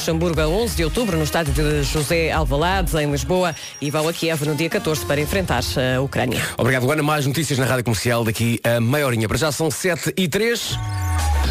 Luxemburgo a 11 de outubro no estádio de José Alvalade, em Lisboa, e vão a Kiev no dia 14 para enfrentar eh, a Ucrânia. Obrigado, Ana. Mais notícias na Rádio Comercial daqui a meia horinha. Para já são 7 e 3.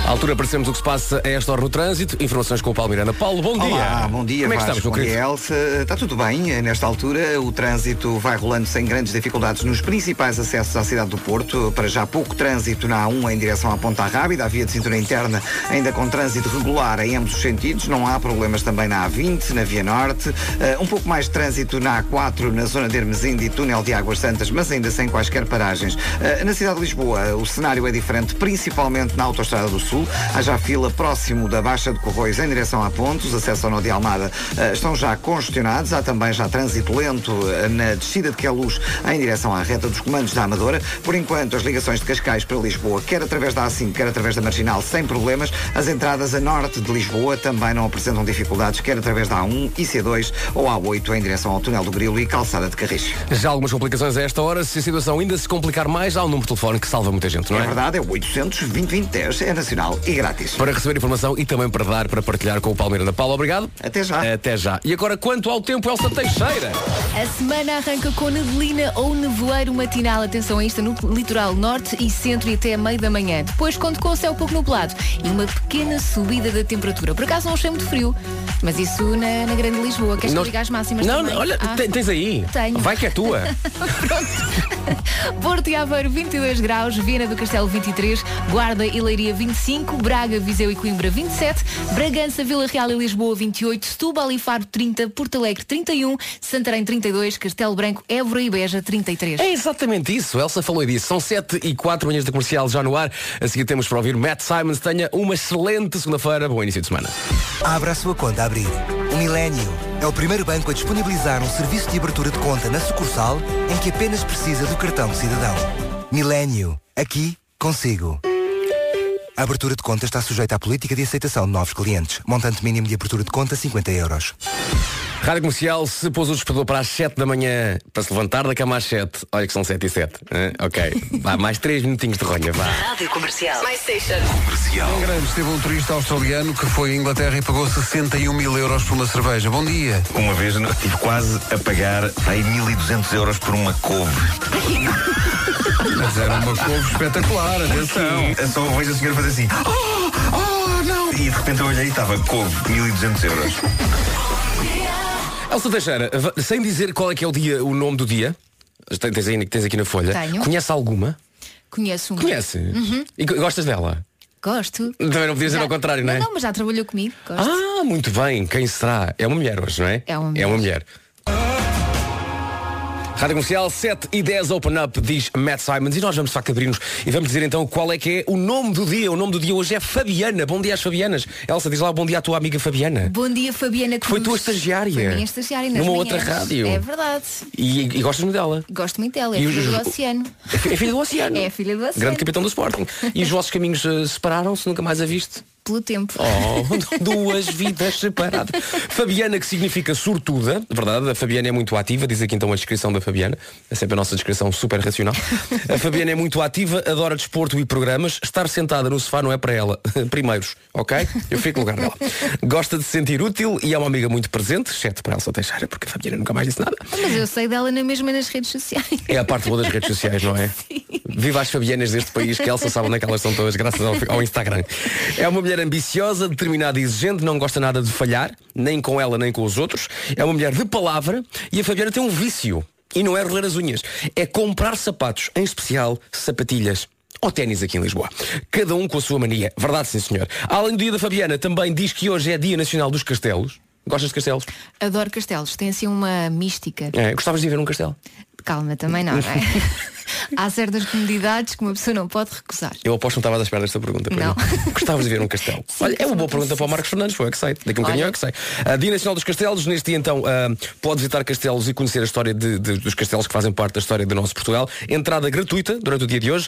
À altura aparecemos o que se passa a esta hora no trânsito. Informações com o Paulo Miranda. Paulo, bom dia. Olá, bom dia. Como é que Vasco, estamos, meu bom dia, querido? Elsa. Está tudo bem. eh, Nesta altura, o trânsito vai rolando sem grandes dificuldades nos principais acessos à cidade do Porto. Para já pouco trânsito na A1 em direção à Ponta Rábida. A via de cintura interna ainda com trânsito regular em ambos os sentidos. Não há problemas também na A20, na Via Norte. Eh, Um pouco mais de trânsito na A4, na zona de Hermesinde e túnel de Águas Santas, mas ainda sem quaisquer paragens. Eh, Na cidade de Lisboa, o cenário é diferente, principalmente na Autostrada do Sul. Há já fila próximo da Baixa de Corroios em direção a Pontos. Os acessos ao Nó de Almada eh, estão já congestionados. Há também já trânsito lento eh, na descida de Queluz em direção à reta dos comandos da Amadora. Por enquanto, as ligações de Cascais para Lisboa, quer através da A5, quer através da Marginal, sem problemas. As entradas a norte de Lisboa também não apresentam dificuldades, quer através da A1, IC2 ou A8 em direção ao túnel do Grilo e Calçada de Carris. Já algumas complicações a esta hora. Se a situação ainda se complicar mais, há um número de telefone que salva muita gente, não É é? verdade, é o 800 2020 10, é nacional e grátis. Para receber informação e também para dar, para partilhar com o Paulo Miranda. Paulo, obrigado. Até já. Até já. E agora, quanto ao tempo, Elsa Teixeira? A semana arranca com neblina ou nevoeiro matinal. Atenção a isto no litoral norte e centro e até a meio da manhã. Depois conto com o céu pouco nublado e uma pequena subida da temperatura. Por acaso não achei muito frio, mas isso na, na grande Lisboa. Queres Nós- que eu diga as máximas Não, também? não, olha, Ah. te- tens aí. Tenho. Vai que é tua. Pronto. Porto e Aveiro 22 graus, Viena do Castelo 23, Guarda e Leiria 25, Braga, Viseu e Coimbra 27, Bragança, Vila Real e Lisboa 28, Setúbal e Faro 30, Porto Alegre 31, Santarém 32, Castelo Branco, Évora e Beja 33. É exatamente isso, Elsa falou disso. São 7 e 4 manhãs da comercial já no ar. A seguir temos para ouvir Matt Simons. Tenha uma excelente segunda-feira, bom início de semana. Abra a sua conta a abrir. O Millennium é o primeiro banco a disponibilizar um serviço de abertura de conta na sucursal em que apenas precisa do cartão de cidadão. Millennium, aqui consigo. A abertura de conta está sujeita à política de aceitação de novos clientes. Montante mínimo de abertura de conta 50 euros. Rádio Comercial, se pôs o despertador para as 7 da manhã, para se levantar da cama às 7, olha que são 7 e 7. hã? ok, vá, mais 3 minutinhos de ronha, vá. Rádio Comercial. Em Grandes teve um turista australiano que foi à Inglaterra e pagou 61 mil euros por uma cerveja. Bom dia. Uma vez eu tive quase a pagar aí 1200 euros por uma couve. Mas era uma couve espetacular, atenção. É um Eu só vejo a senhora fazer assim. "Oh, Ah! oh, não!" E de repente eu olhei e estava couve, 1200 euros. Elsa Teixeira, va- sem dizer qual é que é o dia, o nome do dia, tem- tens, aí, tens aqui na folha, Tenho. conhece alguma? Conheço um. Conhece? E co- gostas dela? Gosto. Também não podia dizer Já- ao contrário, não é? Não, mas já trabalhou comigo. Gosto. Ah, muito bem. Quem será? É uma mulher hoje, não é? É uma É uma mulher. Rádio Comercial 7 e 10 Open Up diz Matt Simons e nós vamos de facto abrir-nos e vamos dizer então qual é que é o nome do dia. O nome do dia hoje é Fabiana. Bom dia às Fabianas. Elsa, diz lá bom dia à tua amiga Fabiana. Bom dia, Fabiana Cruz. Foi tua estagiária. Foi minha estagiária nas Numa manhãs. outra rádio. É verdade. E, e gostas muito dela. Gosto muito dela. É E filha os- do Oceano. É fi- é filha do Oceano. É filha do Oceano. Grande capitão do Sporting. E os vossos caminhos eh, separaram-se, nunca mais a viste? Pelo tempo. Oh, duas vidas separadas. Fabiana, que significa sortuda, verdade? A Fabiana é muito ativa, diz aqui então a descrição da Fabiana. É sempre a nossa descrição super racional. A Fabiana é muito ativa, adora desporto e programas. Estar sentada no sofá não é para ela. Primeiros, ok? Eu fico no lugar dela. Gosta de se sentir útil e é uma amiga muito presente, exceto para Elsa Teixeira, porque a Fabiana nunca mais disse nada. Mas eu sei dela na mesma nas redes sociais. É a parte boa das redes sociais, não é? Viva as Fabianas deste país, que Elsa sabe onde é que elas estão todas, graças ao, ao Instagram. É uma mulher ambiciosa, determinada e exigente, não gosta nada de falhar, nem com ela, nem com os outros. É uma mulher de palavra e a Fabiana tem um vício. E não é roer as unhas, é comprar sapatos, em especial sapatilhas. Ou ténis aqui em Lisboa. Cada um com a sua mania. Verdade, sim, senhor. Além do dia da Fabiana, também diz que hoje é Dia Nacional dos Castelos. Gostas de castelos? Adoro castelos. Tem assim uma mística. É, gostavas de ir ver um castelo? Calma, também não, não é? Há certas comodidades que uma pessoa não pode recusar. Eu aposto que não estava à espera desta pergunta. por Não. exemplo. Gostavas de ver um castelo? Sim, Olha, é uma sim, boa sim, pergunta sim, para o Marcos Fernandes, foi eu que sei. Daqui a um bocadinho Olha. eu que sei. A Dia Nacional dos Castelos, neste dia então, ah, pode visitar castelos e conhecer a história de- de- dos castelos que fazem parte da história do nosso Portugal. Entrada gratuita durante o dia de hoje.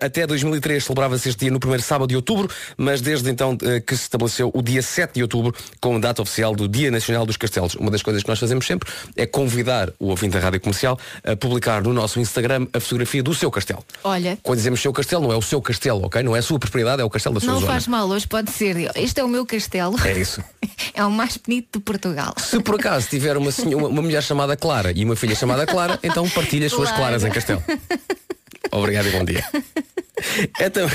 Ah, até 2003 celebrava-se este dia no primeiro sábado de outubro, mas desde então ah, que se estabeleceu o dia 7 de outubro como data oficial do Dia Nacional dos Castelos. Uma das coisas que nós fazemos sempre é convidar o ouvinte da Rádio Comercial a publicar no nosso Instagram a fotografia fotografia do seu castelo. Olha, Quando dizemos seu castelo, não é o seu castelo, ok? Não é a sua propriedade, é o castelo da sua não zona. faz mal, hoje pode ser. Este é o meu castelo. É isso. É o mais bonito de Portugal. Se por acaso tiver uma, senho- uma, uma mulher chamada Clara e uma filha chamada Clara, então partilha as suas Claro. claras em castelo. Obrigado e bom dia. É tam-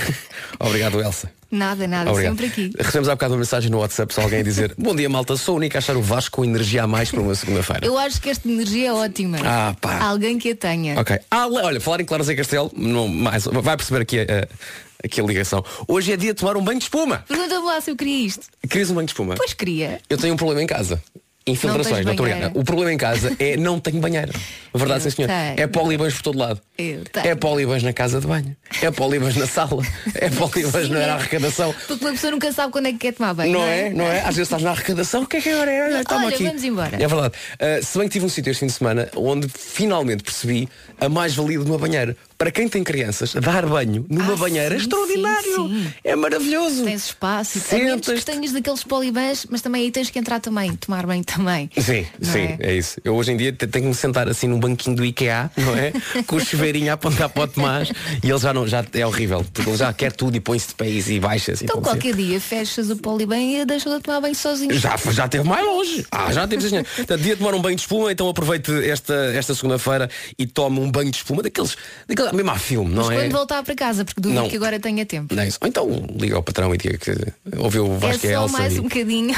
Obrigado, Elsa. Nada, nada, Obrigado. sempre aqui. Recebemos há bocado uma mensagem no WhatsApp para alguém a dizer Bom dia, malta, sou o único a achar o Vasco com energia a mais para uma segunda-feira. Eu acho que esta energia é ótima. Ah, pá. Há Alguém que a tenha. Ok. Ale- Olha, falar em Claras em Castelo, não, mais, vai perceber aqui a, a- aqui a ligação. Hoje é dia de tomar um banho de espuma. Pergunta-me lá se eu queria isto. Queres um banho de espuma? Pois queria. Eu tenho um problema em casa. Infiltrações, tens não estou banheira. O problema em casa é não tenho banheira. Verdade, Eu sim senhor. tenho. É polibans por todo lado. Eu tenho. É polibans na casa de banho. É polibans na sala. É polibans Sim, na é. arrecadação. Porque uma pessoa nunca sabe quando é que quer tomar banho. Não é? Não é? Às vezes estás na arrecadação, o que é que agora é? Olha, toma Olha, aqui. vamos embora. É verdade. Uh, se bem que tive um sítio este fim de semana onde finalmente percebi a mais-valia de uma banheira. Para quem tem crianças, dar banho numa Ah, banheira é sim, extraordinário. sim, sim. É maravilhoso. Tens espaço. A menos que Sentas-te. tenhas daqueles polibãs, mas também aí tens que entrar também, tomar banho também. Sim, Não sim, é? é? isso. Eu hoje em dia te- tenho que me sentar assim num banquinho do IKEA, não é? Com o chuveirinho a apontar para o Tomás e ele já não, já é horrível, porque ele já quer tudo e põe-se de pés e baixa assim. Então pode ser. qualquer dia fechas o polibanho e deixas de tomar banho sozinho. Já, já teve mais longe. Ah, já teve sim, senhor. Portanto, dia de tomar um banho de espuma, então aproveite esta, esta segunda-feira e tome um banho de espuma daqueles, daqueles mesmo há filme, não mas é? quando voltar para casa, porque duvido Não. que agora tenha tempo. Não é isso. Ou então liga ao patrão e diga que ouviu o Vasco é e a só Elsa mais e- um bocadinho.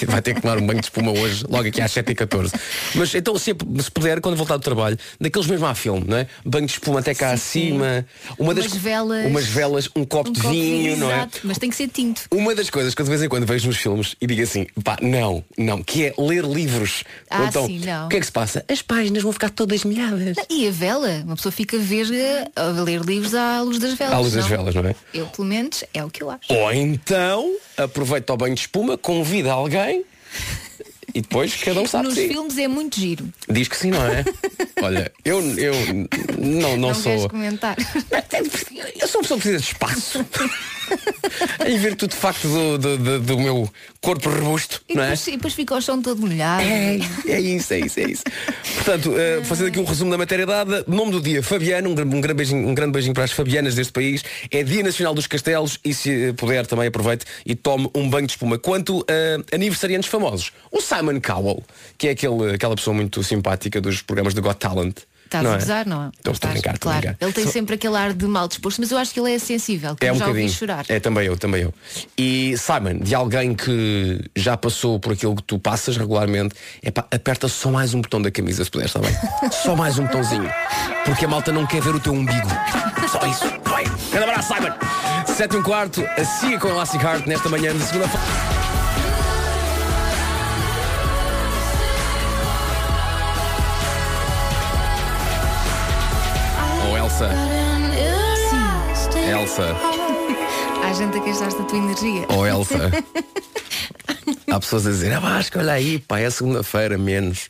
e vai ter que tomar um banho de espuma hoje, logo aqui às 7h14. Mas então, se, se puder, quando voltar do trabalho, daqueles mesmo há filme, não é? Banho de espuma até cá acima, uma das, Umas velas. umas velas, um copo Um de copo de vinho, não é? exato, Mas tem que ser tinto. Uma das coisas que eu de vez em quando vejo nos filmes e digo assim, pá, não, não, que é ler livros. Ah, então, sim, não. o que é que se passa? As páginas vão ficar todas molhadas. E a vela? Uma pessoa fica vesga a ler livros à luz das velas. À luz das não? velas, não é? Eu, pelo menos, é o que eu acho. Ou então, aproveita o banho de espuma, convida alguém e depois cada um sabe Nos de si. filmes é muito giro. Diz que sim, não é? Olha, eu, eu não, não, Não, queres sou. comentar. Eu sou uma pessoa que precisa de espaço. em virtude de facto do, do, do- do meu corpo robusto, E não é? depois, e depois fica o chão todo molhado. É, é isso, é isso, é isso. Portanto, eh, fazendo aqui um resumo da matéria dada, nome do dia, Fabiano, um, gran- um grande beijinho, um grande beijinho para as Fabianas deste país. É Dia Nacional dos Castelos e se eh, puder também aproveite e tome um banho de espuma. Quanto a aniversariantes famosos, o Simon Cowell, que é aquele, aquela pessoa muito simpática dos programas do Got Talent. Estás não a é? gozar, não é? Estou, estou a Estás, brincar, estou a claro. brincar. Ele tem Só- sempre aquele ar de mal disposto, mas eu acho que ele é sensível, que é eu um já ouvi bocadinho. chorar. É também eu, também eu. E Simon, de alguém que já passou por aquilo que tu passas regularmente, é pá, aperta só mais um botão da camisa se puderes, está bem? só mais um botãozinho. Porque a malta não quer ver o teu umbigo. Só isso. Vai. Grande abraço, Simon. 7 e um quarto, a CIA com Elastic Heart nesta manhã de segunda-feira. Oh, Elsa, Elsa. Há gente a queixar-se da tua energia. Ou Elsa. Há pessoas a dizer, ah Vasco, olha aí, pá, é segunda-feira, menos.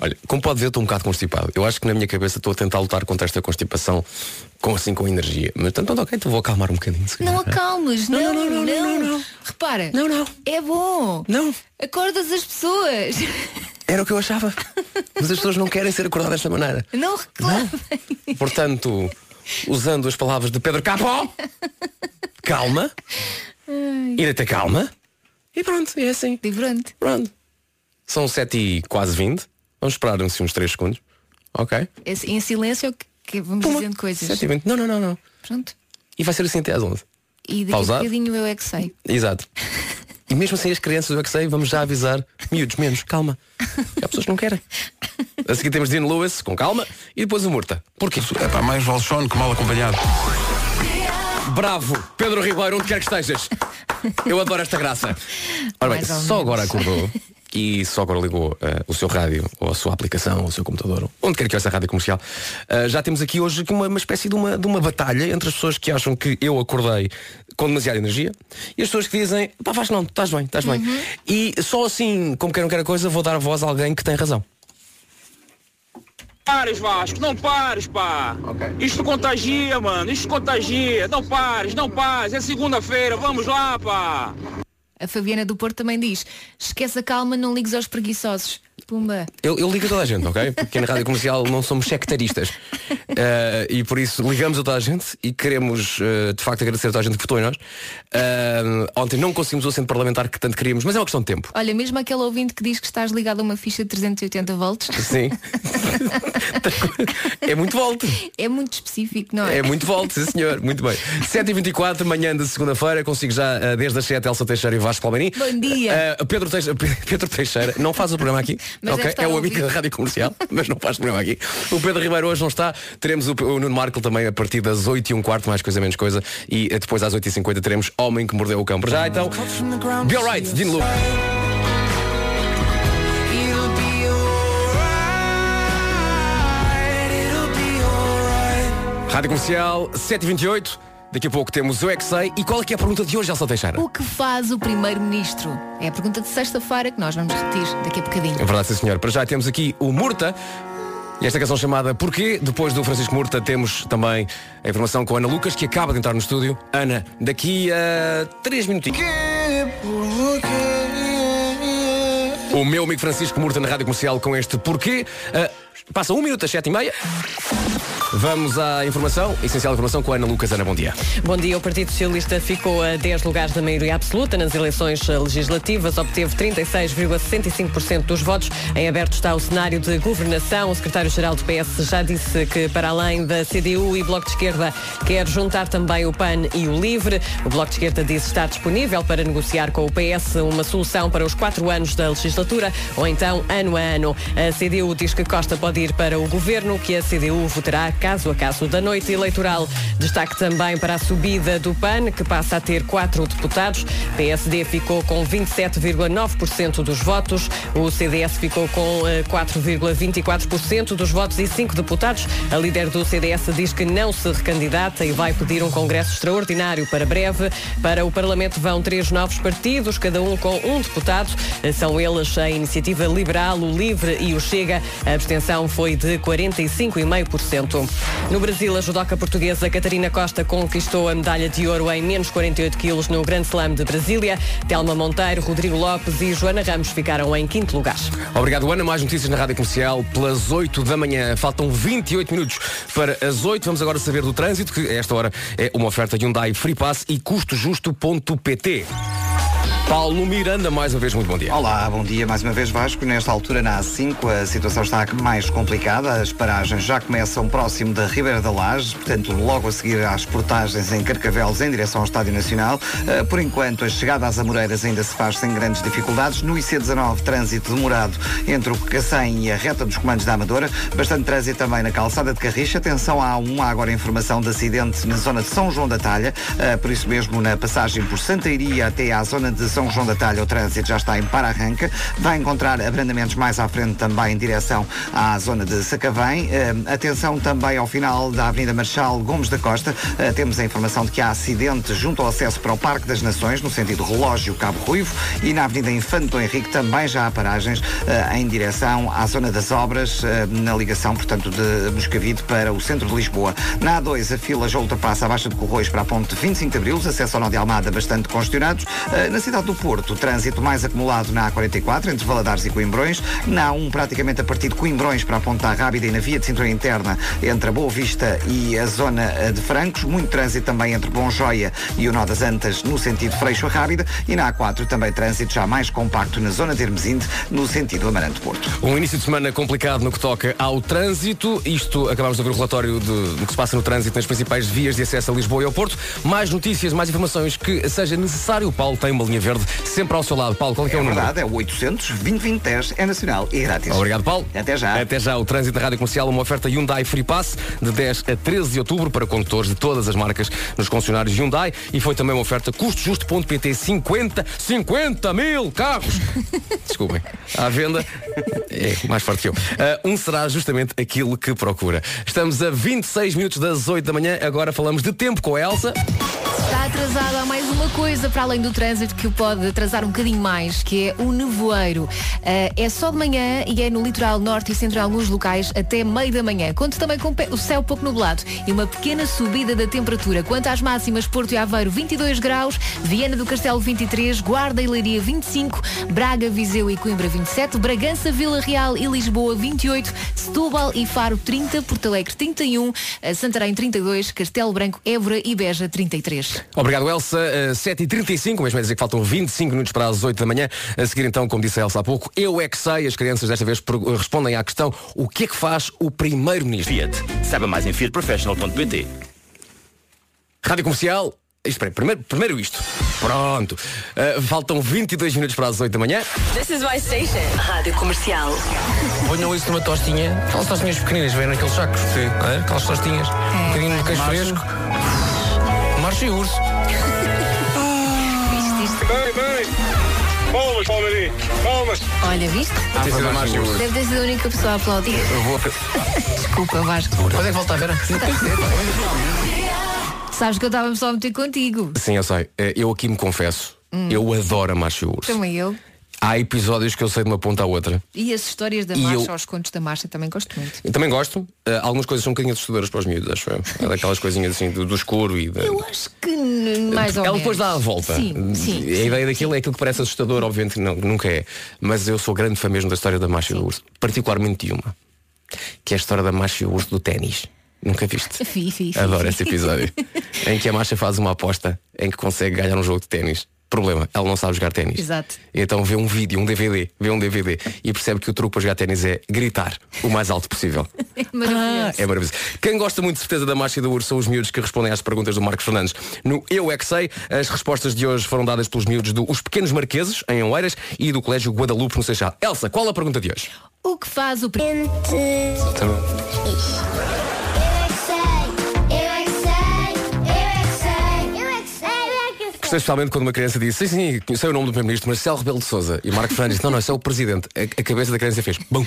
Olha, como pode ver, estou um bocado constipado. Eu acho que na minha cabeça estou a tentar lutar contra esta constipação com assim com energia. Mas tanto, tanto, ok, então vou acalmar um bocadinho. se Não calhar. acalmes, não, não, não, não, não, não, não. Repara. Não, não. É bom. Não. Acordas as pessoas. Era o que eu achava. Mas as pessoas não querem ser acordadas desta maneira. é? Não reclamem. Portanto, usando as palavras de Pedro Capó, calma, ir até calma. E pronto, é assim. Livrante. Pronto. São 7 e quase 20. Vamos esperar uns, uns 3 segundos. Ok. É assim, Em silêncio que, que vamos Puma. dizendo coisas. 7 e 20. Não, não, não, não. Pronto. E vai ser assim até às 11. E daqui a Pausado? bocadinho eu é que sei. Exato. E mesmo assim as crianças do XA vamos já avisar. Miúdos, menos, calma. Há pessoas que não querem. A seguir temos Dean Lewis, com calma, e depois o Murta. Porquê? É pá, mais vale sono que mal acompanhado. Bravo, Pedro Ribeiro, onde quer que estejas. Eu adoro esta graça. Ora bem, Mais ou só menos. agora acordou e só agora ligou eh, o seu rádio, ou a sua aplicação, ou o seu computador, onde quer que ouça a rádio comercial. Eh, já temos aqui hoje aqui uma, uma espécie de uma, de uma batalha entre as pessoas que acham que eu acordei com demasiada energia e as pessoas que dizem, pá, vais não, estás bem, estás bem. Uhum. E só assim, como quer não quer a coisa, vou dar voz a alguém que tem razão. pares, Vasco, não pares, pá. Isto contagia, mano, isto contagia. Não pares, não pares, é segunda-feira, vamos lá, pá. A Fabiana do Porto também diz: esquece a calma, não ligues aos preguiçosos. Pumba. Eu, eu ligo a toda a gente, ok? Porque na rádio comercial não somos sectaristas. Eh, e por isso ligamos a toda a gente e queremos, eh, de facto, agradecer a toda a gente que votou em nós. Eh, ontem não conseguimos o assento parlamentar que tanto queríamos, mas é uma questão de tempo. Olha, mesmo aquele ouvinte que diz que estás ligado a uma ficha de 380 volts, Sim. é muito volto. é muito específico, não é? É muito volto, sim senhor. Muito bem. 7h24, manhã de segunda-feira, consigo já eh, desde as 7, Elsa Teixeira e Vasco Palmini. Bom dia. Eh, Pedro, Teixeira, Pedro Teixeira não faz o programa aqui. Mas deve ok? estar É a o ouvir. amigo da rádio comercial, mas não faz o programa aqui. O Pedro Ribeiro hoje não está. Teremos o, o Nuno Marco também a partir das 8 e um quarto, mais coisa menos coisa. E eh, depois às 8h50 teremos Homem que Mordeu o Cão. Para já então. Be alright, Dean Lu. Rádio Comercial 728. Daqui a pouco temos o Exei. E qual é que é a pergunta de hoje, Elsa Teixeira? O que faz o primeiro-ministro? É a pergunta de sexta-feira que nós vamos repetir daqui a bocadinho. É verdade, sim senhor. Para já temos aqui o Murta. E esta canção chamada Porquê? Depois do Francisco Murta temos também a informação com a Ana Lucas, que acaba de entrar no estúdio. Ana, daqui a 3 minutinhos. O meu amigo Francisco Murta na Rádio Comercial com este Porquê. Ah, passa um minuto às sete e meia. Vamos à informação, essencial informação com a Ana Lucas. Ana, bom dia. Bom dia. O Partido Socialista ficou a 10 lugares da maioria absoluta nas eleições eh, legislativas, obteve 36,65% dos votos. Em aberto está o cenário de governação. O secretário-geral do PS já disse que, para além da CDU e Bloco de Esquerda, quer juntar também o PAN e o LIVRE. O Bloco de Esquerda disse estar disponível para negociar com o PS uma solução para os quatro anos da legislatura, ou então ano a ano. A CDU diz que Costa pode ir para o governo, que a CDU votará caso a caso da noite eleitoral. Destaque também para a subida do PAN, que passa a ter quatro deputados. PSD ficou com 27,9% dos votos. O CDS ficou com eh, 4,24% dos votos e cinco deputados. A líder do CDS diz que não se recandidata e vai pedir um congresso extraordinário para breve. Para o Parlamento vão três novos partidos, cada um com um deputado. Eh, São eles a Iniciativa Liberal, o Livre e o Chega. A abstenção foi de 45,5%. No Brasil, a judoca portuguesa Catarina Costa conquistou a medalha de ouro em menos 48 quilos no Grande Slam de Brasília. Telma Monteiro, Rodrigo Lopes e Joana Ramos ficaram em quinto lugar. Obrigado, Ana. Mais notícias na Rádio Comercial pelas 8 da manhã. Faltam 28 minutos para as 8. Vamos agora saber do trânsito, que a esta hora é uma oferta Hyundai Free Pass e custojusto.pt. Paulo Miranda, mais uma vez, muito bom dia. Olá, bom dia mais uma vez Vasco. Nesta altura na A5 a situação está mais complicada. As paragens já começam próximo da Ribeira da Laje, portanto logo a seguir às portagens em Carcavelos em direção ao Estádio Nacional. Eh, Por enquanto a chegada às Amoreiras ainda se faz sem grandes dificuldades. No IC19 trânsito demorado entre o Cacém e a reta dos comandos da Amadora. Bastante trânsito também na calçada de Carricha. Atenção à A1, há agora informação de acidente na zona de São João da Talha. Eh, Por isso mesmo na passagem por Santa Iria até à zona de São João da Talha o trânsito já está em para-arranca. Vai encontrar abrandamentos mais à frente também em direção à zona de Sacavém. Eh, Atenção também ao final da Avenida Marchal Gomes da Costa. Eh, Temos a informação de que há acidente junto ao acesso para o Parque das Nações, no sentido relógio Cabo Ruivo, e na Avenida Infante Dom Henrique também já há paragens eh, em direção à zona das obras, eh, na ligação, portanto, de Moscavide para o centro de Lisboa. Na A2, a fila já ultrapassa a Baixa de Corroios para a ponte 25 de Abril, os acessos ao Nó de Almada bastante congestionados. Eh, Na cidade do Porto, o trânsito mais acumulado na A44, entre Valadares e Coimbrões. Na A1, praticamente a partir de Coimbrões para a Ponta Rábida e na via de cintura interna, entre a Boa Vista e a zona eh, de Francos. Muito trânsito também entre Bom Joia e o Nó das Antas, no sentido Freixo a Rábida. E na A4, também trânsito já mais compacto na zona de Hermesinde, no sentido Amarante-Porto. Um início de semana complicado no que toca ao trânsito. Isto, acabamos de ouvir o relatório de- do que se passa no trânsito nas principais vias de acesso a Lisboa e ao Porto. Mais notícias, mais informações que seja necessário. O Paulo tem uma linha verde sempre ao seu lado. Paulo, qual é, que é É o número? verdade, é o 800 2010 é nacional e grátis. Obrigado, Paulo. Até já. Até já. O trânsito da Rádio Comercial, uma oferta Hyundai Free Pass de 10 a 13 de outubro para condutores de todas as marcas nos concessionários Hyundai e foi também uma oferta custojusto.pt 50, 50 mil carros. Desculpem. À venda, é mais forte que eu. Ah, um será justamente aquilo que procura. Estamos a 26 minutos das 8 da manhã. Agora falamos de tempo com a Elsa. Está atrasado, há mais uma coisa para além do trânsito que o pode atrasar um bocadinho mais, que é o nevoeiro. Ah, é só de manhã e é no litoral norte e centro em alguns locais até meio da manhã. Conto também com pe- o céu pouco nublado e uma pequena subida da temperatura. Quanto às máximas, Porto e Aveiro 22 graus, Viana do Castelo 23, Guarda e Leiria 25, Braga, Viseu e Coimbra 27, Bragança, Vila Real e Lisboa 28, Setúbal e Faro 30, Porto Alegre 31, eh, Santarém 32, Castelo Branco, Évora e Beja 33. Obrigado, Elsa. Eh, 7h35, mesmo é dizer que faltam 25 minutos para as 8 da manhã. A seguir, então, como disse a Elsa há pouco, eu é que sei. As crianças desta vez per- respondem à questão: o que é que faz o primeiro-ministro? Fiat. Saiba mais em fiatprofessional.pt. Rádio Comercial. Espera, primeiro, primeiro isto. Pronto. Eh, faltam 22 minutos para as 8 da manhã. This is my station. Rádio Comercial. Ponham isso numa tostinha, É. aquelas tostinhas pequeninas, vêm naqueles sacos, Sim. É? aquelas tostinhas, um bocadinho de queijo fresco. Marcha e urso. Bem, bem. Palmas, Palmeirinho. Palmas. Olha, viste? Tem sido a marcha hoje. Deve ter sido a única pessoa a aplaudir. Desculpa, Vasco. Quando é que volta a ver? Sabes que eu estava só a meter contigo. Sim, eu sei. Eh, eu aqui me confesso. Hum. Eu adoro a Macho Urso. Também eu. Há episódios que eu sei de uma ponta à outra. E as histórias da E marcha, eu- os contos da marcha, também gosto muito. Eu também gosto. Eh, algumas coisas são um bocadinho assustadoras para os miúdos, acho eu. É daquelas coisinhas assim do, do escuro e da. Acho que n- mais ou Ela menos. depois dá a volta. Sim, a sim. ideia daquilo é aquilo que parece assustador, obviamente não, nunca é. Mas eu sou grande fã mesmo da história da Macho e o Urso, particularmente de uma, que é a história da Macho e o Urso do ténis. Nunca viste? Fi, fi, fi, É- Adoro fi. esse episódio. em que a Macha faz uma aposta em que consegue ganhar um jogo de ténis. Problema, ela não sabe jogar ténis. Exato. Então vê um vídeo, um DVD, vê um DVD e percebe que o truque para jogar ténis é gritar o mais alto possível. Maravilhoso. É maravilhoso. Quem gosta muito de certeza da marcha e do urso são os miúdos que respondem às perguntas do Marcos Fernandes. No Eu É Que Sei, as respostas de hoje foram dadas pelos miúdos do Os Pequenos Marqueses, em Oeiras, e do Colégio Guadalupe, no Seixal. Elsa, qual a pergunta de hoje? O que faz o presidente? é Gostei especialmente quando uma criança disse, sim, sim, sei o nome do Primeiro-Ministro, Marcelo Rebelo de Souza. E o Marcos Fernandes disse, não, não, esse é o Presidente. A, a cabeça da criança fez, bom,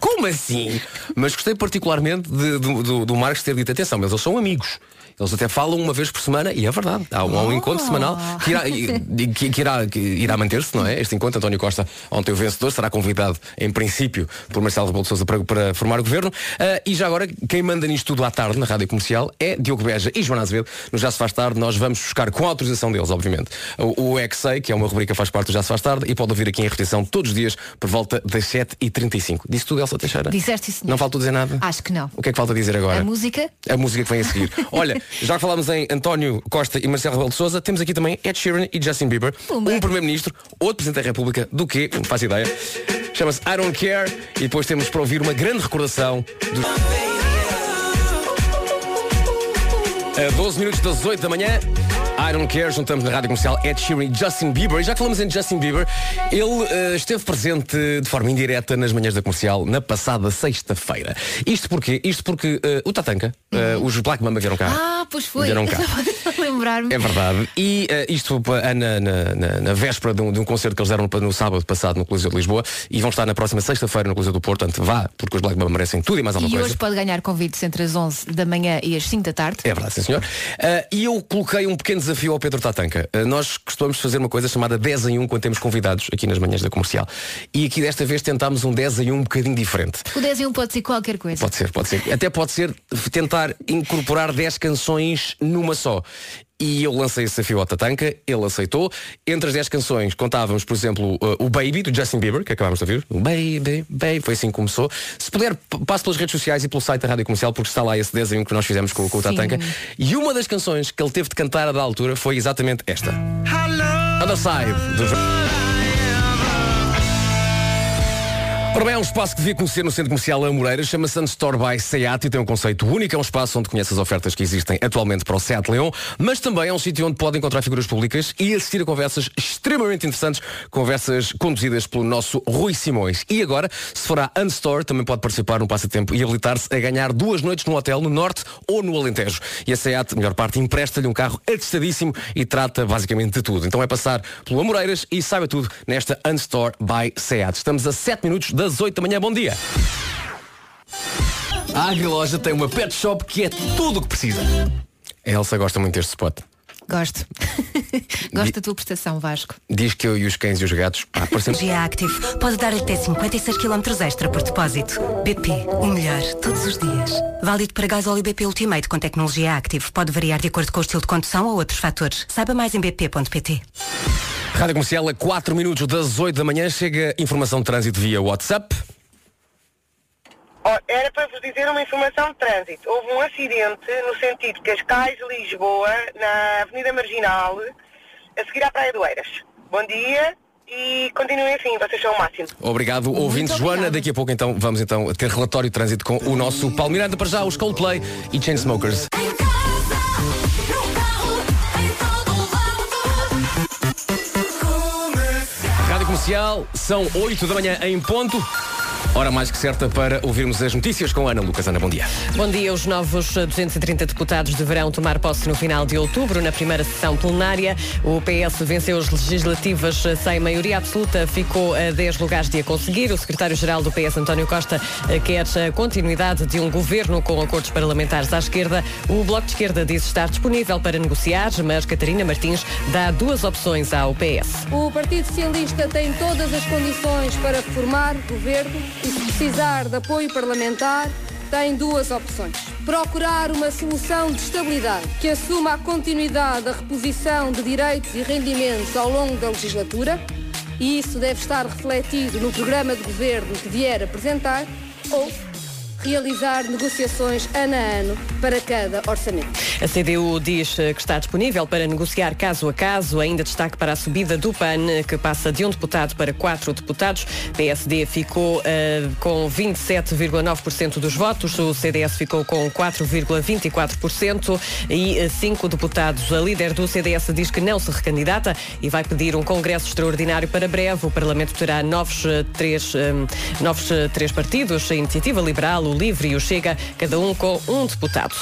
como assim? Mas gostei particularmente de- do, do- do Marcos ter dito, atenção, mas eles são amigos. Eles até falam uma vez por semana, e é verdade. Há um, há um encontro semanal que irá, e- que- que irá- que irá manter-se, não é? Este encontro, António Costa, ontem o vencedor, será convidado, em princípio, por Marcelo Rebelo de Souza para, para formar o governo. Ah, e já agora, quem manda nisto tudo à tarde na Rádio Comercial é Diogo Beja e Joana Azevedo. No Já se faz tarde, nós vamos buscar com a autorização deles, obviamente. O, o Exei, que é uma rubrica que faz parte do Já se faz tarde, e pode ouvir aqui em repetição todos os dias por volta das 7h35. Disse tudo, Elsa Teixeira? Disseste isso, senhor. Não falta dizer nada? Acho que não. O que é que falta dizer agora? A música? A música que vem a seguir. Olha, já que falámos em António Costa e Marcelo Rebelo de Souza, temos aqui também Ed Sheeran e Justin Bieber. Pumba. Um primeiro-ministro, outro presidente da República, do que, não faço ideia. Chama-se I Don't Care e depois temos para ouvir uma grande recordação do... A 12 minutos das 8 da manhã, I Don't Care, juntamos na Rádio Comercial Ed Sheeran e Justin Bieber. E já que falamos em Justin Bieber, ele eh, esteve presente de forma indireta nas manhãs da Comercial na passada sexta-feira. Isto porquê? Isto porque eh, o Tatanka, eh, os Black Mamba vieram cá. Uhum. Ah, pois foi. Vieram cá. Estava a lembrar-me. É verdade. E eh, isto pa- ah, na, na- na- na véspera de um, de um concerto que eles deram pa- no sábado passado no Coliseu de Lisboa e vão estar na próxima sexta-feira no Coliseu do Porto. Portanto, vá, porque os Black Mamba merecem tudo e mais alguma E coisa. hoje pode ganhar convites entre as 11 da manhã e as 5 da tarde. É verdade, sim senhor. Ah, E eu coloquei um pequeno desafio ao Pedro Tatanca. Ah, nós costumamos fazer uma coisa chamada 10 em 1 quando temos convidados aqui nas manhãs da comercial. E aqui desta vez tentámos um 10 em 1 um bocadinho diferente. O 10 e 1 pode ser qualquer coisa. Pode ser, pode ser. Até pode ser tentar incorporar 10 canções numa só. E eu lancei esse desafio ao Tatanka, ele aceitou. Entre as 10 canções contávamos, por exemplo, uh, o Baby, do Justin Bieber, que acabámos de ouvir. O Baby, Baby, foi assim que começou. Se puder, p- passe pelas redes sociais e pelo site da Rádio Comercial, porque está lá esse desenho que nós fizemos com, com o Sim. Tatanka. E uma das canções que ele teve de cantar a da altura foi exatamente esta. Other Side, do Ora bem, é um espaço que devia conhecer no Centro Comercial Amoreira, chama-se Sunstore by Seat e tem um conceito único, é um espaço onde conhece as ofertas que existem atualmente para o Seat Leon, mas também é um sítio onde pode encontrar figuras públicas e assistir a conversas extremamente interessantes, conversas conduzidas pelo nosso Rui Simões. E agora, se for à Unstore, também pode participar no passatempo e habilitar-se a ganhar duas noites num hotel no Norte ou no Alentejo. E a Seat, melhor parte, empresta-lhe um carro atestadíssimo e trata basicamente de tudo. Então é passar pelo Amoreiras e saiba tudo nesta Unstore by Seat. Estamos a 7 minutos das 8 da manhã. Bom dia! A Agriloja tem uma pet shop que é tudo o que precisa. A Elsa gosta muito deste spot. Gosto. Gosto da tua prestação, Vasco. Diz que eu e os cães e os gatos pá, parecemos. GA Active pode dar até 56 km extra por depósito. BP, o melhor todos os dias. Válido para gasóleo BP Ultimate com tecnologia Active. Pode variar de acordo com o estilo de condução ou outros fatores. Saiba mais em bp.pt. Rádio Comercial a 4 minutos das 8 da manhã chega informação de trânsito via WhatsApp. Ó, Era para vos dizer uma informação de trânsito. Houve um acidente no sentido Cascais-Lisboa, na Avenida Marginal, a seguir à Praia do Eiras. Bom dia e continuem assim, vocês são o máximo. Obrigado, ouvinte Joana. Daqui a pouco então vamos então ter relatório de trânsito com o nosso Paulo Miranda para já os Coldplay e Chainsmokers. Rádio Comercial, são 8 da manhã em ponto. Hora mais que certa para ouvirmos as notícias com a Ana Lucas. Ana, bom dia. Bom dia. Os novos 230 deputados deverão tomar posse no final de outubro, na primeira sessão plenária. O PS venceu as legislativas sem maioria absoluta, ficou a 10 lugares de a conseguir. O secretário-geral do PS, António Costa, quer a continuidade de um governo com acordos parlamentares à esquerda. O Bloco de Esquerda diz estar disponível para negociar, mas Catarina Martins dá duas opções ao PS. O Partido Socialista tem todas as condições para formar governo e, se precisar de apoio parlamentar, tem duas opções. Procurar uma solução de estabilidade que assuma a continuidade da reposição de direitos e rendimentos ao longo da legislatura, e isso deve estar refletido no programa de governo que vier apresentar, ou realizar negociações ano a ano para cada orçamento. A CDU diz eh, que está disponível para negociar caso a caso, ainda destaque para a subida do PAN, eh, que passa de um deputado para quatro deputados. PSD ficou eh, com 27,9% dos votos, o CDS ficou com 4,24% e eh, cinco deputados. A líder do CDS diz que não se recandidata e vai pedir um congresso extraordinário para breve. O Parlamento terá novos, eh, três, eh, novos eh, três partidos, a Iniciativa Liberal, o Livre e o Chega, cada um com um deputado.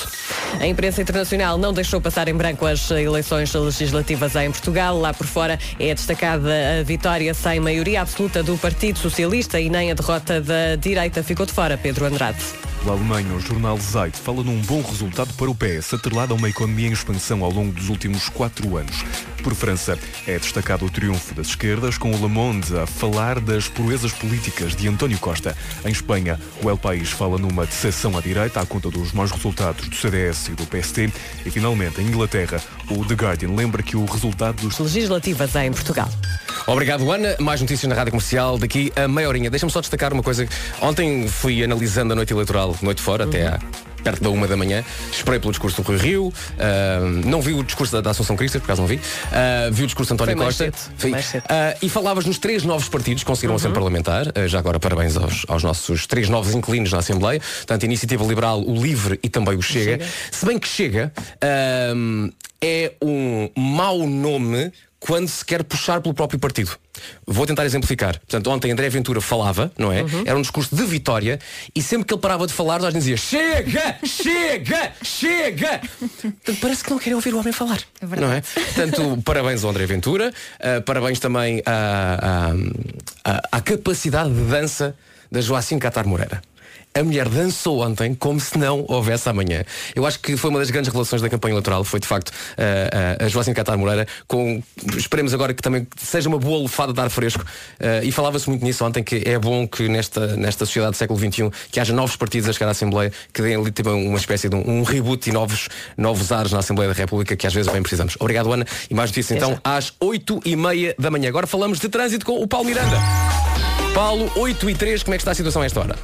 A imprensa internacional não deixou passar em branco as eh, eleições legislativas em Portugal. Lá por fora é destacada a vitória sem maioria absoluta do Partido Socialista e nem a derrota da direita ficou de fora, Pedro Andrade. Da Alemanha, o jornal Zeit fala num bom resultado para o PS, atrelado a uma economia em expansão ao longo dos últimos quatro anos. Por França, é destacado o triunfo das esquerdas, com o Le Monde a falar das proezas políticas de António Costa. Em Espanha, o El País fala numa decepção à direita, à conta dos maus resultados do CDS e do PST. E, finalmente, em Inglaterra, o The Guardian lembra que o resultado dos... Legislativas em Portugal. Obrigado, Ana. Mais notícias na Rádio Comercial daqui a meia horinha. Deixa-me só destacar uma coisa. Ontem fui analisando a noite eleitoral, noite fora, até Uhum. à, perto da uma da manhã. Esperei pelo discurso do Rui Rio. ah, não vi o discurso da, da Assunção Cristas, por acaso não vi. Ah, vi o discurso de António Foi mais Costa. cedo, Sim. mais cedo. Ah, e falavas nos três novos partidos que conseguiram assento parlamentar. Ah, já agora parabéns aos, aos nossos três novos inquilinos na Assembleia. Portanto, a Iniciativa Liberal, o Livre e também o Chega. Chega. Se bem que Chega ah, é um mau nome quando se quer puxar pelo próprio partido. Vou tentar exemplificar. Portanto, ontem André Ventura falava, não é? Era um discurso de vitória e sempre que ele parava de falar, nós dizia chega, chega, chega. Portanto, parece que não querem ouvir o homem falar. É Não é? Portanto, parabéns ao André Ventura, ah, parabéns também à, à- à- à capacidade de dança da Joacim Catar Moreira. A mulher dançou ontem como se não houvesse amanhã. Eu acho que foi uma das grandes relações da campanha eleitoral, foi de facto ah, ah, a Joacim Catar Moreira, com esperemos agora que também seja uma boa lufada de ar fresco. ah, e falava-se muito nisso ontem, que é bom que nesta, nesta sociedade do século XXI que haja novos partidos a chegar à Assembleia, que deem ali também uma espécie de um, um reboot e novos, novos ares na Assembleia da República, que às vezes bem precisamos. Obrigado, Ana. E mais notícias então às 8 e meia da manhã. Agora falamos de trânsito com o Paulo Miranda. Paulo, 8 e 3, como é que está a situação a esta hora?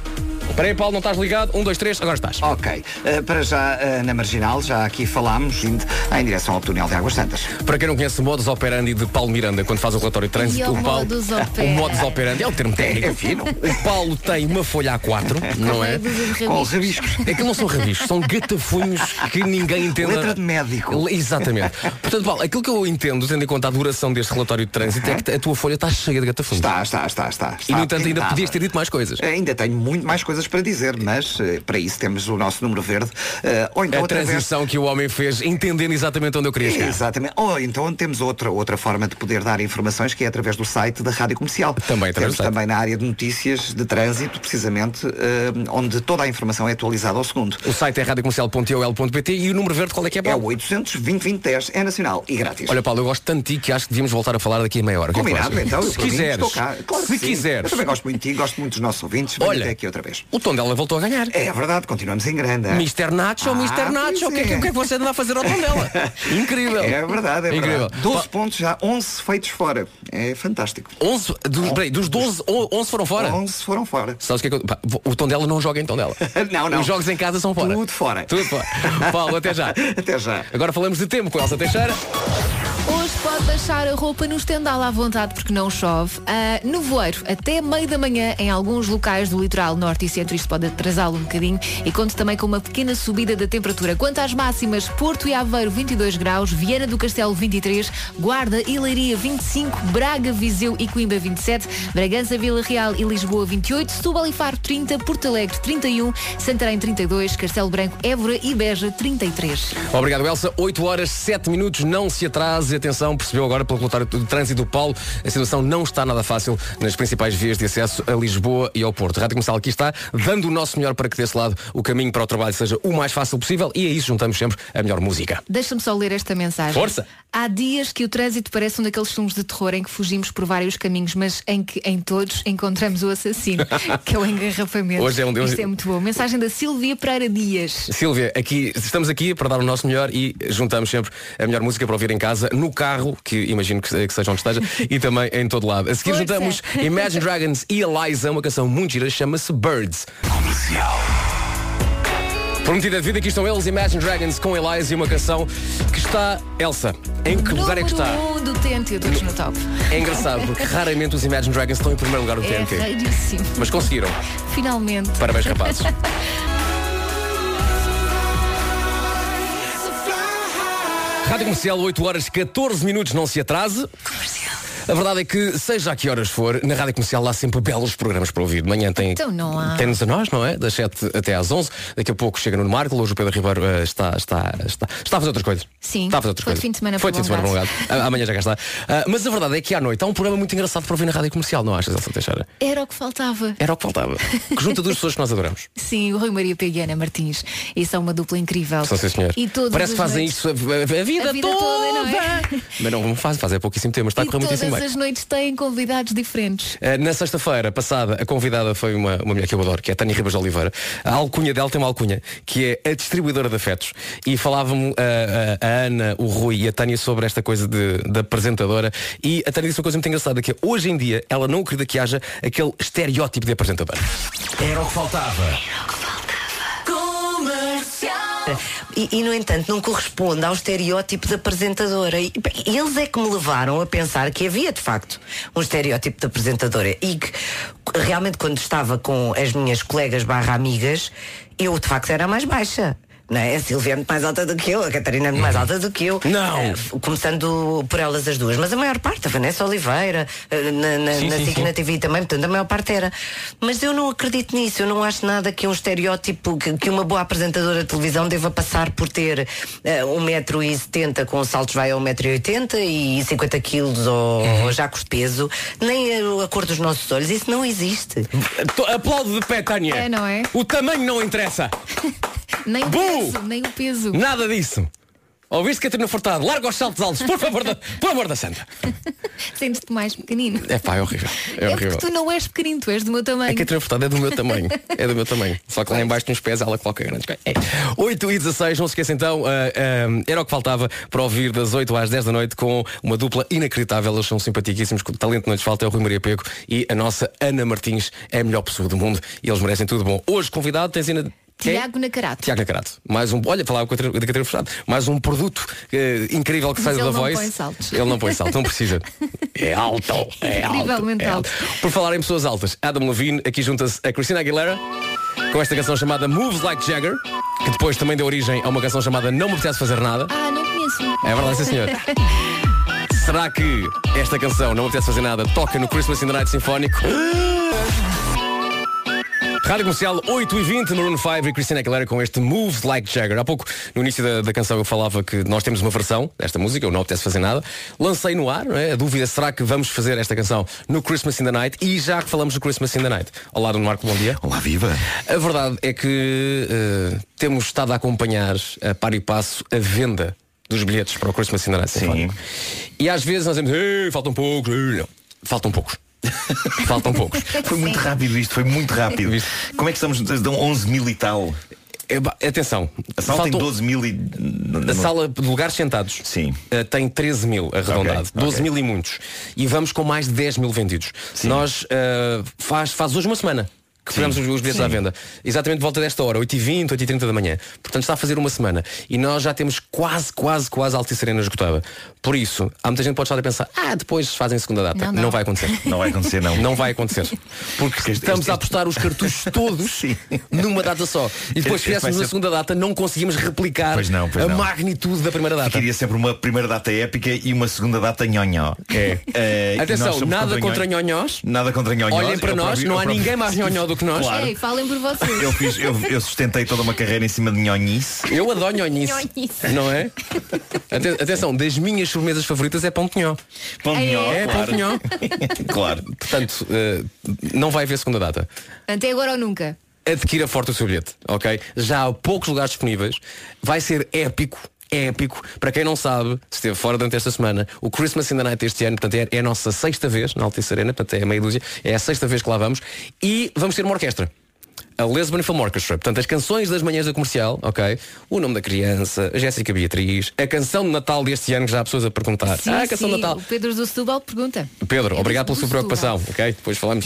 Peraí, Paulo, não estás ligado? 1, 2, 3, agora estás. Ok. Uh, para já uh, na marginal, já aqui falámos, indo em direção ao túnel de Águas Santas. Para quem não conhece o modus operandi de Paulo Miranda, quando faz o relatório de E é trânsito, o o Paulo. modus o operandi. modus operandi é o termo técnico. É fino. O Paulo tem uma folha A4, não é? Com rabiscos. Aquilo não são rabiscos, são gatafunhos que ninguém entende. Letra de médico. Exatamente. Portanto, Paulo, aquilo que eu entendo, tendo em conta a duração deste relatório de trânsito, é que a tua folha está cheia de gatafunhos. Está, está, está, está. E, no entanto, ainda pintada. podias ter dito mais coisas. Ainda tenho muito mais coisas coisas para dizer, mas eh, para isso temos o nosso número verde. eh, ou então a outra vez- transição que o homem fez, entendendo exatamente onde eu queria chegar. Exatamente. Ou então temos outra, outra forma de poder dar informações que é através do site da Rádio Comercial. Também, através temos do site. também na área de notícias de trânsito, precisamente, eh, onde toda a informação é atualizada ao segundo. O site é radiocomercial.ol.pt e o número verde qual é que é, Paulo? É 800 2010 é nacional e grátis. Olha, Paulo, eu gosto tanto de ti que acho que devíamos voltar a falar daqui a meia hora. O que é que tu Combinado, achas? então, eu se por mim, quiseres. estou cá. Claro que se sim. Eu quiseres. também gosto muito de ti, gosto muito dos nossos ouvintes. Venho Olha, até aqui outra vez. O tom dela voltou a ganhar. É verdade, continuamos em grande. Mr. Nacho, Ah, Mr. pois Nacho, o que, é, que- é. o que é que você anda a fazer ao tom dela? Incrível. É verdade, é Incrível. verdade. 12 pontos já, 11 feitos fora. É fantástico. 11, dos, peraí, dos 12, o- 11 foram fora? 11 foram fora. Sabes o que é que eu, pá, o tom dela não joga em tom dela. Não, não. Os jogos em casa são fora. Tudo fora. Tudo fora. Paulo, até já. Até já. Agora falamos de tempo com Elsa Teixeira. Hoje pode deixar a roupa no estendal à vontade porque não chove. Ah, nevoeiro até meio da manhã em alguns locais do litoral norte e centro. Isto pode atrasá-lo um bocadinho e conta também com uma pequena subida da temperatura. Quanto às máximas, Porto e Aveiro 22 graus, Viana do Castelo 23, Guarda e Leiria 25, Braga, Viseu e Coimbra 27, Bragança, Vila Real e Lisboa 28, Setúbal e Faro 30, Porto Alegre 31, Santarém 32, Castelo Branco, Évora e Beja 33. Obrigado, Elsa. 8 horas, 7 minutos, não se atrase. Atenção, percebeu agora pelo relatório do trânsito do Paulo, a situação não está nada fácil nas principais vias de acesso a Lisboa e ao Porto. Rádio Comercial aqui está, dando o nosso melhor para que desse lado o caminho para o trabalho seja o mais fácil possível e a isso juntamos sempre a melhor música. Deixa-me só ler esta mensagem. Força! Há dias que o trânsito parece um daqueles filmes de terror em que fugimos por vários caminhos, mas em que em todos encontramos o assassino, que é o engarrafamento. Hoje é um- Isto é muito bom. Mensagem da Silvia Pereira Dias. Silvia, aqui, estamos aqui para dar o nosso melhor e juntamos sempre a melhor música para ouvir em casa, no carro, que imagino que, que seja onde esteja, e também em todo lado. A seguir Força. juntamos Imagine Dragons e Eliza, uma canção muito gira, chama-se Birds. Comercial. Prometida de vida, aqui estão eles, Imagine Dragons com Eliza e uma canção que está, Elsa, em que lugar é que está? Número um do TNT, todos no top. É engraçado, porque raramente os Imagine Dragons estão em primeiro lugar do É TNT. raríssimo. Mas conseguiram. Finalmente. Parabéns, rapazes. Rádio Comercial, 8 horas 14 minutos, não se atrase. A verdade é que, seja a que horas for, na Rádio Comercial há sempre belos programas para ouvir. De manhã tem. Então não há. Tem-nos a nós, não é? Das 7 até às 11. Daqui a pouco chega no Marco. Hoje o Pedro Ribeiro eh, está, está, está, está a fazer outras coisas. Sim. Está a fazer outras Foi coisas. de fim de semana Foi de fim de semana prolongado. prolongado. Ah, Amanhã já cá está. Ah, mas a verdade é que à noite há um programa muito engraçado para ouvir na Rádio Comercial, não achas, Elsa Teixeira? Era o que faltava. Era o que faltava. Que junta duas pessoas que nós adoramos. Sim, o Rui Maria Pego e Ana Martins. E são uma dupla incrível. São, sim, senhor. E todas Parece as que fazem noites- isso a, a- a vida, A vida toda, não é? Mas não faz, faz é pouquíssimo tempo, mas está a E correr muitíssimo todas bem. as noites têm convidados diferentes. Uh, na sexta-feira passada, a convidada foi uma, uma mulher que eu adoro, que é a Tânia Ribas de Oliveira. A alcunha dela tem uma alcunha, que é a distribuidora de afetos. E falavam uh, uh, a Ana, o Rui e a Tânia sobre esta coisa de, de apresentadora. E a Tânia disse uma coisa muito engraçada, que é, hoje em dia ela não acredita que haja aquele estereótipo de apresentadora. Era o que faltava. E, e, no entanto, não corresponde ao estereótipo de apresentadora. E, bem, eles é que me levaram a pensar que havia, de facto, um estereótipo de apresentadora. E que, realmente, quando estava com as minhas colegas barra amigas, eu, de facto, era a mais baixa. Não é? A Silvia é muito mais alta do que eu, a Catarina é muito mais alta do que eu. Não! começando por elas as duas, mas a maior parte, a Vanessa Oliveira, eh, na, na, Sim, na sim, SIC sim. na TV também, portanto, a maior parte era. Mas eu não acredito nisso, eu não acho nada que um estereótipo, que, que uma boa apresentadora de televisão deva passar por ter eh, 1,70m com saltos vai a 1,80m e 50 quilos ou, Uhum. ou jacos de peso, nem a, a cor dos nossos olhos, isso não existe. Aplaudo de pé, Tânia! É, não é? O tamanho não interessa! Nem o Bu! Hum? peso, nem o peso. Nada disso! Ouviste, Catarina Furtado? Larga os saltos altos, por favor, da, por amor da santa! Sentes-te mais pequenino. É pá, é horrível. É, É horrível. porque tu não és pequenino, tu és do meu tamanho. É que a transportada é do meu tamanho. É do meu tamanho. Só que lá embaixo nos pés ela coloca grandes coisas. É. 8 e 16, não se esqueça então, ah, ah, era o que faltava para ouvir das 8 às 10 da noite com uma dupla inacreditável. Eles são simpaticíssimos, o talento não lhes falta, é o Rui Maria Pego e a nossa Ana Martins é a melhor pessoa do mundo e eles merecem tudo bom. Hoje, convidado, tens ainda. Tiago Nacarato. Tiago Nacarato. Mais um, olha, falava com a Catarina da Catarina Furtado. Mais um produto eh, incrível que Mas sai ele da não Voice. põe saltos. Ele não põe salto, não precisa. É alto, é alto. Incrivelmente é alto. Por falar em pessoas altas, Adam Levine, aqui junta-se a Christina Aguilera com esta canção chamada Moves Like Jagger, que depois também deu origem a uma canção chamada Não Me Apetece Fazer Nada. Ah, não conheço. É verdade, sim, senhor. Será que esta canção, Não Me Apetece Fazer Nada, toca no Christmas in the Night Sinfónico? Rádio Comercial 8 e 20, Maroon 5 e Christina Aguilera com este Moves Like Jagger. Há pouco, no início da, da canção, eu falava que nós temos uma versão desta música, eu não apetece fazer nada. Lancei no ar, não é? A dúvida, será que vamos fazer esta canção no Christmas in the Night? E já que falamos do Christmas in the Night. Olá, Nuno Marco, bom dia. Olá, viva. A verdade é que eh, temos estado a acompanhar, a par e passo, a venda dos bilhetes para o Christmas in the Night. Sim. E às vezes nós dizemos, "Ei, faltam poucos, ei, não." faltam poucos. Faltam poucos. Foi muito rápido isto, foi muito rápido. Como é que estamos? Dão 11 mil e tal. É atenção. A sala tem Faltam- 12 mil e. A sala de lugares sentados eh, tem 13 mil arredondado, Ok, 12 mil e muitos. E vamos com mais de 10 mil vendidos. Nós eh, faz, faz hoje uma semana que fizemos os, os bilhetes Sim. à venda. Exatamente por volta desta hora, 8h20, 8h30 da manhã. Portanto está a fazer uma semana. E nós já temos quase, quase, quase a Altice Arena esgotada. Por isso, há muita gente que pode estar a pensar, ah, depois fazem segunda data. Não, Não, não. vai acontecer. Não vai acontecer, não. Não vai acontecer. Porque estamos a apostar os cartuchos todos numa data só. E depois se Este- este vai fizéssemos a ser- segunda data, não conseguimos replicar Pois não, pois a não. magnitude da primeira data. Queria sempre uma primeira data épica e uma segunda data nhonhó. É. Eh, e nós Atenção, somos nada contra nhonhó- nhonhós. Nada contra nhonhós. Olhem para Eu nós, próprio- não eu há próprio- ninguém mais nhonhó do que nós. É Claro. Ei, falem por vocês. Eu, fiz, eu, eu sustentei toda uma carreira em cima de nhonhice. Eu adoro nhonhice. Nhonhice. Não é? Ate- Atenção, das minhas sobremesas favoritas é pão de nhó. Pão de nhó, É, pão claro. de nhó. Claro. Portanto, eh, não vai haver segunda data. Até agora ou nunca. Adquira forte o seu bilhete, ok? Já há poucos lugares disponíveis. Vai ser épico, épico. Para quem não sabe, se esteve fora durante esta semana, o Christmas in the Night este ano, portanto, é, é a nossa sexta vez na Altice Arena, portanto, é a meia dúzia, é a sexta vez que lá vamos. E vamos ter uma orquestra. A Lisbon Film Orchestra, portanto, as canções das manhãs da comercial, ok? O nome da criança, a Jéssica Beatriz, a canção de Natal deste ano, que já há pessoas a perguntar. Sim, ah, a canção de sim, É Natal. O Pedro do Setúbal pergunta. Pedro, obrigado pela sua Setúbal. preocupação, ok? Depois falamos.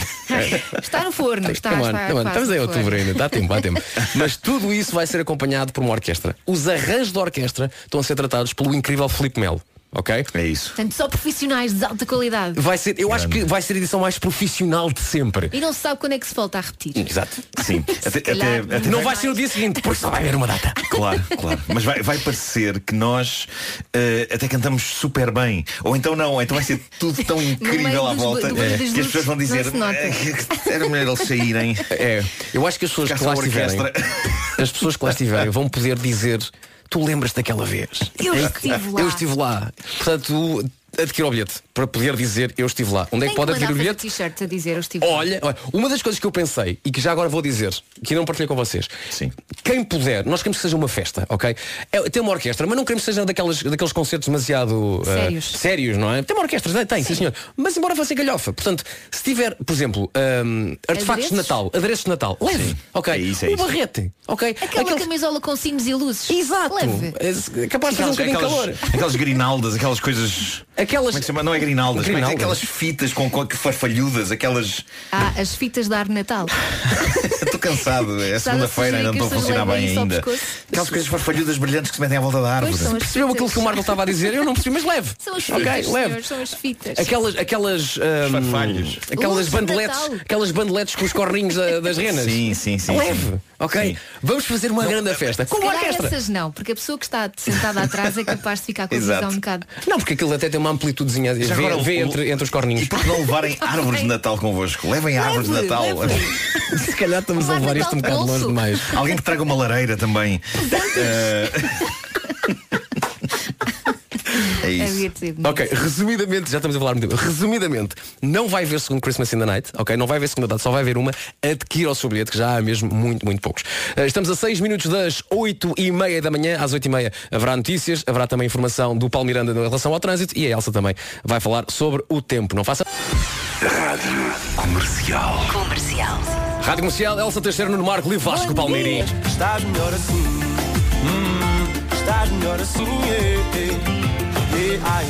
Está no forno, está, Come on, está, come on. quase Estamos em no outubro forno. ainda, dá tempo, dá tempo. Mas tudo isso vai ser acompanhado por uma orquestra. Os arranjos da orquestra estão a ser tratados pelo incrível Filipe Melo, ok? É isso. Portanto, só profissionais de alta qualidade. Vai ser, eu acho que vai ser a edição mais profissional de sempre. E não se sabe quando é que se volta a repetir. Exato. Sim. Até- calhar. até- até- não vai ser no dia seguinte, porque só vai haver uma data. Claro, claro. Mas vai, vai parecer que nós eh, até cantamos super bem. Ou então não, ou então vai ser tudo tão incrível à dos- volta do meio eh, que dos as luzes pessoas vão não dizer se nota. "Eh, era melhor eles saírem. É, eu acho que as pessoas Ficar que lá só a estiverem, as pessoas que lá estiverem vão poder dizer, tu lembras daquela vez? Eu Em- estive lá." Eu estive lá. Portanto, adquira o bilhete para poder dizer eu estive lá. Onde é que pode adquirir o bilhete? t-shirt a dizer, eu estive. Olha, olha, uma das coisas que eu pensei e que já agora vou dizer, que não partilhei com vocês. Sim. Quem puder, nós queremos que seja uma festa, ok? É, tem uma orquestra, mas não queremos que seja daquelas, daqueles concertos demasiado eh, Sérios. sérios, não é? Tem uma orquestra, tem, tem, sim senhor. Mas embora fosse galhofa. Portanto, se tiver, por exemplo, hum, artefactos de Adereços? Natal, adereços de Natal, leve, ok? é um isso. barrete, ok? Aquela camisola com sinos e luzes. Exato. Leve. É capaz de fazer um bocadinho de calor. aquelas grinaldas, aquelas coisas. Aquelas... Como é que se chama? Não é grinaldas, mas Grinaldas. aquelas fitas com co- que farfalhudas, aquelas. Ah, as fitas da árvore de Natal. Estou cansado, é Sabe a segunda-feira, sujeira ainda que não estou as a funcionar bem pessoas levam isso ainda. ao pescoço? Aquelas coisas farfalhudas brilhantes que se metem à volta da árvore. são as Percebeu fitas. aquilo que o Marco estava a dizer? Eu não percebi, mas leve. São as fitas, ok, leve. senhores, são as fitas. Aquelas, aquelas, hum, Luzes aquelas de bandeletes, Natal. aquelas bandeletes com os corrinhos da- das renas. Sim, sim, sim, Leve, sim. ok. Vamos fazer uma grande festa Se com a calhar orquestra. essas não, porque a pessoa que está sentada atrás é capaz de ficar com a Exato. visão um bocado. Não, porque aquilo até tem uma amplitudezinha. Vê, Já agora, vê o- entre, entre os corninhos. E por que não levarem árvores de Natal convosco? Levem árvores de Natal. Se calhar estamos a levar isto um bocado longe demais. Alguém que traga uma lareira também. Eh, É isso. Ok, resumidamente, já estamos a falar muito tempo. Resumidamente, não vai haver segundo Christmas in the Night, ok? Não vai haver segunda data, só vai haver uma. Adquira o seu bilhete, que já há mesmo muito, muito poucos. Eh, Estamos a 6 minutos das 8 e meia da manhã. Às 8 e meia haverá notícias, haverá também informação do Paulo Miranda em relação ao trânsito e a Elsa também vai falar sobre o tempo. Não faça... Rádio Comercial. Comercial. Rádio Comercial, Elsa Teixeira, Nuno Marco, Liv Vasco, Palmeirim. Estás melhor assim. Hum, estás melhor assim. é, é, é, ai.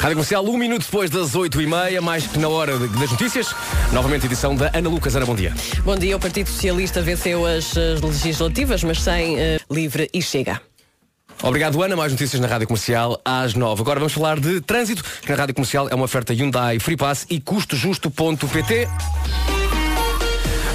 Rádio Comercial, um minuto depois das 8h30, mais que na hora de- das notícias. Novamente edição da Ana Lucas. Ana, bom dia. Bom dia, o Partido Socialista venceu as eh, legislativas, mas sem eh, livre e chega. Obrigado, Ana. Mais notícias na Rádio Comercial às 9. Agora vamos falar de trânsito, que na Rádio Comercial é uma oferta Hyundai Free Pass e custojusto.pt.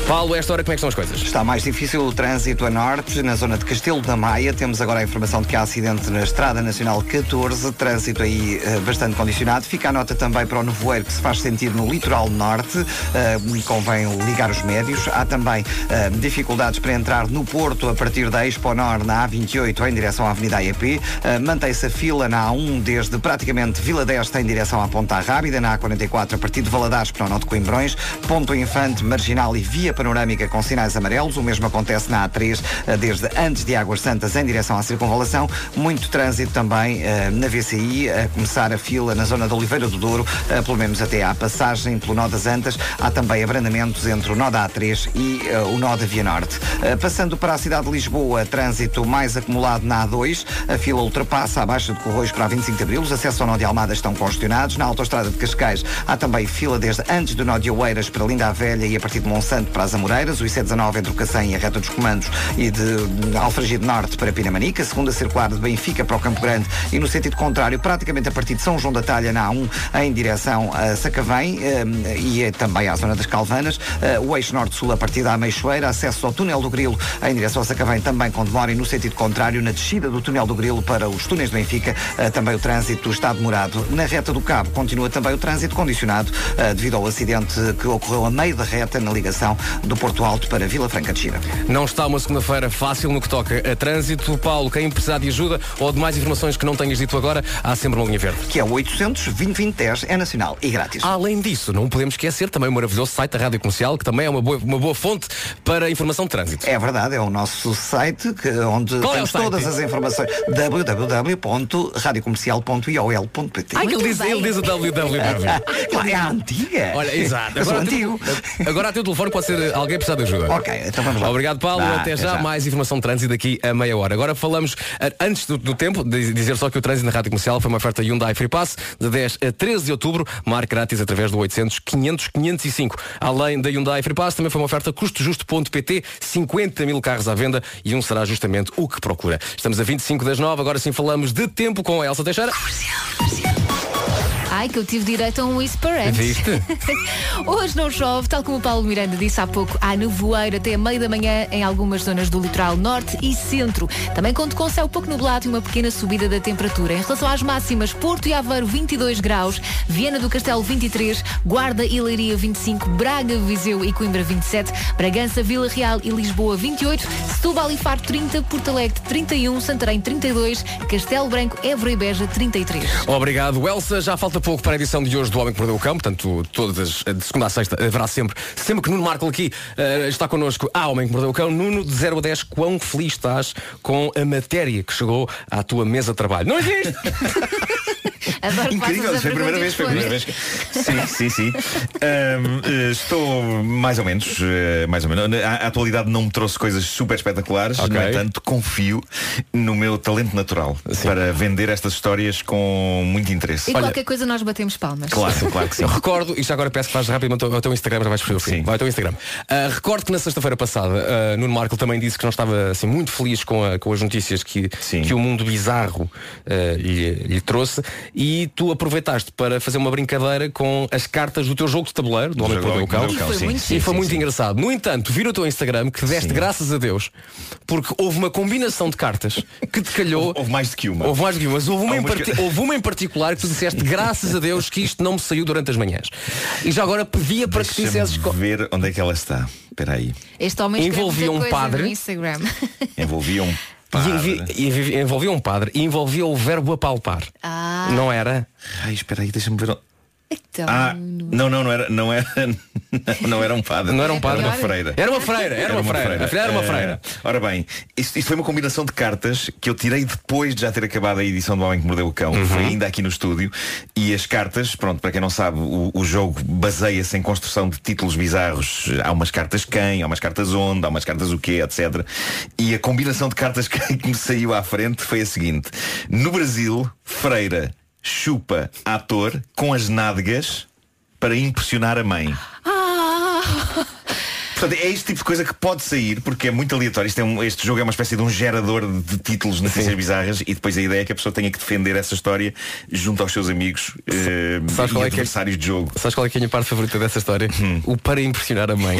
Paulo, esta hora como é que estão as coisas? Está mais difícil o trânsito a norte, na zona de Castelo da Maia. Temos agora a informação de que há acidente na Estrada Nacional 14, trânsito aí eh, bastante condicionado. Fica a nota também para o nevoeiro que se faz sentir no litoral norte, eh, e convém ligar os médios. Há também eh, dificuldades para entrar no Porto a partir da Expo Nor na A28 em direção à Avenida AEP. Eh, Mantém-se a um, fila na A1 desde praticamente Vila Desta em direção à Ponta Rábida, na A44 a partir de Valadares para o Norte de Coimbrões, Ponto Infante, Marginal e Via Panorâmica com sinais amarelos. O mesmo acontece na A3, eh, desde antes de Águas Santas em direção à circunvalação. Muito trânsito também eh, na VCI, a começar a fila na zona de Oliveira do Douro, eh, pelo menos até à passagem pelo Nó das Antas. Há também abrandamentos entre o Nó da A3 e eh, o Nó da Via Norte. Eh, Passando para a cidade de Lisboa, trânsito mais acumulado na A2. A fila ultrapassa a Baixa de Corroios para a 25 de Abril. Os acessos ao Nó de Almada estão congestionados. Na autoestrada de Cascais há também fila desde antes do Nó de Oeiras para Linda a Velha e a partir de Monsanto para as Amoreiras. O IC19 entre o Cacém e a Reta dos Comandos e de hum, Alfragide Norte para Pinamanica. Segunda circular de Benfica para o Campo Grande e no sentido contrário, praticamente a partir de São João da Talha na A1 em direção a Sacavém hum, e eh, também à zona das Calvanas. Eh, O eixo Norte-Sul a partir da Ameixoeira, acesso ao Túnel do Grilo em direção a Sacavém também com demora e no sentido contrário na descida do Túnel do Grilo para os túneis de Benfica. eh, Também o trânsito está demorado. Na reta do Cabo continua também o trânsito condicionado eh, devido ao acidente que ocorreu a meio da reta na ligação do Porto Alto para Vila Franca de Xira. Não está uma segunda-feira fácil no que toca a trânsito. Paulo, quem precisar de ajuda ou de mais informações que não tenhas dito agora, há sempre uma linha verde. Que é o 800 2010 é nacional e grátis. Além disso, não podemos esquecer também o maravilhoso site da Rádio Comercial, que também é uma boa, uma boa fonte para informação de trânsito. É verdade, é o nosso site que, onde Qual é temos o site? todas as informações. www.radiocomercial.iol.pt Ai, que ele diz, ele diz o www. Claro, é a antiga. Olha, exato. Eu sou Agora, antigo. teu- agora a teu telefone pode ser Eh, alguém precisar de ajuda. Ok, então vamos lá. Obrigado, Paulo. Vá, até já. Mais informação de trânsito daqui a meia hora. Agora falamos, eh, antes do, do tempo, de- dizer só que o trânsito na Rádio Comercial foi uma oferta Hyundai Free Pass de 10 a 13 de outubro. Marque grátis através do 800 500 505. Além da Hyundai Free Pass, também foi uma oferta custojusto.pt. 50 mil carros à venda e um será justamente o que procura. Estamos a 25 das 9. Agora sim falamos de tempo com a Elsa Teixeira. Ai, que eu tive direito a um whisper antes. Viste? Hoje não chove, tal como o Paulo Miranda disse há pouco, há nevoeiro até a meio da manhã em algumas zonas do litoral norte e centro. Também conto com céu pouco nublado e uma pequena subida da temperatura. Em relação às máximas, Porto e Aveiro 22 graus, Viana do Castelo 23, Guarda e Leiria 25, Braga, Viseu e Coimbra 27, Bragança, Vila Real e Lisboa 28, Setúbal e Faro 30, Porto Alegre 31, Santarém 32, Castelo Branco, Évora e Beja 33. Obrigado, Elsa. Já falta pouco para a edição de hoje do Homem que Mordeu o Cão. Portanto, todas, as- de segunda a sexta, haverá sempre, sempre que Nuno Marco aqui eh, está connosco, há Homem que Mordeu o Cão. Nuno, de 0 a 10, quão feliz estás com a matéria que chegou à tua mesa de trabalho? Não existe! Adoro que Incrível, faças foi a primeira pergunta vez, foi a primeira e vez. Sim, sim, sim. Ahm, eh, estou mais ou menos, eh, mais ou menos. A, a atualidade não me trouxe coisas super espetaculares, Ok. no entanto, confio no meu talento natural para vender estas histórias com muito interesse. E qualquer coisa nós batemos palmas. Claro, claro que sim. Eu recordo, e já agora peço que faz rapidamente ao teu Instagram, já vais perceber o fim. Vai ao teu Instagram. Ah, recordo que na sexta-feira passada, ah, Nuno Marco também disse que não estava assim, muito feliz com, a- com as notícias que, que o mundo bizarro ah, lhe, lhe trouxe e tu aproveitaste para fazer uma brincadeira com as cartas do teu jogo de tabuleiro, do Do Homem que jogo Mordeu o do Cão. Homem que Mordeu o Cão, E foi sim, muito sim, E sim, foi muito sim. engraçado. No entanto, vi no teu Instagram que deste graças a Deus porque houve uma combinação de cartas que te calhou. Houve mais do que uma. Houve mais do que uma, mas houve uma, em, Algumas parti- que- houve uma em particular que tu disseste graças a Deus que isto não me saiu durante as manhãs. E já agora pedia para que Deixa-me dissesses. ver onde é que ela está. Espera aí. Este homem escreve Envolvia muita um coisa padre. no Instagram. Envolvia um E envi- e envi- envolvia um padre e envolvia o verbo apalpar. Ah, Não era? Ai, espera aí, deixa-me ver. então. Ah, não, não, não era, não era, não, não era um padre. Não era um padre. Era uma freira. Era uma freira, era uma freira. Afinal, era uma freira. Eh, ora bem, isto, isto foi uma combinação de cartas que eu tirei depois de já ter acabado a edição do Homem que Mordeu o Cão. Foi ainda aqui no estúdio. E as cartas, pronto, para quem não sabe, o, o jogo baseia-se em construção de títulos bizarros. Há umas cartas quem, há umas cartas onde, há umas cartas o quê, etc. E a combinação de cartas que que me saiu à frente foi a seguinte. No Brasil, freira chupa ator com as nádegas para impressionar a mãe. Ah, Portanto, é este tipo de coisa que pode sair, porque é muito aleatório. Isto é um- este jogo é uma espécie de um gerador de títulos, de notícias bizarras, e depois a ideia é que a pessoa tenha que defender essa história junto aos seus amigos eh, sabes e qual é que é- adversários de jogo. Sabes qual é que é a minha parte favorita dessa história? Hum. O para impressionar a mãe.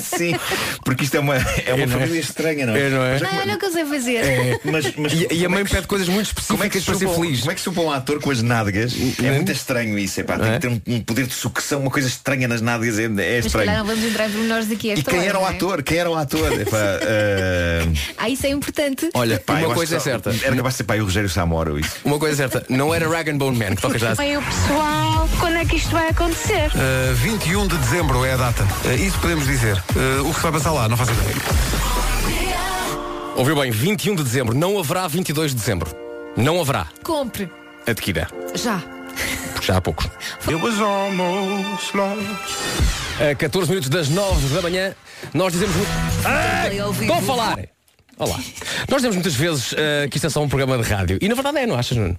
Sim, porque isto é uma, é uma família estranha, não é? não é? Não, eu não consigo fazer. Mas, mas e, a mãe pede coisas muito específicas como é que para ser chupam- feliz. Como é que supõe um ator com as nádegas? É muito estranho isso. É, pá, tem que ter um, um poder de sucção, uma coisa estranha nas nádegas. É, é Mas se calhar não estranho. vamos entrar em pormenores daqui a E esta quem hora, era o não é? ator? Quem era o ator? É, pá, eh, Ah, isso é importante. Olha, pá, eu uma acho coisa é que só- certa. Era capaz de ser pá, o Rogério Samora ou isso. Uma coisa é certa, não era Rag and Bone Man, que toca É. já. Bem, o pessoal, quando é que isto vai acontecer? Uh, 21 de dezembro é a data. Uh, isso podemos dizer. Uh, o que se vai passar lá, não faço ideia. Ouviu bem, 21 de dezembro, não haverá 22 de dezembro. Não haverá. Compre. Adquira. Já. Porque já há poucos. A 14 minutos das 9 da manhã, nós dizemos muito. Ah! Ai, Estou a falar! Olá. Nós dizemos muitas vezes eh, que isto é só um programa de rádio. E na verdade é, não achas, Nuno?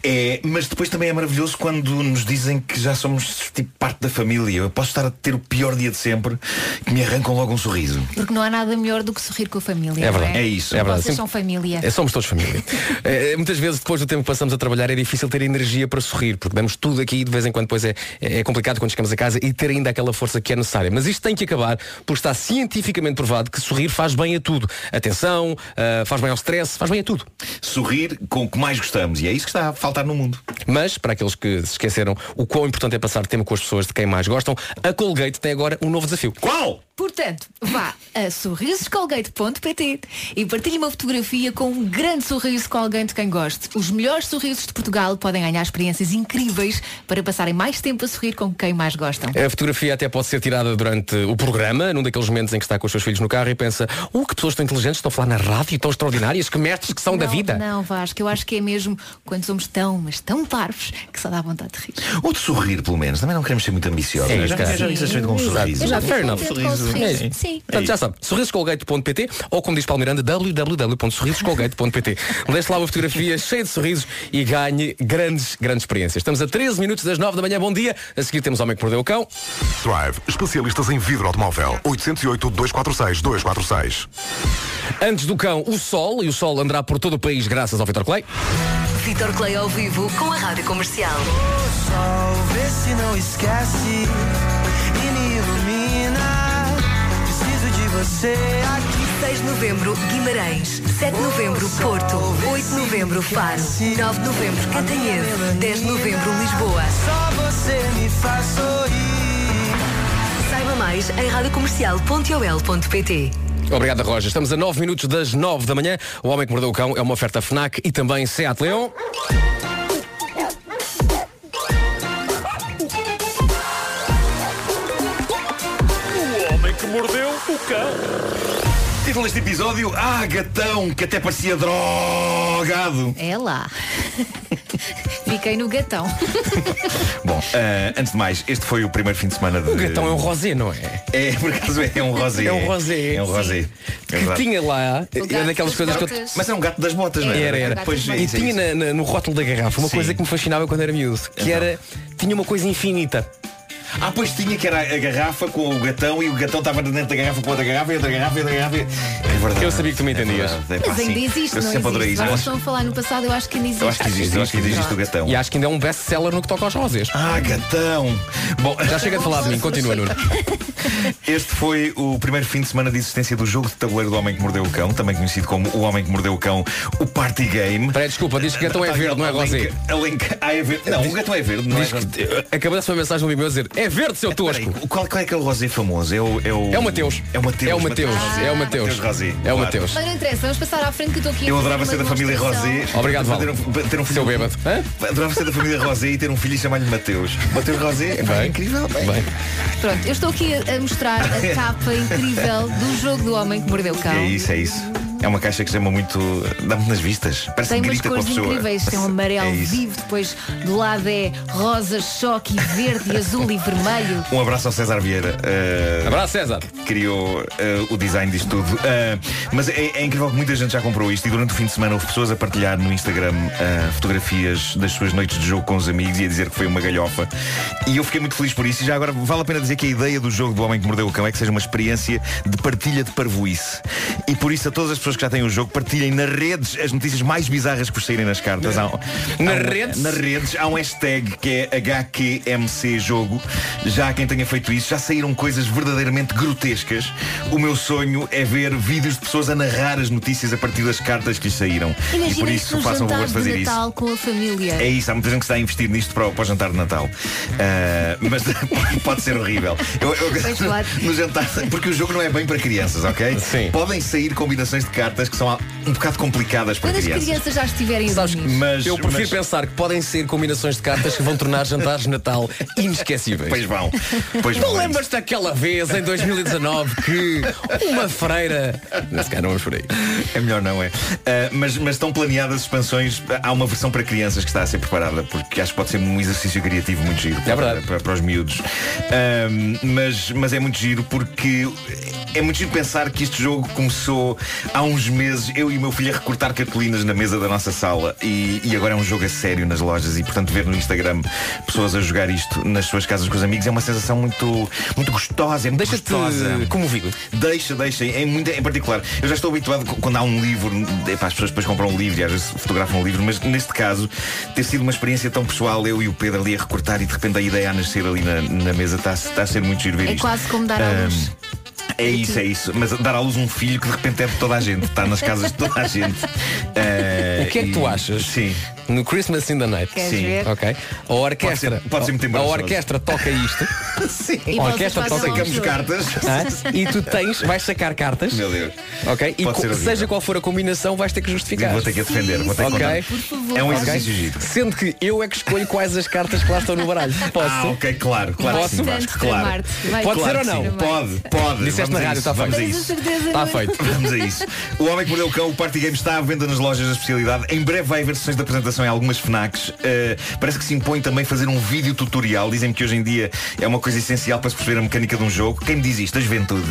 É, mas depois também é maravilhoso quando nos dizem que já somos tipo parte da família. Eu posso estar a ter o pior dia de sempre que me arrancam logo um sorriso. Porque não há nada melhor do que sorrir com a família. É verdade. não É isso. É verdade. Vocês são família. É, somos todos família. Eh, muitas vezes, depois do tempo que passamos a trabalhar, é difícil ter energia para sorrir, porque damos tudo aqui e de vez em quando depois é, é complicado quando chegamos a casa e ter ainda aquela força que é necessária. Mas isto tem que acabar, porque está cientificamente provado que sorrir faz bem a tudo. Atenção, eh, faz bem ao stress, faz bem a tudo. Sorrir com o que mais gostamos, e é isso que está a faltar no mundo. Mas, para aqueles que se esqueceram o quão importante é passar tempo com as pessoas de quem mais gostam, a Colgate tem agora um novo desafio. Qual? Portanto, vá a sorrisoscolgate.pt e partilhe uma fotografia com um grande sorriso com alguém de quem goste. Os melhores sorrisos de Portugal podem ganhar experiências incríveis para passarem mais tempo a sorrir com quem mais É gostam. A fotografia até pode ser tirada durante o programa, num daqueles momentos em que está com os seus filhos no carro e pensa, uh, que pessoas tão inteligentes estão a falar na rádio, tão extraordinárias, que mestres que são da Não, vida. Não, Vasco, eu acho que é mesmo quando somos tão, mas tão parvos que só dá vontade de rir. Ou de sorrir, pelo menos. Também não queremos ser muito ambiciosos. Sim, Eu já- cara. eu já me satisfeito com um Exato. sorriso. Exato, fair enough. contente com o sorriso. É. Sim. Sim. Portanto, É já isso. sabe, sorrisoscolgate.pt ou como diz Paulo Miranda, www.sorrisoscolgate.pt Deixe lá uma fotografia cheia de sorrisos e ganhe grandes, grandes experiências. Estamos a 13 minutos das 9 da manhã, bom dia. A seguir temos Homem que Mordeu o Cão. Drive, especialistas em vidro automóvel. 808-246-246. Antes do Cão, o Sol, e o Sol andará por todo o país graças ao Vitor Clay. Vitor Clay ao vivo com a Rádio Comercial. Sol, vê se não esquece e me ilumina. Preciso de você aqui. 6 de novembro, Guimarães. 7 de novembro, Porto. 8 de novembro, Faro. 9 de novembro, Cantanhede. 10 de novembro, Lisboa. Só você me faz sorrir. Saiba mais em radiocomercial.ol.pt Obrigado, Roger. Estamos a 9 minutos das 9 da manhã. O Homem que Mordeu o Cão é uma oferta FNAC e também Seat Leon. O homem que mordeu o cão. Título deste episódio, ah, gatão, que até parecia drogado. É lá. Fiquei no gatão. Bom, ah, antes de mais, este foi o primeiro fim de semana de. O gatão é um rosé, não é? É, por acaso é um rosé. É um rosé. É um rosé. É que verdade. É um tinha lá O gato era daquelas das coisas que eu... botas. Mas era um gato das botas, não era? Era, era. Era um gato Pois, das botas. e isso, tinha na- na- no rótulo da garrafa uma Sim. Então. coisa que me fascinava quando era miúdo, que era tinha uma coisa infinita. Ah, pois tinha que era a garrafa com o gatão e o gatão estava dentro da garrafa com outra garrafa e outra garrafa e outra garrafa. É verdade. É Eu sabia que tu me entendias. Mas ainda existe, Eu não sempre adorei existe. isso. Vocês Acho- estão a falar no passado, eu acho que ainda existe. Eu acho que existe, eu acho que existe o gatão. E acho que ainda é um best-seller no que toca aos rosés. Ah, gatão! Bom, já chega de falar de mim, continua, Nuno. é? Este foi o primeiro fim de semana de existência do jogo de tabuleiro do Homem que Mordeu o Cão, também conhecido como O Homem que Mordeu o Cão, o Party Game. Peraí, desculpa, diz que gatão é verde, não é rosé. Tá, A link, ah, é verde. Não, o gatão é verde, não é Diz que- Acabou-se uma mensagem no meu a dizer É verde, seu tosco Qual, qual é aquele rosé famoso? É o, é o... É o Mateus É o Mateus. É o Mateus, Rosé. é o Mateus. Rosé, É o claro. Mateus. Mas não interessa, vamos passar à frente que eu estou aqui. a Eu adorava fazer ser da uma família demonstração. Rosé. Obrigado, Val. ter um, ter um filho. Seu bêbado. Adorava ser da família Rosé e ter um filho e chamar-lhe Mateus. Mateus Rosé é pá, é incrível. Bem. Pronto, eu estou aqui a a mostrar a capa incrível do jogo do homem que mordeu o cão. É isso, é isso. É uma caixa que chama muito. dá-me nas vistas. Parece Tem que umas grita cores com a pessoa. É incríveis, tem um amarelo vivo, depois do lado é rosa, choque, e verde, e azul e vermelho. Um abraço ao César Vieira. eh, Abraço, César. Que criou eh, o design disto tudo. Ah, mas é, é incrível que muita gente já comprou isto e durante o fim de semana houve pessoas a partilhar no Instagram ah, fotografias das suas noites de jogo com os amigos e a dizer que foi uma galhofa. E eu fiquei muito feliz por isso. E já agora vale a pena dizer que a ideia do jogo do Homem que Mordeu o Cão é que seja uma experiência de partilha de parvoíce. E por isso a todas as pessoas que já têm o jogo partilhem nas redes as notícias mais bizarras que vos saírem nas cartas. Há, um- Nas há um- redes? Nas redes há um hashtag que é HQMC Jogo. Já há quem tenha feito isso, já saíram coisas verdadeiramente grotescas. O meu sonho é ver vídeos de pessoas a narrar as notícias a partir das cartas que lhes saíram. e por Imagina isto isso num façam o favor jantar de fazer de isso. Natal com a família. É isso, há muita gente que está a investir nisto para o, para o jantar de Natal. Ah, mas pode ser horrível. Eu- eu- no jantar, porque o jogo não é bem para crianças, ok? Sim. Podem sair combinações de cartas que são um bocado complicadas para Quando as crianças. crianças já estiverem adultas. Mas, Eu prefiro mas- pensar que podem ser combinações de cartas que vão tornar jantares de Natal inesquecíveis. Pois vão. Pois tu vão. é lembras-te daquela vez, em 2019, que uma freira. Não, se calhar não vamos por aí. É melhor não, é. Ah, mas, mas estão planeadas expansões. Há uma versão para crianças que está a ser preparada, porque acho que pode ser um exercício criativo muito giro para, para- para os miúdos. Ahm, mas, mas é muito giro porque é muito giro pensar que este jogo começou há uns meses, eu e o meu filho a recortar cartolinas na mesa da nossa sala e, e agora é um jogo a sério nas lojas e portanto ver no Instagram pessoas a jogar isto nas suas casas com os amigos é uma sensação muito, muito gostosa, é muito gostosa. comovido. Deixa, deixa, em, muito, em particular. Eu já estou habituado co- quando há um livro, epá, as pessoas depois compram um livro e às vezes fotografam um livro, mas neste caso ter sido uma experiência tão pessoal, eu e o Pedro ali a recortar e de repente a ideia a nascer ali na, na mesa está, a- está a ser muito giro ver É isto. quase como dar à Ahm, luz. É isso, é isso. Mas dar à luz um filho que de repente é de toda a gente, está nas casas de toda a gente. Ah, o que é que tu e- achas? Sim. No Christmas in the Night. Queres Sim. ver? Ok. A orquestra. Pode ser- pode ser muito A embaraçoso. orquestra toca isto. Sim. A orquestra toca é Sacamos cartas. Hã? E tu tens, vais sacar cartas. Meu Deus. Ok? E Pode co- ser horrível. seja qual for a combinação, vais ter que justificar. Vou ter que a defender, vou ter que Ok? contar. Por favor. É um Ok? exercício giro. Sendo que eu é que escolho quais as cartas que lá estão no baralho. Posso? Ah, ok, claro, claro que Posso? sim, Vasco, claro. Pode ser ou não? Pode, pode. Disseste na rádio, tá está feito. Vamos a isso. Está Tá feito. Vamos a isso. O Homem que Mordeu o Cão, o Party Game, está à venda nas lojas da especialidade. Em breve vai haver sessões de apresentação em algumas FNACs. Eh, parece que se impõe também fazer um vídeo tutorial. Dizem-me que hoje em dia é uma coisa essencial para se perceber a mecânica de um jogo. Quem me diz isto? A juventude.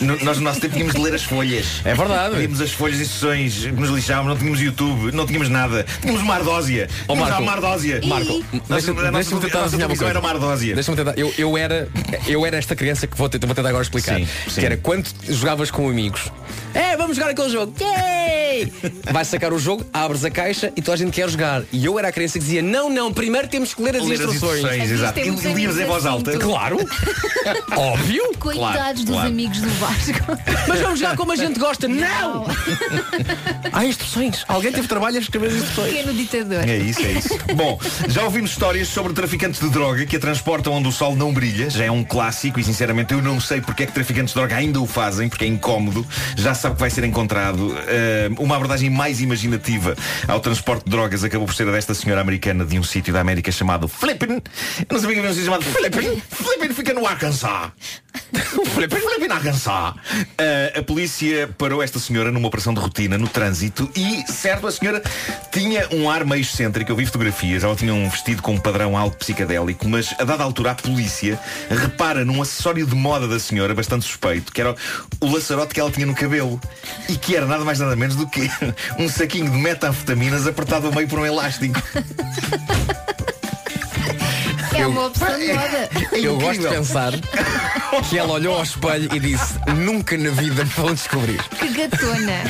No- nós no nosso tempo tínhamos de ler as folhas. É verdade. Tínhamos as folhas e sessões que nos lixávamos. Não tínhamos YouTube, não tínhamos nada. Tínhamos uma ardósia. Ó Tínhamos Marco, uma ardósia. Marco, deixa- a nossa- deixa-me a tentar nossa adivinhar uma televisão coisa. era uma ardósia. Deixa-me tentar. Eu, eu era, eu era esta criança que vou, tentar- vou tentar agora explicar. Que era quando jogavas com amigos. É, vamos jogar aquele jogo. Yay! Vais sacar o jogo, abres a caixa e toda a gente quer jogar. E eu era a criança que dizia, não, não, primeiro temos que ler as Ler as instruções. instruções, exato. E- e lias em voz alta. Claro. Óbvio. Coitados dos claro. amigos do Vasco. Mas vamos jogar como a gente gosta. Não! Há instruções. Alguém teve trabalho a escrever as instruções. Um Pequeno ditador. É isso, é isso. Bom, já ouvimos histórias sobre traficantes de droga que a transportam onde o sol não brilha. Já é um clássico e, sinceramente, eu não sei porque é que traficantes de droga ainda o fazem, porque é incómodo. Já se sabe que vai ser encontrado. Eh, uma abordagem mais imaginativa ao transporte de drogas acabou por ser a desta senhora americana de um sítio da América chamado Flippin. Eu não sabia que havia um sítio chamado Flippin. Flippin fica no Arkansas. Flippin, Flippin, Arkansas. Eh, a polícia parou esta senhora numa operação de rotina no trânsito e, certo, a senhora tinha um ar meio excêntrico. Eu vi fotografias, ela tinha um vestido com um padrão alto psicadélico, mas a dada altura a polícia repara num acessório de moda da senhora bastante suspeito, que era o laçarote que ela tinha no cabelo e que era nada mais nada menos do que um saquinho de metanfetaminas apertado ao meio por um elástico. É uma opção de moda. Eu gosto de pensar que ela olhou ao espelho e disse nunca na vida me vão descobrir. Que gatona.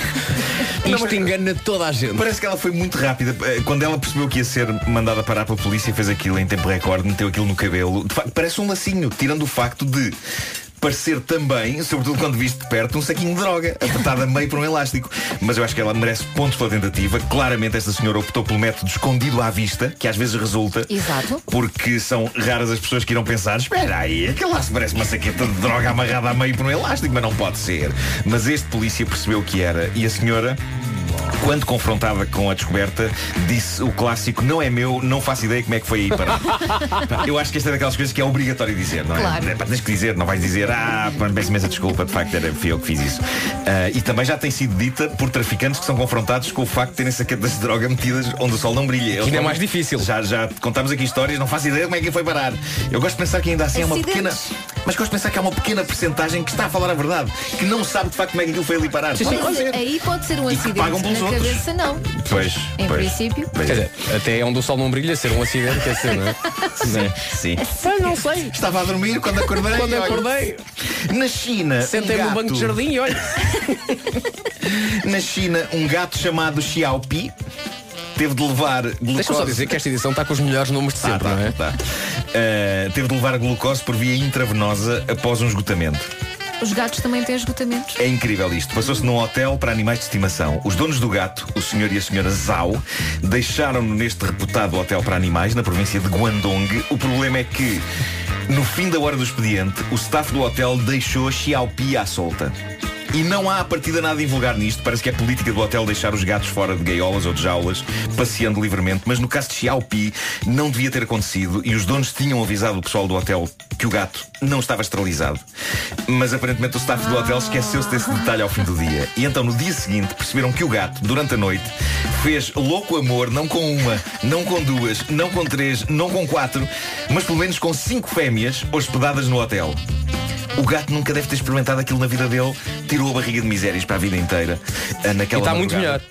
Isto engana toda a gente. Parece que ela foi muito rápida. Eh, Quando ela percebeu que ia ser mandada parar para a polícia, fez aquilo em tempo recorde, meteu aquilo no cabelo. De facto, parece um lacinho, tirando o facto de parecer também, sobretudo quando visto de perto, um saquinho de droga, apertado a meio por um elástico. Mas eu acho que ela merece pontos pela tentativa. Claramente esta senhora optou pelo método escondido à vista, que às vezes resulta, Exato. porque são raras as pessoas que irão pensar Espera aí, aquele lá se parece uma saqueta de droga amarrada a meio por um elástico Mas não pode ser Mas este polícia percebeu que era E a senhora, quando confrontada com a descoberta Disse o clássico Não é meu, não faço ideia como é que foi aí parar Pá, Eu acho que esta é daquelas coisas que é obrigatório dizer, não é? Claro. É, pá, tens que dizer, não vais dizer Ah, pá, peço imensa desculpa, de facto era, fui eu que fiz isso Ah, E também já tem sido dita por traficantes que são confrontados Com o facto de terem saquetas de droga metidas onde o sol não brilha Eles ainda é vão- mais difícil. Já, já contámos aqui histórias, não faço ideia como é que foi parar. Eu gosto de pensar que ainda assim é uma pequena. Acidentes. mas gosto de pensar que há uma pequena porcentagem que está a falar a verdade, que não sabe de facto como é que aquilo foi ali parar. Pode Mas ser. aí pode ser um E que acidente. pagam Na pelos outros. cabeça não. Pois, Em pois. princípio. Pois Quer dizer, até é onde o sol não brilha, ser um acidente, quer ser, não é? Sim. Eu não sei. assim. Estava a dormir quando acordei. Quando olha. acordei. Na China. Sentei-me um num banco de gato- jardim e olha. Na China, um gato chamado Xiaopi teve de levar glucose. Tá, Deixa-me só dizer que esta edição está com os melhores números de sempre, não é? Uh, teve de levar glucose por via intravenosa após um esgotamento. Os gatos também têm esgotamentos. É incrível isto. Passou-se num hotel para animais de estimação. Os donos do gato, o senhor e a senhora Zhao, deixaram-no neste reputado hotel para animais, na província de Guangdong. O problema é que, no fim da hora do expediente, o staff do hotel deixou Xiaopi à solta. E não há a partida nada invulgar nisto. Parece que é política do hotel deixar os gatos fora de gaiolas ou de jaulas, passeando livremente. Mas no caso de Xiaopi, não devia ter acontecido e os donos tinham avisado o pessoal do hotel que o gato não estava esterilizado. Mas aparentemente o staff do hotel esqueceu-se desse detalhe ao fim do dia. E então no dia seguinte perceberam que o gato, durante a noite, fez louco amor não com uma, não com duas, não com três, não com quatro, mas pelo menos com cinco fêmeas hospedadas no hotel. O gato nunca deve ter experimentado aquilo na vida dele. Tirou a barriga de misérias para a vida inteira. ah, Naquela E está muito madrugada.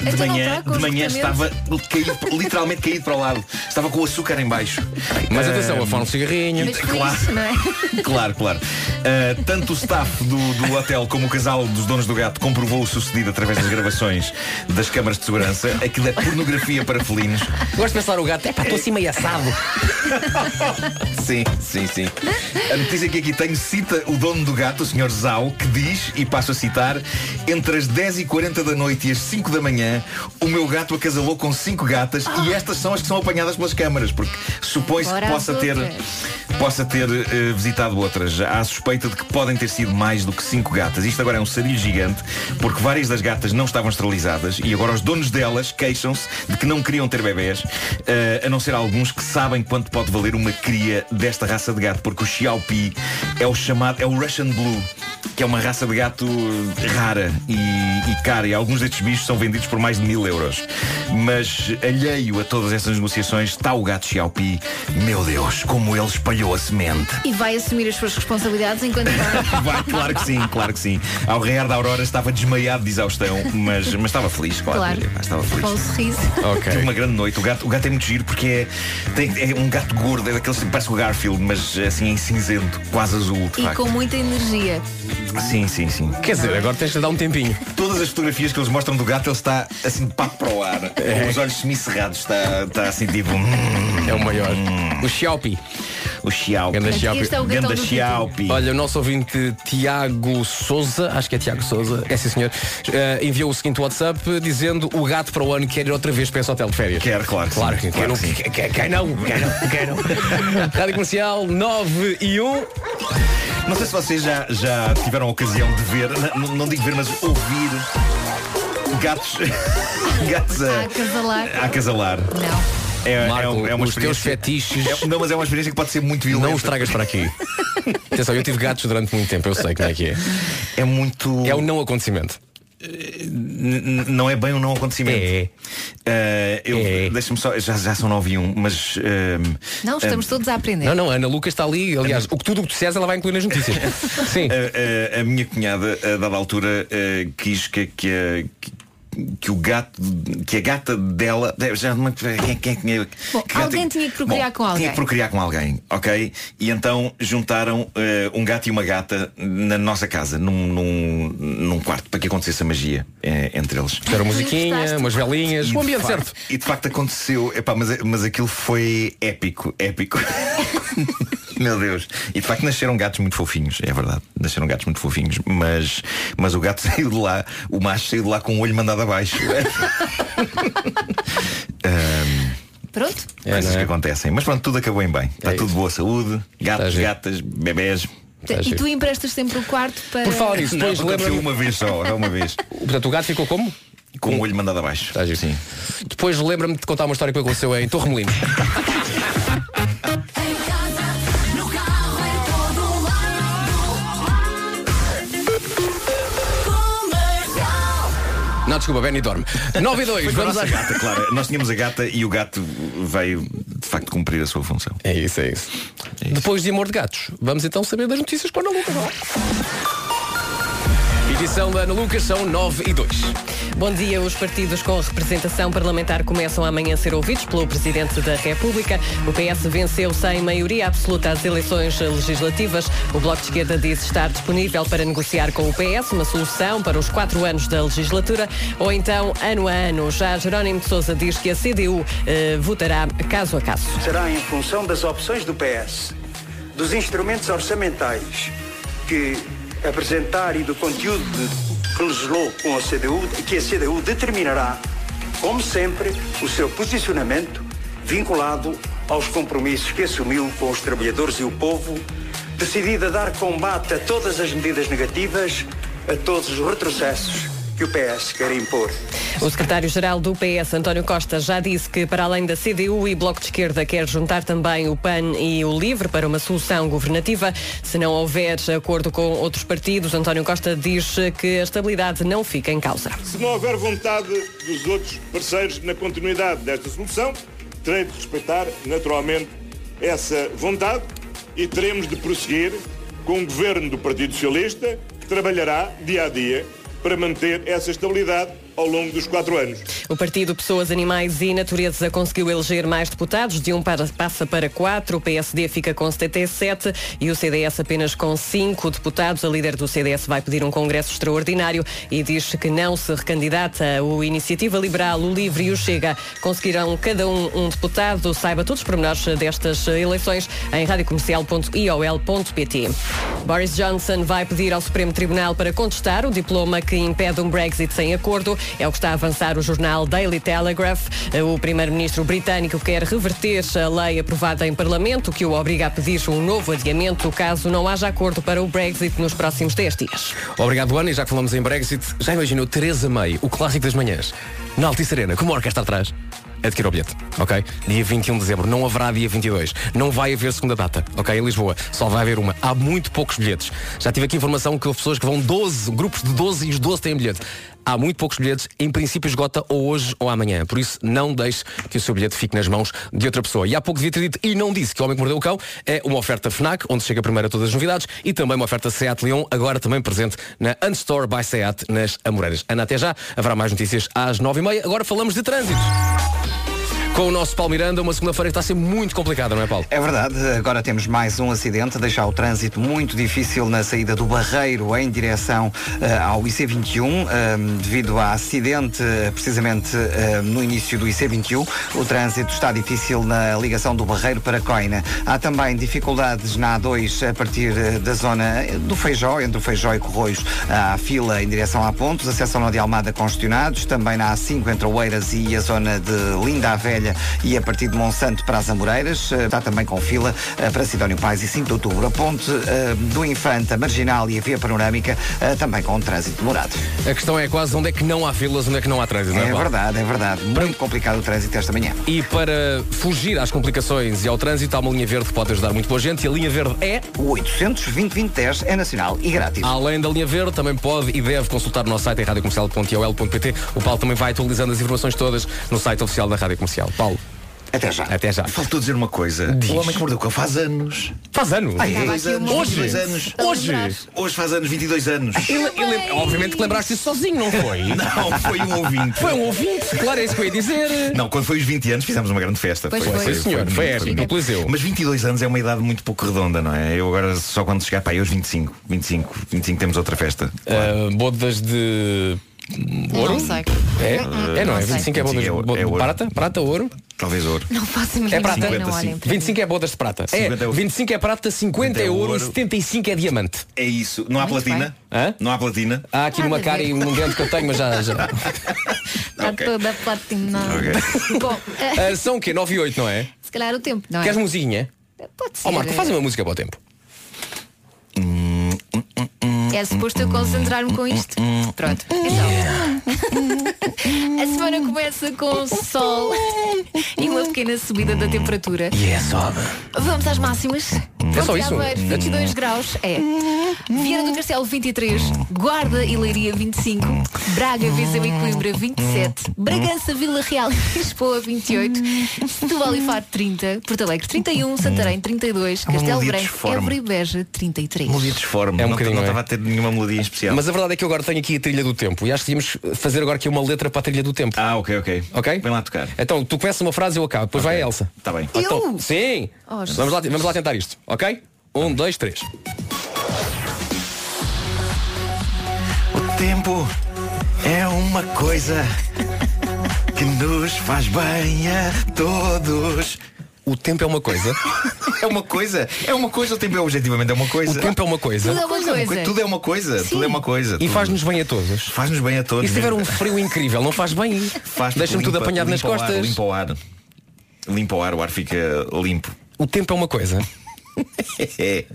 De Então não manhã, está com de manhã estava esgotamento? caído, literalmente caído para o lado. Estava com o açúcar em baixo. Mas Ah, atenção, a forma de cigarrinho. Mas foi claro. isso, não é? Claro, claro. Uh, tanto o staff do, do hotel como o casal dos donos do gato comprovou o sucedido através das gravações das câmaras de segurança. Aquilo é pornografia para felinos. Gosto de pensar o gato, é pá, estou assim meio assado. Sim, sim, sim. A notícia que aqui tenho cita o dono do gato, o Sr. Zau, que diz, e passo a citar, entre as 10h40 da noite e as 5 da manhã, o meu gato acasalou com cinco gatas e estas são as que são apanhadas pelas câmaras, porque supõe-se que Ora, possa as ter, outras. possa ter eh, visitado outras. Há a suspeita de que podem ter sido mais do que cinco gatas. Isto agora é um sarilho gigante, porque várias das gatas não estavam esterilizadas e agora os donos delas queixam-se de que não queriam ter bebés, eh, a não ser alguns que sabem quanto pode valer uma cria desta raça de gato, porque o Xiaopi é o chamado, é o Russian Blue, que é uma raça de gato eh, rara e, e cara, e alguns destes bichos são vendidos por mais de mil euros. Mas alheio a todas estas negociações está o gato Xiaopi. Meu Deus, como ele espalhou a semente. E vai assumir as suas responsabilidades enquanto Vai, claro que sim, claro que sim. Ao raiar da Aurora estava desmaiado de exaustão, mas, mas estava feliz, claro. É, Claro. Estava com o feliz. sorriso. Tive uma grande noite. O gato, o gato é muito giro porque é, tem- é um gato gordo, é daqueles que parece o Garfield, mas assim em cinzento, quase azul. de E facto. com muita energia. Sim, sim, sim. Quer dizer, agora tens de dar um tempinho. Todas as fotografias que eles mostram do gato, ele está assim de papo para o ar, com os olhos semicerrados, está, está assim tipo. É o maior. O Xiaopi. O Xiaopi. Ganda Este Xiaopi. é o gatão Ganda do Vitinho. Xiaopi. Olha, o nosso ouvinte Tiago Souza, acho que é Tiago Souza, é sim senhor, eh, enviou o seguinte WhatsApp dizendo o gato para o ano quer ir outra vez para esse hotel de férias. Quer, claro. que Claro sim, que quer, não, que sim. quer, quer, quer não, quer não, quer não. Rádio Comercial 9 e 1. Não sei se vocês já, já tiveram a ocasião de ver, não, não digo ver, mas ouvir gatos. gatos a, A acasalar. a acasalar. Não. É, é um- é uma os teus experiência- fetiches. é- não, mas é uma experiência que pode ser muito violenta. Não os tragas para aqui. Atenção, eu tive gatos durante muito tempo, eu sei como é que é. É muito. É o não acontecimento. um, N- n- não é bem um não acontecimento. É. eu, É. Deixa-me só, já, já são 9 e 1, mas. ehm, Não, estamos ehm, todos a aprender. Não, não, a Ana Lucas está ali, aliás, o que tudo o que tu disseres ela vai incluir nas notícias. Sim. A, a- a minha cunhada, a dada altura, eh, quis que, que, a- que- que o gato, que a gata dela. eh, Já, não- quem, quem, quem, Bom, que gata- alguém tinha que procriar Bom, com alguém. Tinha que procriar com alguém, ok? E então juntaram eh, um gato e uma gata na nossa casa, num, num, num quarto, para que acontecesse a magia eh, entre eles. Era musiquinha, umas velinhas, E o de ambiente facto- certo. E de facto aconteceu, epá, mas, mas aquilo foi épico, épico. Meu Deus. E de facto nasceram gatos muito fofinhos, é verdade. Nasceram gatos muito fofinhos, mas, mas o gato saiu de lá, o macho saiu de lá com o olho mandado abaixo. Ahm, Pronto. coisas não é? que acontecem. Mas pronto, tudo acabou em bem. Está tudo boa saúde, gatos, gatas, Tá bebés. E tu emprestas sempre o quarto para. Por falar nisso, Tá, Não, depois aconteceu lembra-me. uma vez só, é uma vez. Portanto, o gato ficou como? Com o olho mandado abaixo. Sim. Tá Depois lembra-me de contar uma história que aconteceu em Torremolino. Não, desculpa, Benny dorme. 9 e 2, Foi com a vamos nossa à gata, claro. Nós tínhamos a gata e o gato veio de facto cumprir a sua função. É isso, é isso. Depois de Amor de Gatos, vamos então saber das notícias com a Ana Lucas. Edição da Ana Lucas são 9 e 2. Bom dia. Os partidos com representação parlamentar começam amanhã a ser ouvidos pelo Presidente da República. O PS venceu sem maioria absoluta as eleições legislativas. O Bloco de Esquerda diz estar disponível para negociar com o PS uma solução para os quatro anos da legislatura ou então ano a ano. Já Jerónimo de Sousa diz que a CDU eh, votará caso a caso. será em função das opções do PS, dos instrumentos orçamentais que apresentar e do conteúdo de- que legislou com a CDU, que a CDU determinará, como sempre, o seu posicionamento vinculado aos compromissos que assumiu com os trabalhadores e o povo, decidida a dar combate a todas as medidas negativas, a todos os retrocessos que o PS quer impor. O secretário-geral do PS, António Costa, já disse que, para além da CDU e Bloco de Esquerda, quer juntar também o PAN e o LIVRE para uma solução governativa. Se não houver acordo com outros partidos, António Costa diz que a estabilidade não fica em causa. Se não houver vontade dos outros parceiros na continuidade desta solução, terei de respeitar naturalmente essa vontade e teremos de prosseguir com o governo do Partido Socialista que trabalhará dia a dia para manter essa estabilidade ao longo dos quatro anos. O Partido Pessoas, Animais e Natureza conseguiu eleger mais deputados, de um para, passa para quatro, o PSD fica com 77 e o CDS apenas com cinco deputados. A líder do CDS vai pedir um congresso extraordinário e diz que não se recandidata. O Iniciativa Liberal, o Livre e o Chega conseguirão cada um um deputado. Saiba todos os pormenores destas eh, eleições em radiocomercial.iol.pt. Boris Johnson vai pedir ao Supremo Tribunal para contestar o diploma que impede um Brexit sem acordo. É o que está a avançar o jornal Daily Telegraph. O primeiro-ministro britânico quer reverter a lei aprovada em Parlamento que o obriga a pedir um novo adiamento caso não haja acordo para o Brexit nos próximos 10 dias. Obrigado, Ana, e já que falamos em Brexit, já imaginou Teresa May, o clássico das manhãs, na Altice Arena, como orquestra atrás? Adquira o bilhete, ok? Dia 21 de dezembro, não haverá dia 22. Não vai haver segunda data, ok? Em Lisboa, só vai haver uma. Há muito poucos bilhetes. Já tive aqui informação que houve pessoas que vão 12, grupos de 12 e os 12 têm bilhete. Há muito poucos bilhetes, em princípio esgota ou hoje ou amanhã. Por isso, não deixe que o seu bilhete fique nas mãos de outra pessoa. E há pouco devia ter dito, e não disse, que o Homem que Mordeu o Cão é uma oferta FNAC, onde chega primeiro a todas as novidades, e também uma oferta SEAT Leon, agora também presente na Unstore by SEAT, nas Amoreiras. Ana, até já. Haverá mais notícias às 9h30. Agora falamos de trânsito. Com o nosso Paulo Miranda, uma segunda-feira que está a ser muito complicada, não é, Paulo? É verdade, agora temos mais um acidente, a deixar o trânsito muito difícil na saída do Barreiro em direção eh, ao IC21, eh, devido a acidente eh, precisamente eh, no início do IC21. O trânsito está difícil na ligação do Barreiro para Coina. Há também dificuldades na A2 a partir eh, da zona eh, do Feijó, entre o Feijó e Corroios, há fila em direção a Pontos, acesso ao Nó de Almada congestionados, também na A5 entre Oeiras e a zona de Linda a Velha e a partir de Monsanto para as Amoreiras, eh, está também com fila eh, para Sidónio Pais e 5 de Outubro. A ponte eh, do Infante, a Marginal e a Via Panorâmica eh, também com trânsito demorado. A questão é quase onde é que não há filas, onde é que não há trânsito, não É é, Paulo? verdade, é verdade. Muito complicado o trânsito esta manhã. E para fugir às complicações e ao trânsito, há uma linha verde que pode ajudar muito boa gente e a linha verde é... O 800 é nacional e grátis. Além da linha verde, também pode e deve consultar o nosso site em radiocomercial.ol.pt. O Paulo também vai atualizando as informações todas no site oficial da Rádio Comercial. Paulo. Até já. Até já. Faltou dizer uma coisa. É. O Homem que Mordeu o Cão faz anos. Faz anos? Ah, é? Estava Dois aqui anos, uma- hoje? Hoje? anos. Hoje? Hoje faz anos, 22 anos. Obviamente que lembraste isso sozinho, não foi? Não, foi um ouvinte. Foi um ouvinte, claro, é isso que eu ia dizer. Não, quando foi os 20 anos fizemos uma grande festa. Pois foi. Sim, senhor, foi muito, épico, muito. no Coliseu. Mas 22 anos é uma idade muito pouco redonda, não é? Eu agora só quando chegar, pá, eu os 25, 25, 25 temos outra festa. Uh, bodas de ouro? Não sei. É, é não, é? 25 é bodas de ouro. bo- prata, prata, ouro. Talvez ouro. Não faço a É mínima prata? ideia, não olhem para mim. 25 é bodas de prata. É, 50 é ouro. 25 é prata, 50 é ouro e 75 é diamante. É isso. Não há Muito platina? Não há platina? Há aqui numa cara e um grande que eu tenho, mas já. já. Está toda platinada. Bom, eh, Ah, são o quê? 9 e 8, não é? se calhar o tempo, não é? Queres musiquinha? Pode ser. Ó Marco, faz uma música para o tempo. É suposto eu concentrar-me com isto. Hum. Pronto. Então. A semana começa com sol e uma pequena subida da temperatura. E é sobe. Vamos às máximas. É só isso? Aveiro, 22 graus, é. Vieira do Castelo, 23. Guarda e Leiria, 25. Braga, Viseu e Coimbra, 27. Bragança, Vila Real e Lisboa, 28. Setúbal e Faro, 30. Porto Alegre, 31. Santarém, 32. Há um uma Castelo melodia Branco, disforme. Évora e Beja, 33. Melodia disforme. É um não, bocadinho, não é? estava a ter nenhuma melodia em especial. Mas a verdade é que eu agora tenho aqui a trilha do tempo e acho que devíamos fazer agora aqui uma letra para a trilha do tempo. Ah, ok, ok. Ok? Vem lá tocar. Então, tu começas uma frase e eu acabo, depois vai a Elsa. Está bem. Então, sim! Oh, Jesus. vamos, lá, vamos lá tentar isto, ok? Um, dois, três. O tempo é uma coisa que nos faz bem a todos. O tempo é uma coisa. É uma coisa. É uma coisa. O tempo é objetivamente é uma coisa. O tempo é uma coisa. Tudo é uma coisa. Tudo é uma coisa. Tudo é uma coisa. E Tudo. faz-nos bem a todos. Faz-nos bem a todos. E se tiver um frio incrível, não faz bem. Faz Deixa-me tudo limpa- apanhado nas limpa o ar, costas. limpa o ar. Limpa o ar, o ar fica limpo. O tempo é uma coisa. é.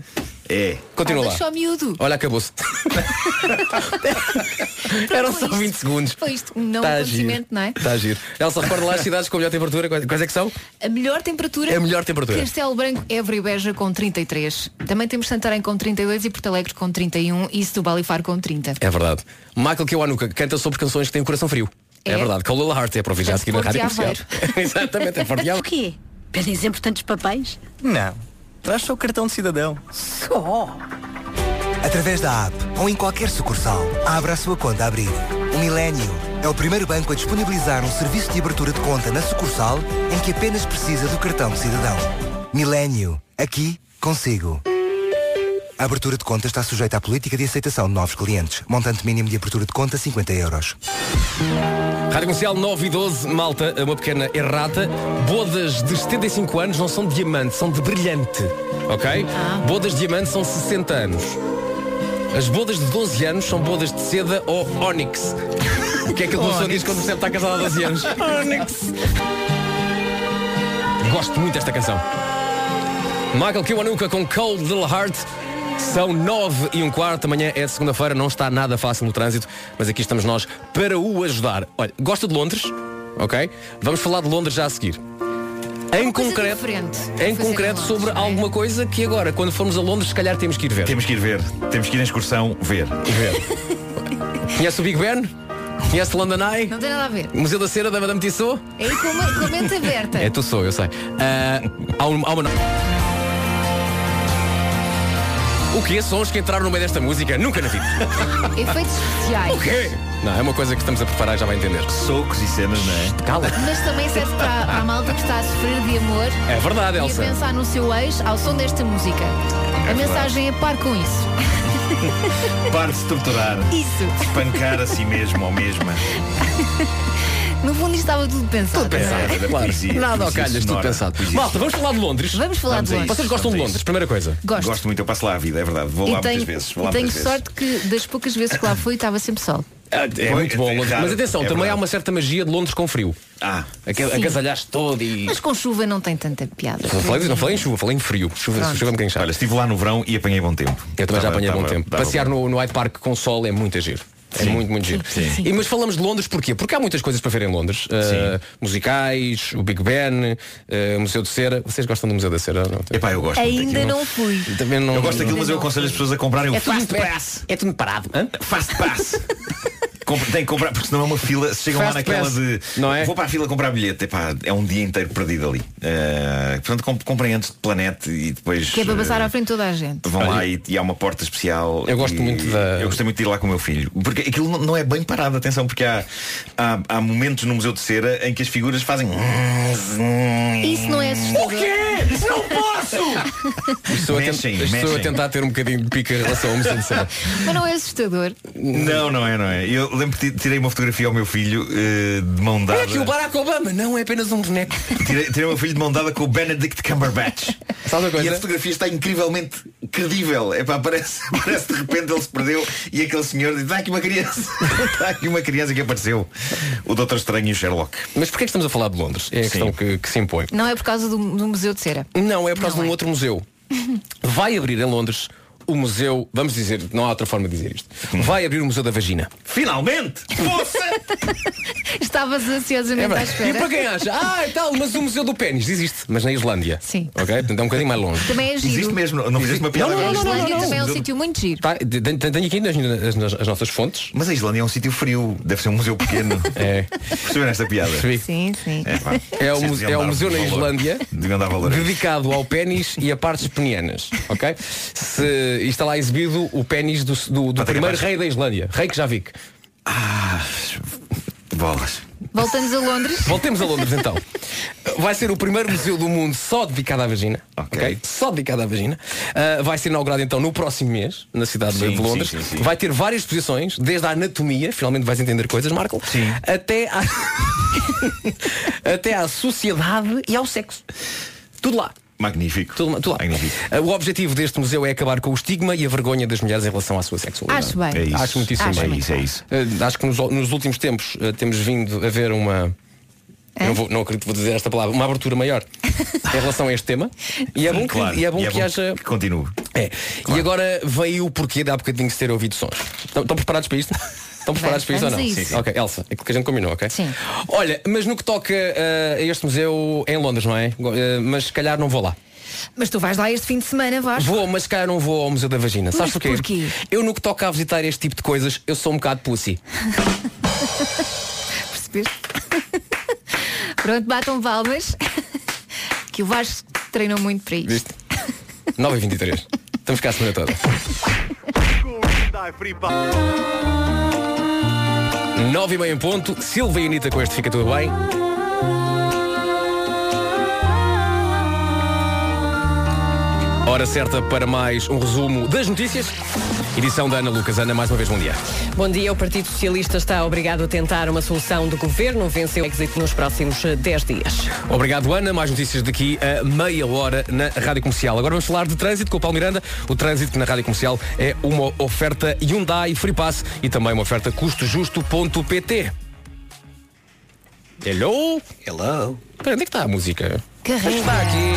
É. Continua lá. Só miúdo. Olha, acabou-se. Eram só 20 segundos. Foi isto um não Tá a giro. acontecimento, não é? Está a giro. Elsa, recorda lá as cidades com a melhor temperatura. Quais quais é que são? A melhor temperatura. É a melhor temperatura. Castelo Branco, Évora e Beja com 33. Também temos Santarém com 32 e Porto Alegre com 31 e Setúbal e Faro com 30. É verdade. Michael Kiwanuka canta sobre canções que têm o coração frio. É, É. verdade. Colula Heart é para ouvir já a seguir na Porto rádio e comercial. Exatamente, é forte e O quê? Pedem sempre tantos papéis? Não. Traz só o cartão de cidadão. Só. Através da app ou em qualquer sucursal, abra a sua conta a abrir. O Millennium é o primeiro banco a disponibilizar um serviço de abertura de conta na sucursal em que apenas precisa do cartão de cidadão. Millennium. Aqui, consigo. A abertura de conta está sujeita à política de aceitação de novos clientes. Montante mínimo de abertura de conta, 50 euros. Rádio Comercial 9 e 12, malta, é uma pequena errata. Bodas de 75 anos não são de diamante, são de brilhante. Ok? Bodas de diamante são 60 anos. As bodas de 12 anos são bodas de seda ou ónix. O que é que a pessoa diz quando percebe que está casada há 12 anos? Oh, é Ónix. Gosto muito desta canção. Michael Kiwanuka com Cold Little Heart. São nove e um quarto, amanhã é segunda-feira, não está nada fácil no trânsito, mas aqui estamos nós para o ajudar. Olha, gosta de Londres? Ok? Vamos falar de Londres já a seguir. É Em concreto, em concreto sobre alguma coisa que agora, quando formos a Londres, se calhar temos que ir ver. Temos que ir ver. Temos que ir na excursão ver. Ver. Conhece o Big Ben? Conhece London Eye? Não tem nada a ver. Museu da Cera da Madame Tissot? É aí com a- com a mente aberta. É, tu sou, eu sei. Ah, há, um- há uma. no- O que é sons que entraram no meio desta música? Nunca na vida. Efeitos especiais. O quê? Não, é uma coisa que estamos a preparar e já vai entender. Socos e cenas, não é? Cala. Mas também serve para, para a malta que está a sofrer de amor. É verdade, Elsa. E a pensar no seu ex ao som desta música. a verdade. mensagem é par com isso. Pare de se torturar. Isso. Espancar a si mesmo ou mesma. No fundo isto estava tudo pensado. Tudo pensado, não é? claro. poesia, Nada ao poesia calhas, tudo sonora, pensado. poesia Malta, vamos falar de Londres. Vamos falar de Londres. Vocês gostam de Londres, primeira coisa. Gosto. Gosto muito, eu passo lá a vida, é verdade. Vou lá e tenho, muitas vezes. Vou e lá tenho muitas sorte que das poucas vezes que lá fui estava sempre sol. É, Pois, muito bom é Londres. raro, Mas atenção, é também verdade. há uma certa magia de Londres com frio. Ah. Sim. Agasalhaste todo e. Mas com chuva não tem tanta piada. Não falei, não falei em chuva, falei em frio. Chuva, Pronto. chuva um bocadinho chata. Olha, estive lá no verão e apanhei bom tempo. Eu também já Tava- apanhei bom tava- tempo. tava Passear no, no Hyde Park com sol é muito giro. É muito, muito giro. E, mas falamos de Londres porquê? Porque há muitas coisas para ver em Londres. Uh, musicais, o Big Ben, uh, Museu de Cera. Vocês gostam do Museu da Cera? ou Não? Epá, eu gosto. Ainda não fui. Também não, Eu gosto daquilo, mas eu aconselho as pessoas a comprarem um o É tudo Fast muito- Pass. É tudo parado. Fast Pass. Compre- Tem que comprar, porque senão é uma fila. Se chegam lá Fast naquela pass, de. não é? Vou para a fila comprar bilhete. Epá, é um dia inteiro perdido ali. Eh, portanto, comp- comprem antes de planeta e depois. Que é para eh, passar à frente toda a gente. Vão lá e, e há uma porta especial. Eu gosto e- muito da- Eu gostei muito de ir lá com o meu filho. Porque aquilo não- não é bem parado, atenção, porque há, há, há momentos no Museu de Cera em que as figuras fazem. Isso não é assustador. O quê? Não posso! Estou a, Mexem, tentar, estou a mexem. tentar ter um bocadinho de pica em relação ao Museu de Cera. Mas não é assustador. Não, não é, não é. Eu lembro que ti- tirei uma fotografia ao meu filho eh, de mão dada. Olha É aqui o Barack Obama, não é apenas um boneco. Tirei, tirei o meu filho de mão dada com o Benedict Cumberbatch. Sabe uma coisa? E a fotografia está incrivelmente credível. Epá, parece, parece de repente ele se perdeu e aquele senhor diz, está aqui uma criança. Está aqui uma criança que apareceu. O Doutor Estranho e o Sherlock. Mas porquê é que estamos a falar de Londres? É a questão que, que se impõe. Não é por causa do, do Museu de Cera. Não, é por causa de um outro museu. Vai abrir em Londres o museu, vamos dizer, não há outra forma de dizer isto, vai abrir o Museu da Vagina. Finalmente! Estavas É, ansiosamente à verdade. espera. e para quem acha, ah, e tal, mas o Museu do Pênis existe, mas na Islândia. Sim. Ok? Portanto, é um bocadinho mais longe. Também é giro. Existe mesmo, não fizeste uma A Islândia também é um sítio muito giro. Tá, de- de- tenho aqui nas, nas- nas- as nossas fontes. Mas a Islândia é um sítio frio, deve ser um museu pequeno. é. Perceberam esta piada? Sim, sim. É, pá. É o, Vocês muse- deviam é o dar museu na valor. Islândia Deviam dar valor a isso. dedicado ao pênis e a partes penianas, ok? Se, e está lá exibido o pênis do, do- do primeiro rei da Islândia, rei que já vi. Ah, bolas. Voltamos a Londres. Voltemos a Londres então. Vai ser o primeiro museu do mundo só dedicado à vagina. Ok. Só dedicado à vagina. Ah, vai ser inaugurado então no próximo mês, na cidade Sim, de Londres. sim, sim, sim. Vai ter várias exposições, desde a anatomia, finalmente vais entender coisas, Marco, até à... até à sociedade e ao sexo. Tudo lá. Magnífico. Tudo, tudo lá. Ah, o objetivo deste museu é acabar com o estigma e a vergonha das mulheres em relação à sua sexualidade. Acho bem. É isso. Acho muitíssimo Acho bem. muito É isso, Ah, acho que nos, nos últimos tempos ah, temos vindo a ver uma. eu Não, vou, não acredito que vou dizer esta palavra, uma abertura maior em relação a este tema. E é bom que, Claro. e é bom E é que bom haja. que continue. É. E agora veio o porquê de há bocadinho se ter ouvido sons. Estão, estão preparados para isto? Estão preparados para isto ou vamos não? a isso. Sim, sim. Ok, Elsa, é aquilo que a gente combinou, ok? Sim. Olha, mas no que toca ah, a este museu é em Londres, não é? Ah, mas se calhar não vou lá. Mas tu vais lá este fim de semana, vais? Vou, mas se calhar não vou ao Museu da Vagina. Mas Sabes porquê? porquê? Eu no que toca a visitar este tipo de coisas, eu sou um bocado pussy. Percebeste? Pronto, batam palmas. Que o Vasco treinou muito para isso. Viste? 9 e 23 Estamos cá a semana toda. 9 e meia em ponto. Silva e Anitta com este Fica Tudo Bem. Hora certa para mais um resumo das notícias. Edição da Ana Lucas. Ana, mais uma vez, bom dia. Bom dia. O Partido Socialista está obrigado a tentar uma solução do governo. Venceu o exit nos próximos eh, 10 dias. Obrigado, Ana. Mais notícias daqui a meia hora na Rádio Comercial. Agora vamos falar de trânsito com o Paulo Miranda. O trânsito na Rádio Comercial é uma oferta Hyundai Free Pass e também uma oferta custojusto.pt. Hello? Hello? Pera, onde é que está a música? Carrega. Está aqui.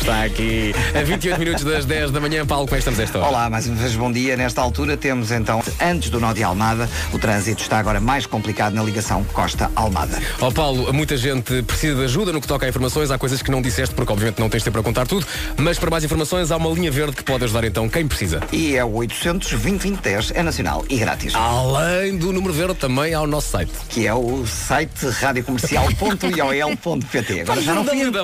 Está aqui. A 28 minutos das 10 da manhã, Paulo, como é que estamos esta hora? Olá, mais uma vez bom dia. Nesta altura temos então, antes do nó de Almada, o trânsito está agora mais complicado na ligação Costa-Almada. Ó Paulo, muita gente precisa de ajuda no que toca a informações. Há coisas que não disseste porque obviamente não tens tempo para contar tudo. Mas para mais informações há uma linha verde que pode ajudar então quem precisa. E é o 800 é nacional e grátis. Além do número verde, também ao nosso site. Que é o site radiocomercial.iol.pt. Agora Tá já não fui antigo.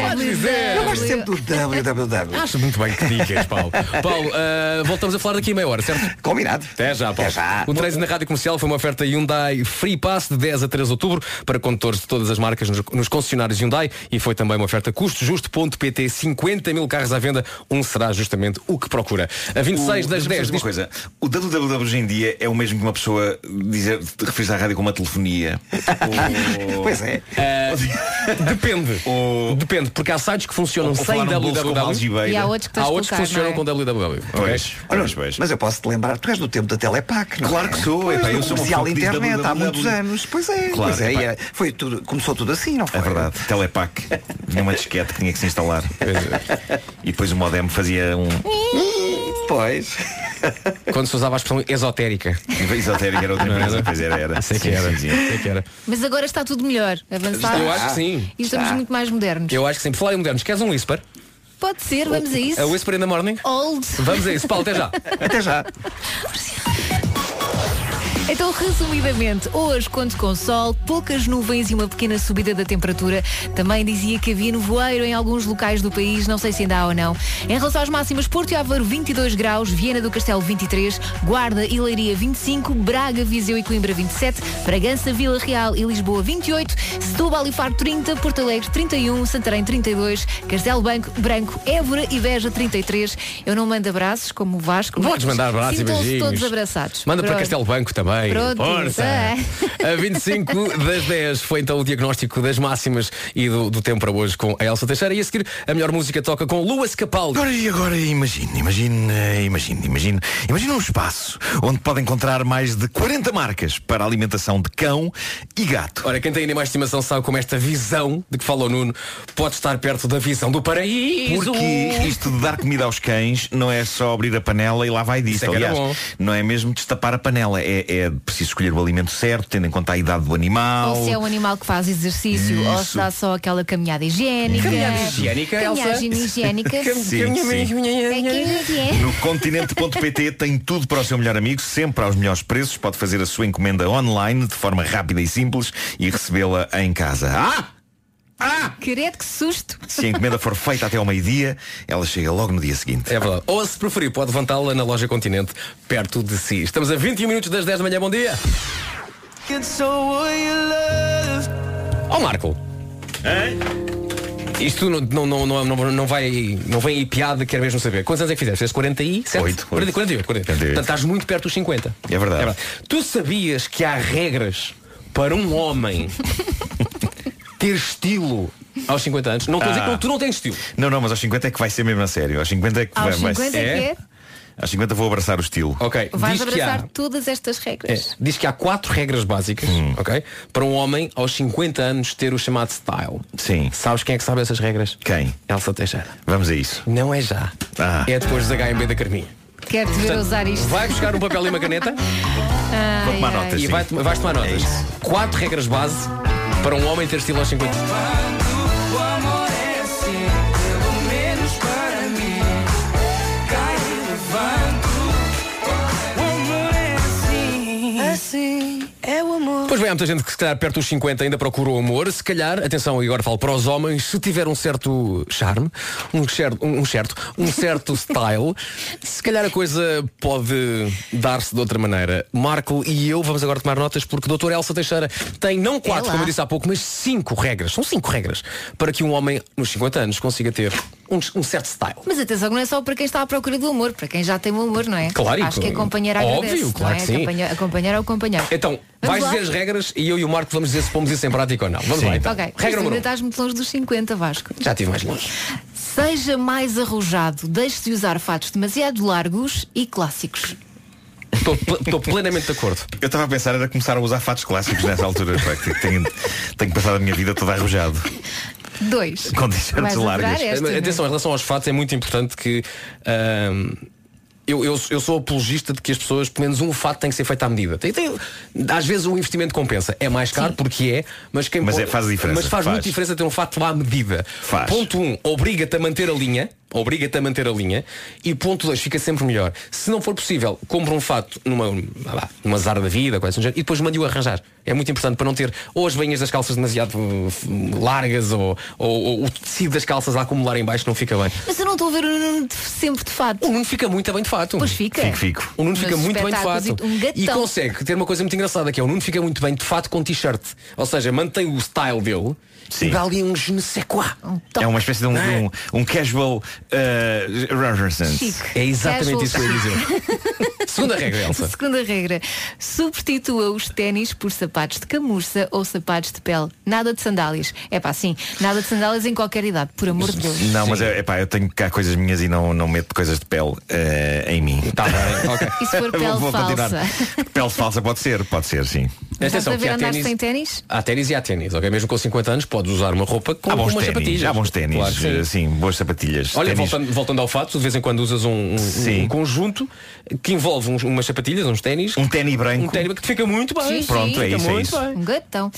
Podes dizer. Eu gosto sempre do www. Acho muito bem que dicas, Paulo. Paulo, ah, voltamos a falar daqui a meia hora, certo? Combinado. Até já, Paulo. O trânsito na Rádio Comercial foi uma oferta Hyundai Free Pass de 10 a 3 de outubro para condutores de todas as marcas nos, nos concessionários Hyundai e foi também uma oferta custojusto.pt 50 mil carros à venda, um será justamente o que procura. A 26 O- das deixa-me 10 só dizer Uma diz- coisa. O www hoje em dia é o mesmo que uma pessoa dizer, referir à rádio como uma telefonia. Pois é. depende. Depende, porque há sites que funcionam Ou sem falar num bolso como www. algibeira. E há outros que tens de colocar, funcionam não é? com www. ok? Olha, Mas eu posso te lembrar, tu és do tempo da Telepac, não Claro é? que sou, Pois, epá, eu do sou um comercial fã de internet há www. muitos anos. Pois é, Claro, pois é. epá. e é- Foi tudo, começou tudo assim, não foi? É verdade, Telepac. Vinha uma disquete que tinha que se instalar. E depois o modem fazia um. Pois. Quando se usava a expressão esotérica. Esotérica era outra Não empresa, era? pois era, era. Sei que Sim, era, sim, sim. sei que era. Mas agora está tudo melhor. Avançado. Eu acho que sim. E estamos Está. muito mais modernos. Eu acho que sempre falar em modernos. Queres um whisper? Pode ser, vamos a isso. A whisper in the morning? Old. Vamos a isso. Paulo, até já. Até já. Então, resumidamente, hoje conto com sol, poucas nuvens e uma pequena subida da temperatura. Também dizia que havia nevoeiro em alguns locais do país, não sei se ainda há ou não. Em relação às máximas, Porto e Aveiro 22 graus, Viena do Castelo 23, Guarda e Leiria 25, Braga, Viseu e Coimbra 27, Bragança, Vila Real e Lisboa 28, Setúbal e Faro 30, Porto Alegre 31, Santarém 32, Castelo Branco, Branco, Évora e Veja 33. Eu não mando abraços, como o Vasco. Podes mandar abraços e Sintam-se beijinhos. todos abraçados. Manda para Pronto. Castelo Banco também. bem. Pronto, é. Força! A 25 das 10 foi então o diagnóstico das máximas e do, do tempo para hoje com a Elsa Teixeira. E a seguir, a melhor música toca com Luas Capaldi. Agora, e agora imagino, imagino, imagino, imagino, imagino um espaço onde pode encontrar mais de 40 marcas para alimentação de cão e gato. Ora, quem tem animais de estimação sabe como esta visão de que fala o Nuno pode estar perto da visão do paraíso. Porque Isto de dar comida aos cães não é só abrir a panela e lá vai disso. Isso é que era bom. Aliás, não é mesmo destapar a panela. É, é preciso escolher o alimento certo, tendo em conta a idade do animal. Ou se é um animal que faz exercício, ou se dá só aquela caminhada higiênica. Caminhada higiênica, Caminhada Elsa? higiênica. Cam- Sim, caminhada sim. No continente.pt tem tudo para o seu melhor amigo, sempre aos melhores preços. Pode fazer a sua encomenda online de forma rápida e simples e recebê-la em casa. Ah! Ah! Querido, que susto. Se a encomenda for feita até ao meio-dia, ela chega logo no dia seguinte. É verdade. Ou se preferir, pode levantá-la na loja Continente, perto de si. Estamos a 21 minutos das 10 da manhã. Bom dia. Ó Marco. Isto não, não, não, não, não- não vai, não vem aí piada, quero mesmo saber. Quantos anos é que fizeste? Fizeste 47? 8, 48, 48, 48. é Portanto, estás muito perto dos 50. É verdade. Tu sabias que há regras para um homem ter estilo aos 50 anos? Não estou a dizer que Ah. não- tu não tens estilo. Não, não, mas aos 50 é que vai ser mesmo a sério. Aos 50 é que Aos vai, 50 vai é que É? é? Aos 50 vou abraçar o estilo. Ok. Vais Diz que abraçar há- todas estas É, regras. diz que há quatro regras básicas, Hum. ok? Para um homem aos 50 anos ter o chamado style. Sim. Sabes quem é que sabe essas regras? Quem? Ah. Elsa Teixeira. Vamos a isso. Não é já. É depois dos HMB da Carminha. Quero-te ver É. Portanto, usar isto. Vai buscar um papel e uma caneta Ai, ai. e vai, tom- vais É tomar notas. Quatro regras base para um homem ter estilo aos 50. O amor é assim, pelo menos para mim. Cai e levanto. O amor é assim. Assim é o amor. Pois bem, há muita gente que se calhar perto dos 50 ainda procura o amor. Se calhar, atenção, e agora falo para os homens, se tiver um certo charme, um certo, um certo, um certo style, se calhar a coisa pode dar-se de outra maneira. Marco e eu vamos agora tomar notas porque o Dr. Elsa Teixeira tem não É quatro, lá. como eu disse há pouco, mas cinco regras. São cinco regras para que um homem nos 50 anos consiga ter um, um certo style. Mas atenção, que não é só para quem está à procura do humor, para quem já tem o humor, não é? Claro, Acho que a companheira óbvio, agradece. não claro é? que sim. Acompanhar, acompanhar ou acompanhar. Então, Vamos vais lá? dizer as regras e eu e o Marco vamos dizer se pomos isso em prática ou não. Vamos lá então. Ok, Regra Mas ainda número um. estás muito longe dos 50, Vasco. Já estive mais longe. Seja mais arrojado, deixe de usar fatos demasiado largos e clássicos. Estou plenamente de acordo. Eu estava a pensar era começar a usar fatos clássicos nessa altura. Pá, que tenho, tenho passado a minha vida toda arrojado. Dois. Com t-shirts Vais adorar largas. esta, não é? Atenção, em relação aos fatos é muito importante que ahm, eu, eu, eu sou apologista de que as pessoas, pelo menos um fato tem que ser feito à medida. Tem- tem- às vezes o investimento compensa. É mais caro porque é, mas quem Mas pode- é- faz diferença, Mas faz, faz. muita diferença ter um fato à medida. Faz. Ponto 1, um, obriga-te a manter a linha. Obriga-te a manter a linha. E ponto 2, fica sempre melhor. Se não for possível, compra um fato numa, vá lá, numa azar da vida, coisa do género, e depois mande-o arranjar. É muito importante para não ter ou as bainhas das calças demasiado hum, f- largas ou, ou- ou o tecido das calças a acumular em baixo não fica bem. Mas eu não estou a ver o Nuno de- sempre de fato. O Nuno fica muito bem de fato. Pois fica. Fico, fico. O Nuno fica Nos muito bem de espetáculos fato. e- Um E gatão. consegue ter uma coisa muito engraçada, que é o Nuno fica muito bem de fato com t-shirt. Ou seja, mantém o style dele e dá ali um je ne sais quoi. É uma espécie de um, Não é? um, um casual uh, reference. Chique. É exatamente isso que eu ia Casual. dizer. Segunda regra, Elsa. Segunda regra. Substitua os ténis por sapatos de camurça ou sapatos de pele. Nada de sandálias. É pá, sim. Nada de sandálias em qualquer idade, por amor de Deus. Não, mas é, epá, eu tenho cá coisas minhas e não, não meto coisas de pele eh, em mim. Tá bem, ok. E se for pele falsa? Pele falsa pode ser, pode ser, sim. Estás a que ver há andar sem ténis. ténis? Há ténis e há ténis, ok? Mesmo com 50 anos podes usar uma roupa com Há bons umas ténis, sapatilhas. há bons ténis, Claro que sim. eh, sim, boas sapatilhas. Olha, ténis. voltando, voltando ao fato, de vez em quando usas um, um- um Sim. conjunto que envolve uns- umas sapatilhas, uns ténis. Um ténis branco. Um ténis que te fica muito bem. Sim, Pronto, sim. é Fica isso, é muito isso. Um gatão.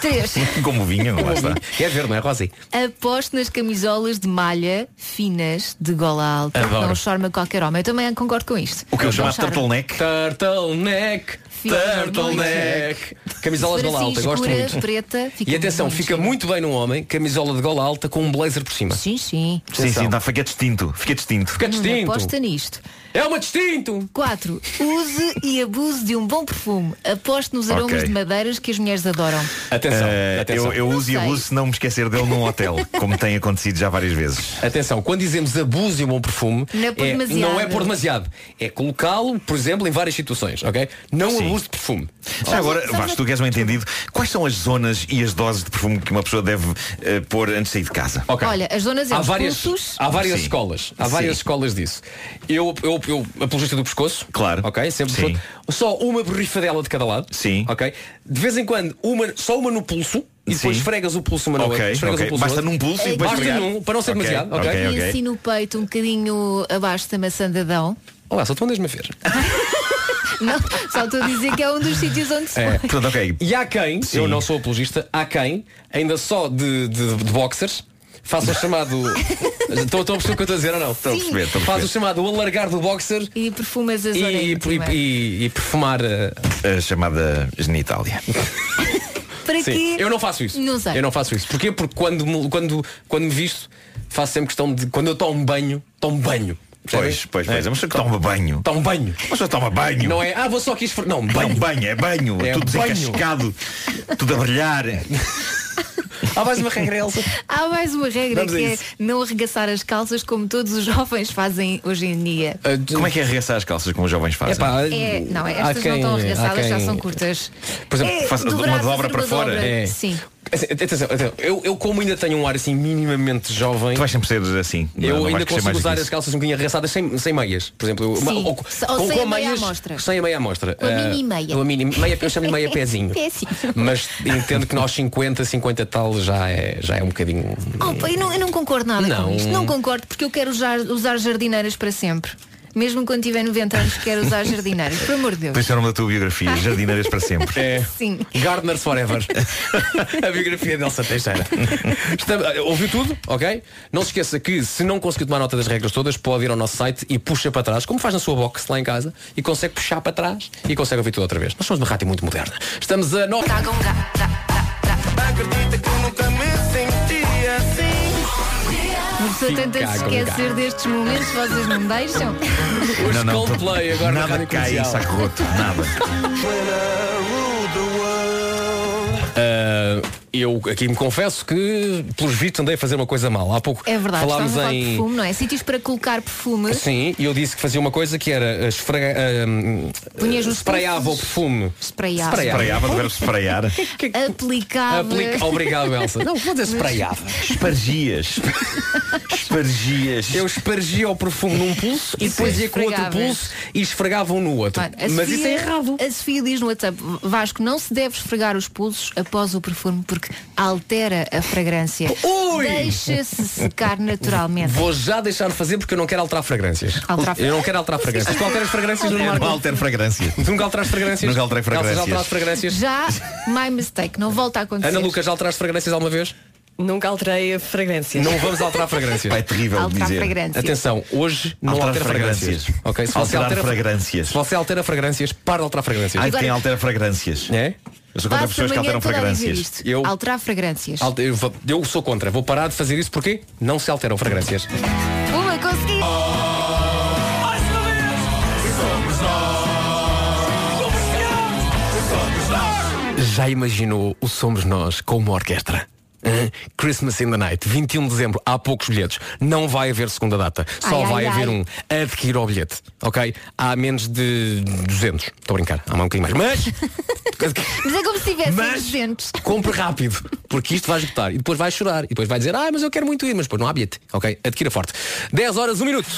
Três. Como vinha, lá está. É verde, não é, Rosi? Aposto nas camisolas de malha finas de gola alta. Adoro. Não chorma qualquer homem. Eu também concordo com isto. O que eu chamo Não chorma. turtleneck. Turtleneck. Fica Turtleneck. Camisolas de gola Assim, alta, gosto escura, muito. preta, fica e atenção, fica muito bem num homem, camisola de gola alta com um blazer por cima. Sim, sim. Sim, sim, dá, fica distinto. Fica distinto. Fica distinto. Aposta nisto. É uma distinto! 4. Use e abuse de um bom perfume. Aposte nos aromas Ok. de madeiras que as mulheres adoram. Atenção, Eh, atenção. Eu, eu Não uso e sei. abuso se não me esquecer dele num hotel, como tem acontecido já várias vezes. Atenção, quando dizemos abuso e um bom perfume, Não é por demasiado. não é por demasiado. É colocá-lo, por exemplo, em várias situações, ok? Não abuso de perfume. Já agora, Vasco, tu que és um entendido, quais são as zonas e as doses de perfume que uma pessoa deve eh, pôr antes de sair de casa? Olha, as zonas é há os várias, pulsos. há várias Sim. escolas. Há Sim. várias escolas disso. Eu, eu, eu apologista do pescoço. Claro. Ok? Sempre Sim. fruto. Só uma borrifadela de cada lado. Sim. Ok? De vez em quando, uma, só uma no pulso. E depois Sim. esfregas o pulso uma na Ok, outra, esfregas ok. o pulso na Basta outra. num pulso e depois Basta esfregar. num, para não ser Ok, demasiado. Ok, ok, É, E assim no peito, um bocadinho abaixo da maçã de Adão. Olá, só tu andas-me a ver. Ah, Não, só estou a dizer que é um dos sítios onde se É. põe. E há quem, eu não sou apologista, há quem, ainda só de, de, de boxers, faça o chamado. Estão estão a perceber o que eu estou a dizer ou não? Estão a perceber, estão a Faz o perceber. chamado alargar do boxer E perfumas as e, orelhas. e, primeiro. e- e perfumar eh, a... chamada genitália. Para Sim, quê? Eu não faço isso. Não sei. Eu não faço isso. Porquê? Porque quando, me- quando, quando me visto, faço sempre questão de. Quando eu tomo banho, tomo banho. Pois, pois, pois. É uma pessoa que toma banho. Toma banho. Uma pessoa toma banho. Não é, ah, vou só aqui esfregar. Não, banho. Não, banho, é banho. É tudo banho. Eh, desencascado, tudo a brilhar. Há mais uma regra, Elsa. Há mais uma regra Vamos a que é isso. não arregaçar as calças como todos os jovens fazem hoje em dia. Como é que é arregaçar as calças como os jovens fazem? Epá, É, não, estas não estão arregaçadas, já são curtas. Por exemplo, É, faço dobrar, uma fazer dobra para fora. dobra. É. Sim. Assim, Atenção, atenção. Eu, eu como ainda tenho um ar assim minimamente jovem. Tu vais sempre ser assim. eu não, não ainda vais crescer consigo mais do que usar isso. as calças um bocadinho arregaçadas sem, sem meias. Por exemplo, eu- Sim. ou, Se- ou sem a meia à mostra. Sem a meia à mostra. Com a Ah, mini meia. com a mini meia, eu chamo-lhe meia pezinho. Pezinho. Mas entendo que nós 50, 50 tal já é, já é um bocadinho. Opa, eu não, eu não concordo nada Não. com isto. Não concordo porque eu quero usar, usar jardineiras para sempre. Mesmo quando tiver 90 anos, quero usar jardineiras. Por amor de Deus. Pois isso é o nome da tua biografia, Jardineiras para sempre. É. Sim. Gardeners Forever. a biografia de Elsa Teixeira. Estamos- eh, ouviu tudo, ok? Não se esqueça que se não conseguiu tomar nota das regras todas, pode ir ao nosso site e puxa para trás, como faz na sua box lá em casa, e consegue puxar para trás e consegue ouvir tudo outra vez. Nós somos uma rádio muito moderna. Estamos a nove. Acredita que nunca me senti assim. Uma pessoa tenta se Fica com esquecer gato. destes momentos, vocês não me deixam. Os Coldplay agora na Nada Rádio cai em Comercial. saco roto, nada. Ah, eu aqui me confesso que, pelos vistos, andei a fazer uma coisa mal. Há pouco É verdade, falámos estávamos a falar de em. perfume, não é? Sítios para colocar perfume. Sim, e eu disse que fazia uma coisa que era eh, esfrega, ehm, Punhas eh, nos sprayava o pulsos. perfume. Sprayava. Sprayava, do verbo sprayar. Aplicava. Aplica- Obrigado, Elsa. Não, vou dizer Mas- sprayava. Espargias. Espargias. Eu espargia o perfume num pulso e Sim. depois ia com outro Esfregava. pulso e esfregavam no outro. Olha, a Mas isso é Sofia- errado. A Sofia diz no WhatsApp, Vasco, não se deve esfregar os pulsos após o perfume porque altera a fragrância. Deixa-se secar naturalmente. Vou já deixar de fazer porque eu não quero alterar fragrâncias. Alterar- Eu não quero alterar fragrâncias. Tu alteras fragrâncias no Não marco? altero fragrância. Tu nunca alteras fragrâncias? Nunca alterei Elsa, já fragrâncias. alteraste fragrâncias? Já, Ah, my mistake, não volta a acontecer. Ana Lucas, já alteraste fragrâncias alguma vez? Nunca alterei a fragrância. Não vamos alterar fragrâncias. Pá, é terrível Alterar dizer. fragrâncias. Atenção, hoje não Alterar altera fragrâncias. fragrâncias. Ok, se você Alterar altera fragrâncias. Se você altera fragrâncias, para de alterar fragrâncias. Ai, quem altera fragrâncias. É? Eu sou contra Passa pessoas que amanhã alteram toda a dizer fragrâncias. isto. Alterar fragrâncias. Alt- Eu, vou- eu sou contra, vou parar de fazer isso porque não se alteram fragrâncias. Uma, consegui. Oh! Já imaginou o Somos Nós com uma orquestra? Hã? Christmas in the Night, 21 de dezembro, há poucos bilhetes. Não vai haver segunda data, só Ai, ai, vai ai. haver um. Adquira o bilhete, ok? Há menos de 200. Estou a brincar, há mais um bocadinho mais. Mas Mas é como se tivesse Mas- 200. compre rápido, porque isto vai esgotar. E depois vai chorar. E depois vai dizer, ah, mas eu quero muito ir, mas depois não há bilhete. Ok? Adquira forte. 10 horas, 1 minuto.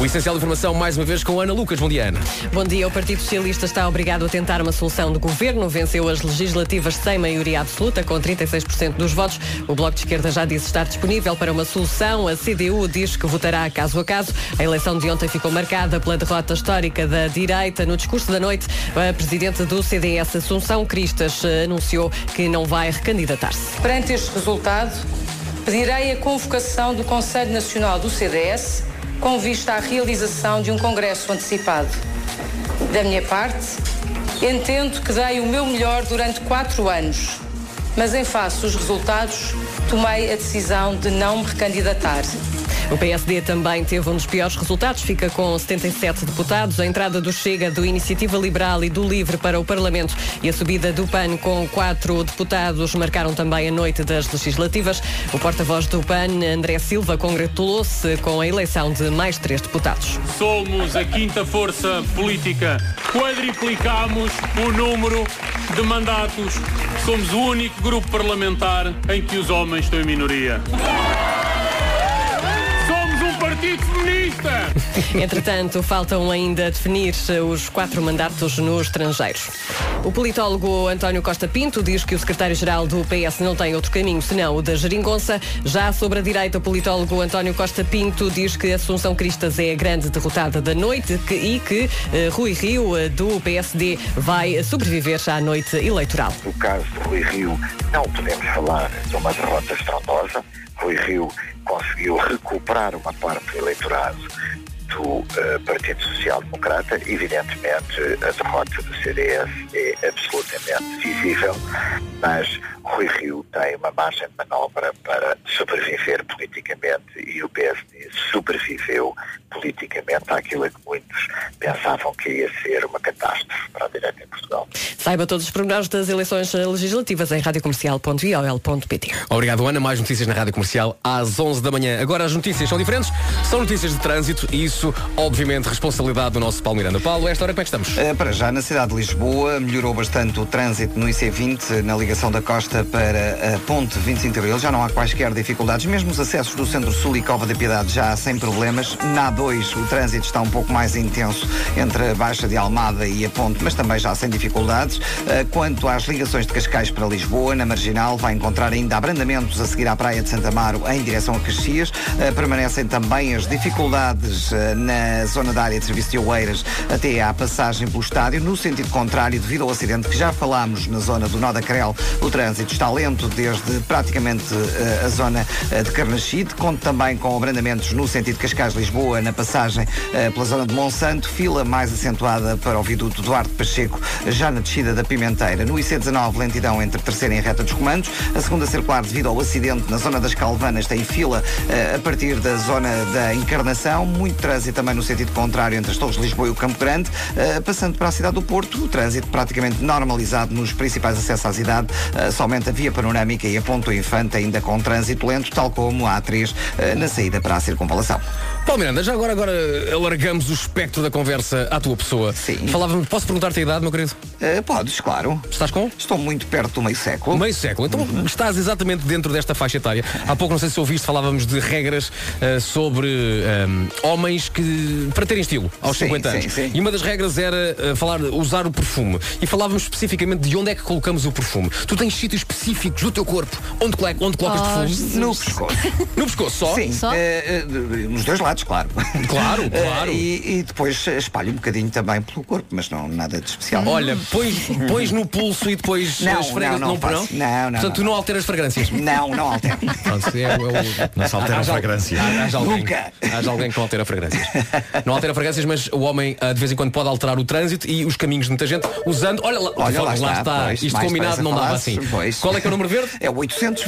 O essencial de informação, mais uma vez, com a Ana Lucas. Bom dia, Ana. Bom dia. O Partido Socialista está obrigado a tentar uma solução de governo. Venceu as legislativas sem maioria absoluta, com 36% dos votos. O Bloco de Esquerda já disse estar disponível para uma solução. A CDU diz que votará caso a caso. A eleição de ontem ficou marcada pela derrota histórica da direita. No discurso da noite, a presidente do CDS, Assunção Cristas, eh, anunciou que não vai recandidatar-se. Perante este resultado, pedirei a convocação do Conselho Nacional do CDS com vista à realização de um congresso antecipado. Da minha parte, Entendo que dei o meu melhor durante quatro anos, mas em face dos resultados, tomei a decisão de não me recandidatar. O PSD também teve um dos piores resultados, fica com 77 deputados. A entrada do Chega, do Iniciativa Liberal e do Livre para o Parlamento e a subida do PAN com quatro deputados marcaram também a noite das legislativas. O porta-voz do PAN, André Silva, congratulou-se com a eleição de mais três deputados. Somos a quinta força política. Quadriplicamos o número de mandatos. Somos o único grupo parlamentar em que os homens estão em minoria. Somos um partido feminista. Entretanto, faltam ainda definir eh, os quatro mandatos no estrangeiro. O politólogo António Costa Pinto diz que o secretário-geral do PS não tem outro caminho senão o da geringonça. Já sobre a direita, o politólogo António Costa Pinto diz que Assunção Cristas é a grande derrotada da noite que- e que eh, Rui Rio, eh, do PSD, vai sobreviver já à noite eleitoral. No caso de Rui Rio, não podemos falar de uma derrota estrondosa. Rui Rio conseguiu recuperar uma parte do eleitorado do eh, Partido Social Democrata. Evidentemente, a derrota do CDS é absolutamente visível, mas Rui Rio tem uma margem de manobra para sobreviver politicamente e o PSD sobreviveu politicamente àquilo a que muitos pensavam que ia ser uma catástrofe para a direita em Portugal. Saiba todos os pormenores das eleições eh, legislativas em radiocomercial.iol.pt. Obrigado, Ana. Mais notícias na Rádio Comercial às 11 da manhã. Agora as notícias são diferentes. São notícias de trânsito e isso, obviamente, responsabilidade do nosso Paulo Miranda. Paulo, a esta hora como é que estamos? Eh, Para já, na cidade de Lisboa, melhorou bastante o trânsito no IC20, na ligação da costa para a ponte 25 de Abril. Já não há quaisquer dificuldades, mesmo os acessos do Centro-Sul e Cova da Piedade já sem problemas. Na A2, o trânsito está um pouco mais intenso entre a Baixa de Almada e a ponte, mas também já sem dificuldades. Eh, Quanto às ligações de Cascais para Lisboa, na Marginal, vai encontrar ainda abrandamentos a seguir à Praia de Santa Amaro em direção a Caxias. Eh, Permanecem também as dificuldades eh, na zona da área de serviço de Oeiras até à passagem pelo estádio. No sentido contrário, devido ao acidente que já falámos na zona do Nó da Crel, o trânsito está lento desde praticamente eh, a zona eh, de Carnachide. Conto também com abrandamentos no sentido Cascais-Lisboa, na passagem eh, pela zona de Monsanto. Fila mais acentuada para o viaduto Duarte Pacheco, já na descida da Pimenteira. No IC19, lentidão entre terceira e reta dos comandos. A segunda circular, devido ao acidente na zona das Calvanas, tem fila eh, a partir da zona da Encarnação. Muito trânsito também no sentido contrário entre as Torres de Lisboa e o Campo Grande. Eh, passando para a cidade do Porto, o trânsito praticamente normalizado nos principais acessos à cidade. Eh, somente a via panorâmica e a Ponto Infante ainda com trânsito lento, tal como a A3 eh, na saída para a circunvalação. Paulo Miranda, já agora, agora alargamos o espectro da conversa à tua pessoa. Sim. Falava-me, posso perguntar-te a idade, meu querido? Eh, podes, claro. Estás com? Estou muito perto do meio século. Meio século. Então Uhum. estás exatamente dentro desta faixa etária. Há pouco, não sei se ouviste, falávamos de regras ah, sobre ah, homens que para terem estilo aos Sim, 50 anos. sim, sim. E uma das regras era ah, falar, usar o perfume. E falávamos especificamente de onde é que colocamos o perfume. Tu tens sítios específicos do teu corpo onde, cole- onde colocas Oh, perfume? Jesus. No pescoço. No pescoço só? Sim, eh, eh, nos dois lados, claro. Claro, Eh, claro. e, e depois espalho um bocadinho também pelo corpo, mas não nada de especial. Olha, pões, pões no pulso e depois Não, esfregas não, não não, faço. Não, não, Portanto, tu não alteras fragrâncias. Não, não altero. Pronto, é, o- é o- Não se alteram Haja al- fragrâncias. Haja alguém, Nunca. Haja alguém que não altera fragrâncias. Não altera fragrâncias, mas o homem ah, de vez em quando pode alterar o trânsito e os caminhos de muita gente usando. Olha lá, Olha, lá está. pois, Isto mais combinado depressa não dava falasse, assim. pois. Qual é que é o número verde? É 800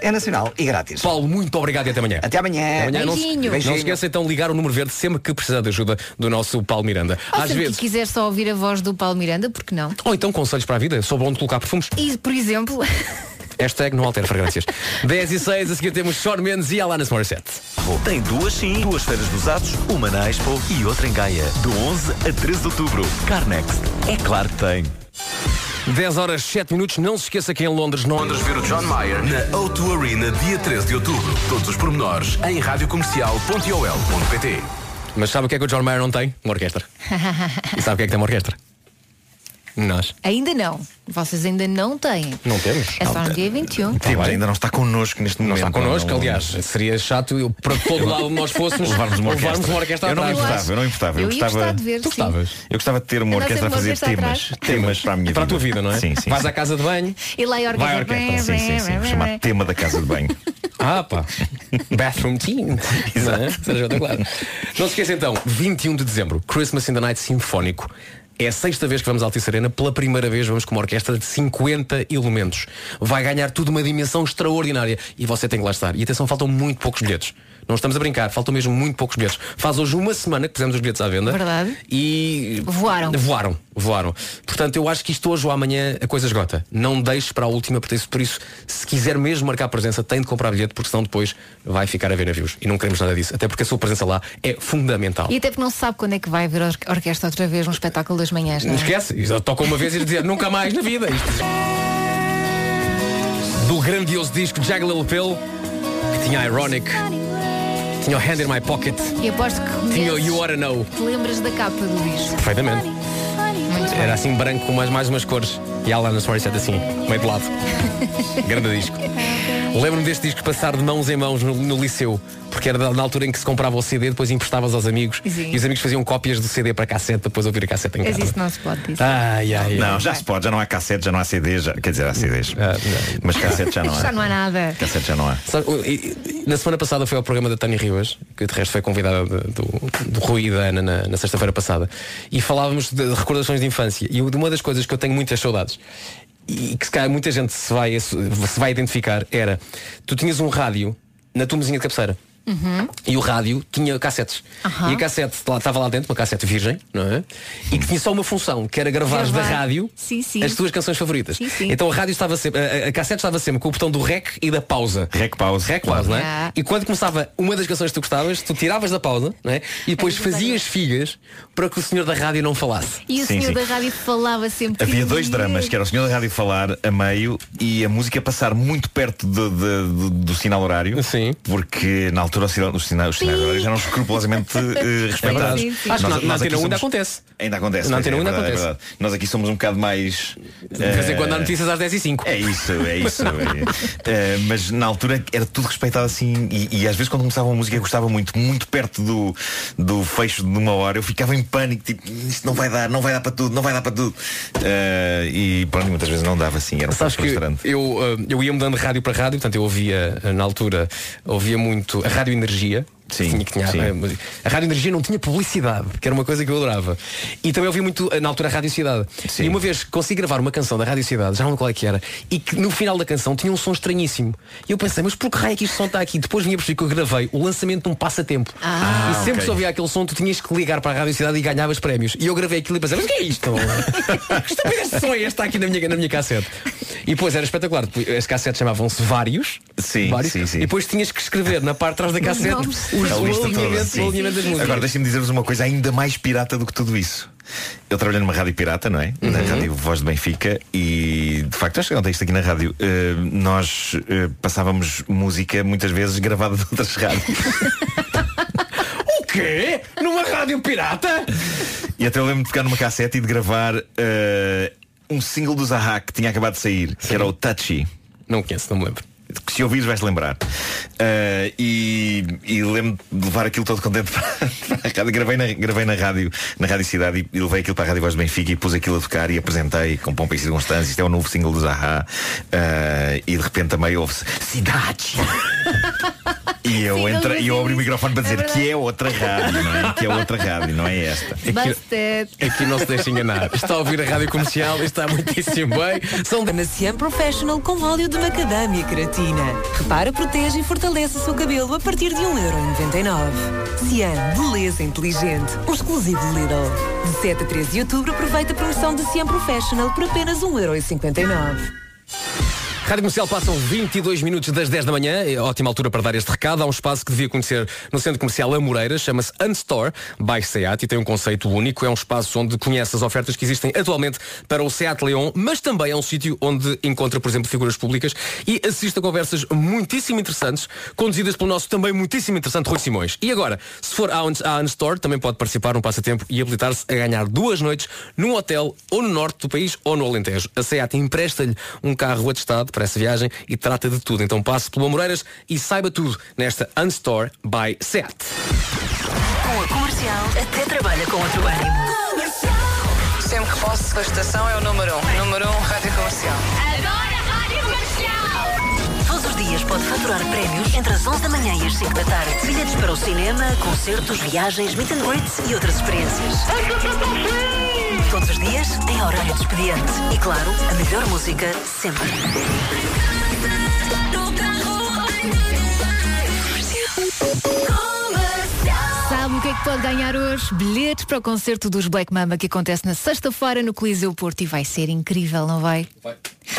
é nacional e grátis. Paulo, muito obrigado e até amanhã. Até amanhã. Amanhã não, se, não se esqueça então de ligar o número verde sempre que precisar de ajuda do nosso Paulo Miranda. Ah, Ou Às sempre vezes. que quiser só ouvir a voz do Paulo Miranda, porque não? Ou então conselhos para a vida sobre onde colocar perfumes. E, por exemplo, Hashtag não altera fragrâncias. 10 e 6, a seguir temos Sean Mendes e Alanis Morissette. Tem duas sim, duas feiras dos atos, uma na Expo e outra em Gaia. Do 11 a 13 de outubro. Carnext. É claro que tem. 10 horas 7 minutos, não se esqueça que em Londres não. Londres ver o John Mayer na O2 Arena, dia 13 de outubro. Todos os pormenores em radiocomercial.ol.pt Mas sabe o que é que o John Mayer não tem? Uma orquestra. E sabe o que é que tem uma orquestra? Nós. ainda não. Vocês ainda não têm. Não temos. É só no dia 21. Temos, ainda não está connosco neste Tá Não momento. está connosco, não- aliás. Seria chato eu, para todo lado onde nós fôssemos levarmos uma orquestra. levarmos uma orquestra eu não atrás. importava, eu não importava. Eu ia gostava, gostar de ver, Tu sim. gostavas? Eu gostava de ter uma Andar orquestra a sempre uma fazer orquestra temas. atrás. Temas para a minha Para a vida. tua vida, não é? Sim, sim. Vais sim. à casa de banho. E lá a Vai à orquestra. orquestra. Sim, sim, sim. Chamado tema da casa de banho. Ah, pá. Bathroom Team. um Exato. Não, é? Seja outra claro. não se esqueça então, 21 de dezembro, Christmas in the Night Sinfónico. É a sexta vez que vamos à Altice Arena, pela primeira vez vamos com uma orquestra de 50 elementos. Vai ganhar tudo uma dimensão extraordinária e você tem que lá estar. E atenção, faltam muito poucos bilhetes. Não estamos a brincar, faltam mesmo muito poucos bilhetes. Faz hoje uma semana que pusemos os bilhetes à venda. Verdade. E Voaram. Voaram, voaram. Portanto, eu acho que isto hoje ou amanhã a coisa esgota. Não deixe para a última, por isso, por isso, se quiser mesmo marcar presença, tem de comprar bilhete, porque senão depois vai ficar a ver navios. E não queremos nada disso. Até porque a sua presença lá é fundamental. E até porque não se sabe quando é que vai haver or- orquestra outra vez num espetáculo das manhãs, não Não é? esquece, Isto toca uma vez e dizer nunca mais na vida. Isto- Do grandioso disco Jagged Little Pill, que tinha Ironic, tinha o Hand in My Pocket, E aposto que tinha o conheces- You Oughta Know. te lembras da capa do disco. Perfeitamente. Era assim branco com mais, mais umas cores. E a Alana Morissette assim, meio de lado. Grande disco. Lembro-me deste disco passar de mãos em mãos no, no liceu, porque era da- na altura em que se comprava o CD, depois emprestavas aos amigos Sim. e os amigos faziam cópias do CD para a cassete, depois ouvir a cassete em Mas casa. isso não se pode dizer. Ah, Ai, ai, Ah, ai. Não, já se pode, já não há cassete, já não há CD, já, quer dizer, há CDs. Mas cassete já não há. Já não há nada. Cassete já não é. há. Sabe, e- e- na semana passada foi ao programa da Tânia Ribas, que de resto foi convidada de- do, do Rui e da Ana na, na sexta-feira passada, e falávamos de recordações de infância. E uma das coisas que eu tenho muitas saudades, e que se calhar muita gente se vai, se vai identificar, era tu tinhas um rádio na tua mesinha de cabeceira. Uhum. E o rádio tinha cassetes. Aham. E a cassete lá- estava lá dentro, uma cassete virgem, não é? E que tinha só uma função, que era gravar da Gravar. rádio Sim, sim. as tuas canções favoritas. Sim, sim. Então a rádio estava sempre, a, a- a cassete estava sempre com o botão do rec e da pausa. Rec pausa. Rec pausa, não é? Ah. E quando começava uma das canções que tu gostavas, tu tiravas da pausa, não é? E depois fazias figas para que o senhor da rádio não falasse. E o Sim, senhor sim. da rádio falava sempre. Havia dois dramas, que era o senhor da rádio falar a meio e a música passar muito perto do, do- do- do sinal horário. Sim. Porque na altura o sinal- os sinais, os sinais horários eram escrupulosamente eh, respeitados. verdade. Sim, sim. Acho que na- na Antena 1 ainda acontece. um Ainda acontece. Na pois Antena 1 é, ainda é verdade, acontece. é verdade. Nós aqui somos um bocado mais. eh, De vez em quando há notícias às 10 e 5. É isso, é isso. é. Eh, mas na altura era tudo respeitado assim e, e às vezes quando começava uma música que eu gostava muito, muito perto do, do fecho de uma hora, eu ficava em pânico, tipo, isto não vai dar, não vai dar para tudo, não vai dar para tudo. Eh, e pronto, muitas vezes não dava assim, era um pouco Sabes que frustrante. eu, ah, eu ia mudando de rádio para rádio, portanto eu ouvia, ah, na altura, ouvia muito a Rádio Energia. Sim, tinha, que tinha, sim. ah, música. A Rádio Energia não tinha publicidade, que era uma coisa que eu adorava. E também ouvia muito, ah, na altura, a Rádio Cidade. E uma vez consegui gravar uma canção da Rádio Cidade, já não lembro qual é que era, e que no final da canção tinha um som estranhíssimo. E eu pensei, mas por que raio é que este som está aqui? Depois vinha perceber que eu gravei o lançamento de um passatempo. Ah. e sempre ok. que se ouvia aquele som, tu tinhas que ligar para a Rádio Cidade e ganhavas prémios. E eu gravei aquilo e pensei, mas o que é isto? Que estupidez de som é este? Está aqui na minha, na minha cassete. E depois era espetacular. Depois, As cassetes chamavam-se vários. Sim, vários. sim, sim. E depois tinhas que escrever na parte de trás da cassete os, A o lista toda, alinhamento, sim. o alinhamento das músicas. Agora deixem-me dizer-vos uma coisa ainda mais pirata do que tudo isso. Eu trabalhei numa rádio pirata, não é? Na rádio Voz de Benfica e de facto, acho que contei isto aqui na rádio. eh, nós eh, passávamos música muitas vezes gravada de outras rádios. O quê? Numa rádio pirata? E até eu lembro de tocar numa cassete e de gravar eh, um single do Zaha que tinha acabado de sair, que era o Touchy. Não conheço, não me lembro. Que se ouvires vais lembrar. Eh, e, e lembro de levar aquilo todo contente para, para a rádio. Gravei na, gravei na rádio, na Rádio Cidade e, e levei aquilo para a Rádio Voz de Benfica e pus aquilo a tocar e apresentei com pompa e circunstância. Isto é o novo single do Zaha. Eh, e de repente também ouve-se Cidade! E eu, Sim, entrei- ele e eu abri o dizia microfone para É dizer que é outra rádio, não é? Que é outra rádio, não é esta. Busted. Aqui não se deixa enganar. Está a ouvir a rádio comercial e está muitíssimo bem. São da Macian Professional com óleo de macadâmia e queratina. Repara, protege e fortalece o seu cabelo a partir de 1,99€. Cian, beleza inteligente. Um exclusivo Lidl. De 7 a 13 de outubro, aproveita a promoção de Cian Professional por apenas 1,59€. Rádio Comercial passam 22 minutos das 10 da manhã, é ótima altura para dar este recado. Há um espaço que devia conhecer no Centro Comercial Amoreiras, chama-se Unstore by Seat e tem um conceito único. É um espaço onde conhece as ofertas que existem atualmente para o Seat Leon, mas também é um sítio onde encontra, por exemplo, figuras públicas e assiste a conversas muitíssimo interessantes, conduzidas pelo nosso também muitíssimo interessante Rui Simões. E agora, se for à Uns- à Unstore, também pode participar num passatempo e habilitar-se a ganhar duas noites num hotel ou no norte do país ou no Alentejo. A SEAT empresta-lhe um carro atestado para essa viagem e trata de tudo. Então passe pelo Amoreiras e saiba tudo nesta Unstore by SEAT. Com a comercial, até trabalha com outro ânimo. Sempre que posso, a estação é o número 1. Um. Número 1, um, rádio comercial. Todos os dias pode faturar prémios entre as 11 da manhã e as 5 da tarde. Bilhetes para o cinema, concertos, viagens, meet and greets e outras experiências. Todos os dias, em horário de expediente. E claro, a melhor música sempre. Sabe o que é que pode ganhar hoje? Bilhetes para o concerto dos Black Mamba que acontece na sexta-feira no Coliseu Porto e vai ser incrível, não vai?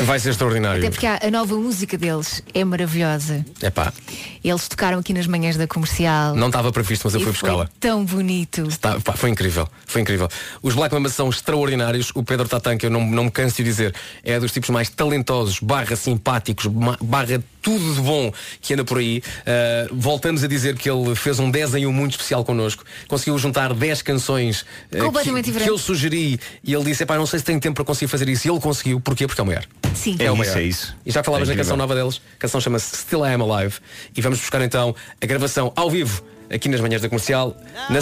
Vai ser extraordinário. Até porque há- a nova música deles é maravilhosa. Epá, Eles tocaram aqui nas manhãs da comercial. não estava previsto, mas eu E fui foi buscá-la. Tão bonito. Tá, pá, foi incrível, foi incrível. Os Black Mamba são extraordinários. O Pedro Tatan, que eu não, não me canso de dizer, é dos tipos mais talentosos, barra simpáticos, ma- barra tudo de bom que anda por aí. Uh, voltamos a dizer que ele fez um 10 em 1 muito especial connosco. Conseguiu juntar 10 canções uh, Completamente que, diferente. que eu sugeri e ele disse, epá, não sei se tem tempo para conseguir fazer isso. E ele conseguiu, porquê? Porque é o maior. Sim. É, É o isso, maior. é isso. E já falavas É da canção incrível. nova deles, a canção chama-se Still I Am Alive. E vamos buscar então a gravação ao vivo aqui nas manhãs da comercial. na-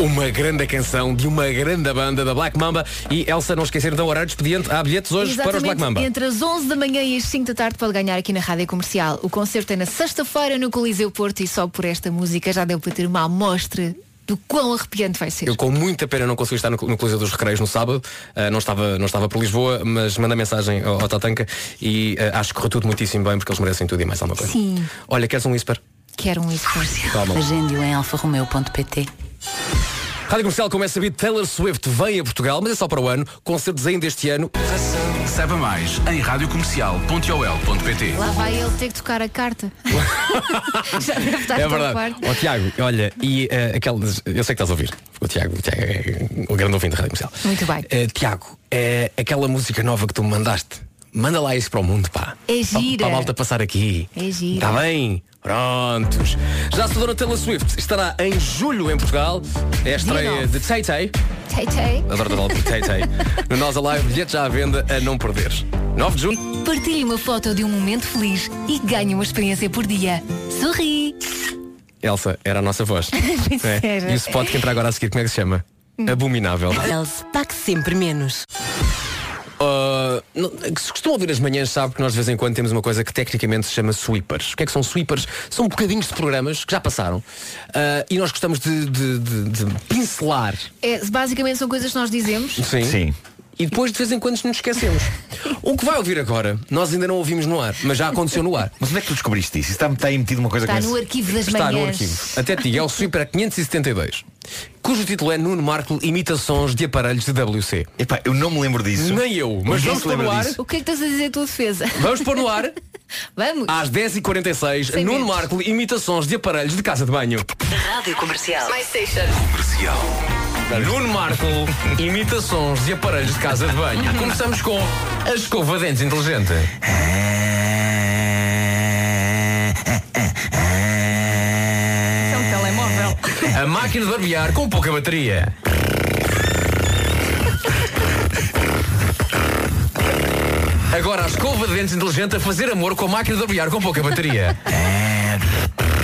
Uma grande canção de uma grande banda da Black Mamba e Elsa, não esquecer então o horário de expediente. Há bilhetes hoje para os Black Mamba. Entre as 11 da manhã e as 5 da tarde pode ganhar aqui na Rádio Comercial. O concerto é na sexta-feira no Coliseu Porto e só por esta música já deu para ter uma amostra do quão arrepiante vai ser. Eu com muita pena não consegui estar no, no Coliseu dos Recreios no sábado, Ah, não, estava, não estava por Lisboa, mas manda mensagem ao, ao Tatanka e ah, acho que correu tudo muitíssimo bem porque eles merecem tudo e mais alguma coisa. Sim. Olha, queres um whisper? Quero um esforço. Toma. Agende-o em alfarromeu.pt Rádio Comercial, como é sabido, Taylor Swift vem a Portugal, mas é só para o ano, concertos ainda este ano. Saiba mais em radiocomercial.ol.pt Lá vai ele ter que tocar a carta. já deve estar É tão verdade. farto. Ó Tiago, olha, e eh, aquelas. Eu sei que estás a ouvir. porque O Tiago, o Tiago é o grande ouvinte da Rádio Comercial. Muito bem. Eh, Tiago, eh, aquela música nova que tu me mandaste, manda lá isso para o mundo, pá. É Para- gira. Para a malta passar aqui. É giro. Está Tá bem? Prontos. Já a senhora Taylor Swift estará em julho em Portugal. É a estreia de Tay Tay. Tchei, tchei. Adoro dar por Tay Tay. No Nós Alive, bilhete já à venda a não perderes. 9 de junho. Partilhe uma foto de um momento feliz e ganhe uma experiência por dia. Sorri! Elsa, era a nossa voz. Né? Pois era. E o spot que entra agora a seguir, como é que se chama? Hum. Abominável. Eles pague sempre menos. Uh, não- se costumam ouvir as manhãs, sabe que nós de vez em quando temos uma coisa que tecnicamente se chama sweepers. O que é que são sweepers? São bocadinhos de programas que já passaram uh, e nós gostamos de, de- de- de pincelar. É, basicamente são coisas que nós dizemos. E depois de vez em quando nos esquecemos. o que vai ouvir agora, nós ainda não ouvimos no ar, mas já aconteceu no ar. Mas onde é que tu descobriste isso? Isso está-me está aí metido uma coisa Está com no esse- arquivo das Está no manhãs. arquivo. Até te digo, é o Sweeper 572, cujo título é Nuno Marco imita sons de aparelhos de WC. Epá, eu não me lembro disso. Nem eu, mas Ninguém vamos se pôr lembra no ar. disso. O que é que estás a dizer a tua defesa? Vamos pôr no ar. Vamos. Às 10h46, Sem Nuno medos. Marco imita sons de aparelhos de casa de banho. Rádio Comercial. My Station. Nuno Marco imita sons de aparelhos de casa de banho. Começamos com a escova de dentes inteligente. É um telemóvel. A máquina de barbear com pouca bateria. Agora a escova de dentes inteligente a fazer amor com a máquina de barbear com pouca bateria.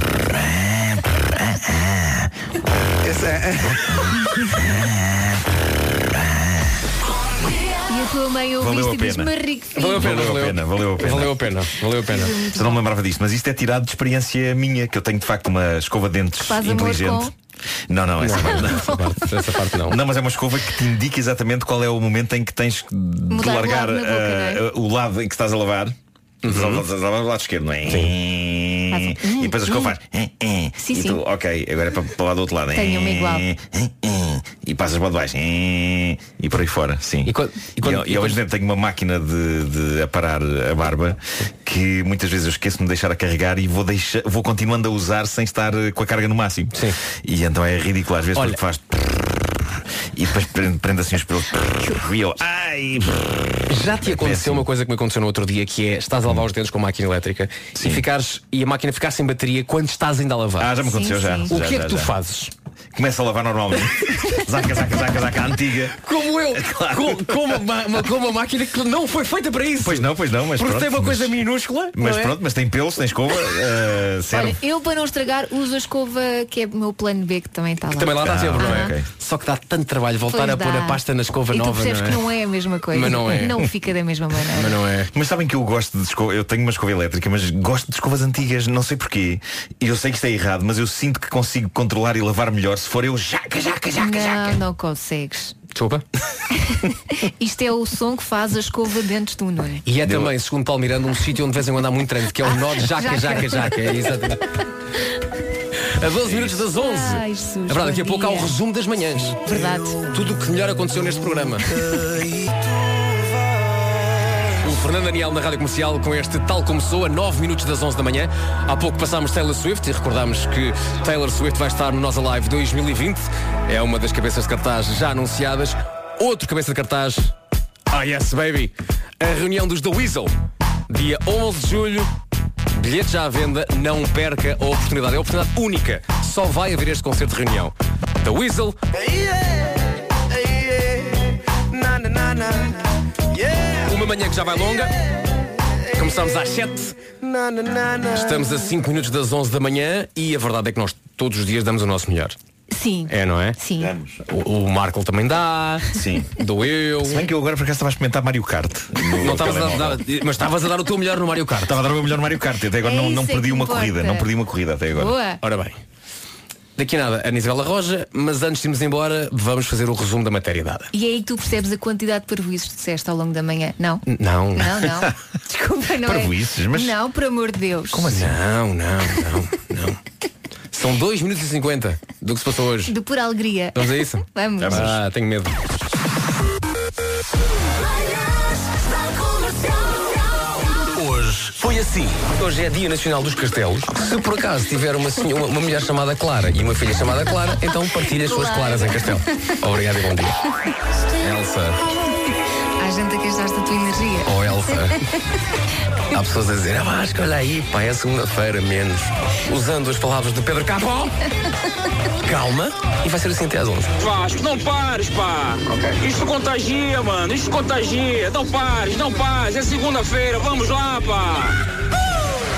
E a tua mãe ouve Valeu isto a e diz pena. rico filho. Valeu a pena, valeu a pena. Valeu a pena, valeu a pena. Eu não me lembrava disto, mas isto é tirado de experiência minha, que eu tenho de facto uma escova de dentes Que faz amor inteligente. com- Não, não, essa Não, parte não. essa parte, não. mas é uma escova que te indica exatamente qual é o momento em que tens de Mudar o largar lado na boca, ah, não é? o lado em que estás a lavar. Estás Uhum. a lavar o lado esquerdo, não é? Hum. E depois a Hum. escova faz. Uhum. Sim, e tu, sim. ok, agora é para, para lá do outro lado. Tenho uma igual. E passas para baixo. E por aí fora, sim. E, quando- eu- e eu quando- hoje dentro tenho uma máquina de, de aparar a barba que muitas vezes eu esqueço-me de deixar a carregar e vou, deixa, vou continuando a usar sem estar eh, com a carga no máximo. Sim. E então é ridículo às vezes porque faz. E depois prende, prende assim os pelos. E eu. Ai! É Já te aconteceu uma coisa que me aconteceu no outro dia que é estás a lavar os dentes com a máquina elétrica e, ficares, e a máquina ficar sem bateria quando estás ainda a lavar. Ah, já me aconteceu já. O que é que tu fazes? Começa a lavar normalmente. zaca, zaca, zaca, zaca, antiga. Como eu, com, com uma, ma- uma- com uma máquina que não foi feita para isso. Pois não, pois não, mas Porque pronto. tem uma mas- coisa minúscula. Mas não é? pronto, mas tem pelos, tem escova, eh, serve. Olha, eu para não estragar uso a escova que é o meu plano B que também está lá. Ah, Também lá está sempre, não é? Aham. Só que dá tanto trabalho voltar Pois a pôr dá. a pasta na escova e nova. tu percebes não é? que não é a mesma coisa. Mas não é. Não fica da mesma maneira. Mas não é. Mas sabem que eu gosto de escova. Eu tenho uma escova elétrica, mas gosto de escovas antigas, não sei porquê. E eu sei que isto é errado, mas eu sinto que consigo controlar e lavar melhor se for eu jaca, jaca, jaca. Não, não consegues. Desculpa. Isto é o som que faz a escova dentro um, do Nuno. E é também, segundo Paulo Miranda, um sítio onde de vez em quando há muito trânsito, que Ah, é o nó de jaca, jaca, jaca. É exatamente. A É 12 minutos das 11. Ai, Jesus, É verdade, daqui a bom pouco há o dia. resumo das manhãs. Verdade. Tudo o que melhor aconteceu neste programa. O Fernando Daniel na Rádio Comercial com este Tal Como Sou a 9 minutos das 11 da manhã. Há pouco passámos Taylor Swift e recordámos que Taylor Swift vai estar no Nós Alive 2020. É uma das cabeças de cartaz já anunciadas. Outro cabeça de cartaz. Ah, yes, baby. A reunião dos The Weasel. Dia 11 de julho. Bilhetes já à venda. Não perca a oportunidade. É uma oportunidade única. Só vai haver este concerto de reunião. The Weasel. Uma manhã que já vai longa. Começámos às 7. Estamos a 5 minutos das 11 da manhã e a verdade é que nós todos os dias damos o nosso melhor. Sim. É, não é? Sim. O, o Marco também dá. Sim. Dou eu. Se bem que eu agora por acaso estava a experimentar Mario Kart. Não estavas a dar, telemóvel. mas estavas a dar o teu melhor no Mario Kart. Estava a dar o meu melhor no Mario Kart. Até agora É não, isso não é que perdi uma importa. corrida. Não perdi uma corrida até agora. Boa. Ora bem. Daqui a nada, Ana Isabela Roja, mas antes de irmos embora, vamos fazer o resumo da matéria dada. E é aí que tu percebes a quantidade de parvoízos que disseste ao longo da manhã. Não. N- Não. Não, não. Desculpa, não é. Parvoíces, mas- Não, por amor de Deus. Como assim? Não, não, não, não. São 2 minutos e 50 do que se passou hoje. De pura alegria. Vamos a isso? Vamos. Ah, tenho medo. Hoje foi assim. Hoje é Dia Nacional dos Castelos. Se por acaso tiver uma, senho- uma, uma mulher chamada Clara e uma filha chamada Clara, então partilhe as suas claras em castelo. Obrigado e bom dia. Elsa. Há gente a queixar-se da tua energia. Oh, Elsa. Há pessoas a dizer, ah, Vasco, olha aí, pá, é segunda-feira menos. Usando as palavras de Pedro Capó. Calma, e vai ser assim até às 11. Vasco, não pares, pá. Isto contagia, mano. Isto contagia. Não pares, não pares. É segunda-feira. Vamos lá, pá.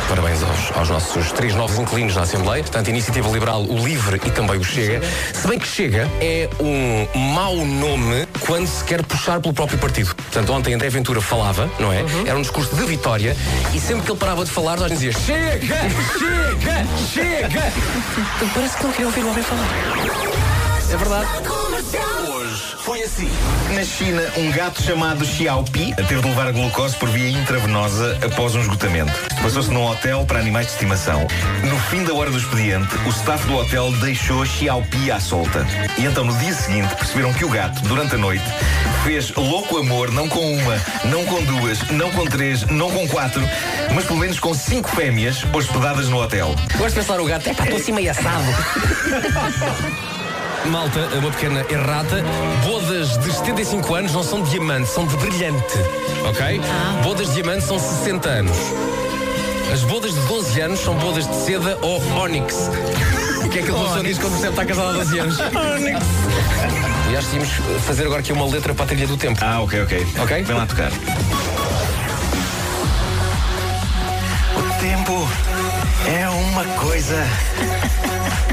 Parabéns aos, aos nossos três novos inquilinos na Assembleia, tanto a Iniciativa Liberal, o Livre e também o Chega. Se bem que Chega é um mau nome quando se quer puxar pelo próprio partido. Portanto, ontem André Ventura falava, não é? Era um discurso de vitória e sempre que ele parava de falar, nós dizia Chega! Chega! Chega! Então, Parece que não queria ouvir o homem falar. É verdade. Hoje foi assim. Na China, um gato chamado Xiaopi a ter de levar glucose por via intravenosa após um esgotamento. Isto Passou-se num hotel para animais de estimação. No fim da hora do expediente, o staff do hotel deixou Xiaopi à solta. E então, no dia seguinte, perceberam que o gato, durante a noite, fez louco amor não com uma, não com duas, não com três, não com quatro, mas pelo menos com cinco fêmeas hospedadas no hotel. Gosto de pensar o gato, é pá, estou assim meio assado. Malta, uma pequena errata. Bodas de 75 anos não são de diamante, são de brilhante. Ok? Bodas de diamante são 60 anos. As bodas de 12 anos são bodas de seda ou ónix. O que é que a pessoa diz quando percebe que está casada há 12 anos? Ónix. E acho que íamos fazer agora aqui uma letra para a trilha do tempo. Ah, ok, ok. Ok? Vem lá tocar. O tempo é uma coisa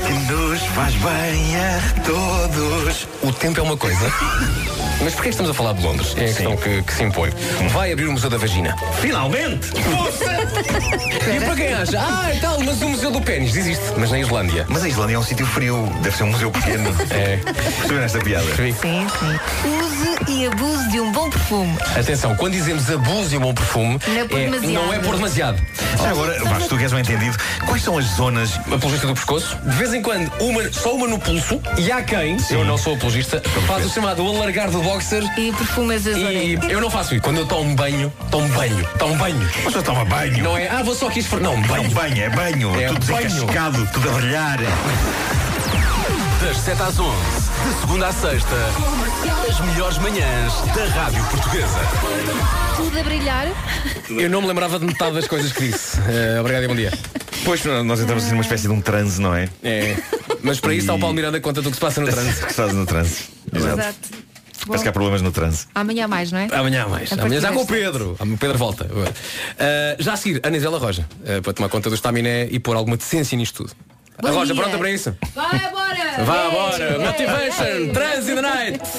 que nos faz bem a todos. O tempo é uma coisa. Mas porquê estamos a falar de Londres? É a questão que, que se impõe. Vai abrir o Museu da Vagina. Finalmente! E para quem acha? Ah, então, mas o Museu do Pênis existe. Mas na Islândia. Mas a Islândia é um sítio frio. Deve ser um museu pequeno. É. Perceberam esta piada? Sim, sim. Use e abuse de um bom perfume. Atenção, quando dizemos abuso e um bom perfume, Não é por demasiado. não é por demasiado. Já agora, Vasco, tu que és um entendido, quais são as zonas. Apologista do pescoço? De vez em quando, uma, só uma no pulso, e há quem, eu não sou apologista, faz o chamado alargar do boxer. E perfumas a zona. E eu não faço isso. Quando eu tomo banho, tomo banho, tomo banho. Mas só toma banho. Não é, ah, vou só aqui esfor... Não, banho. banho, é banho. É tudo banho. desencascado, tudo a brilhar. Das 7 às 11, de segunda à sexta, as melhores manhãs da Rádio Portuguesa. Tudo a brilhar. Eu não me lembrava de metade das coisas que disse. Eh, obrigado e bom dia. Pois, nós entramos assim numa espécie de um transe, não é? É. Mas para isso, ao Paulo Miranda conta do que se passa no trânsito. que se faz no trânsito. Exato. Parece que há problemas no trânsito. Amanhã há mais, não é? Amanhã há mais. A Amanhã já partir com o desta- Pedro. O Pedro volta. Uh, já a seguir, Ana Isela Roja, uh, para tomar conta do estaminé e pôr alguma decência nisto tudo. Bom a Roja, dia. pronta para isso? Vai embora! Vá agora! Motivation! Trans in the night!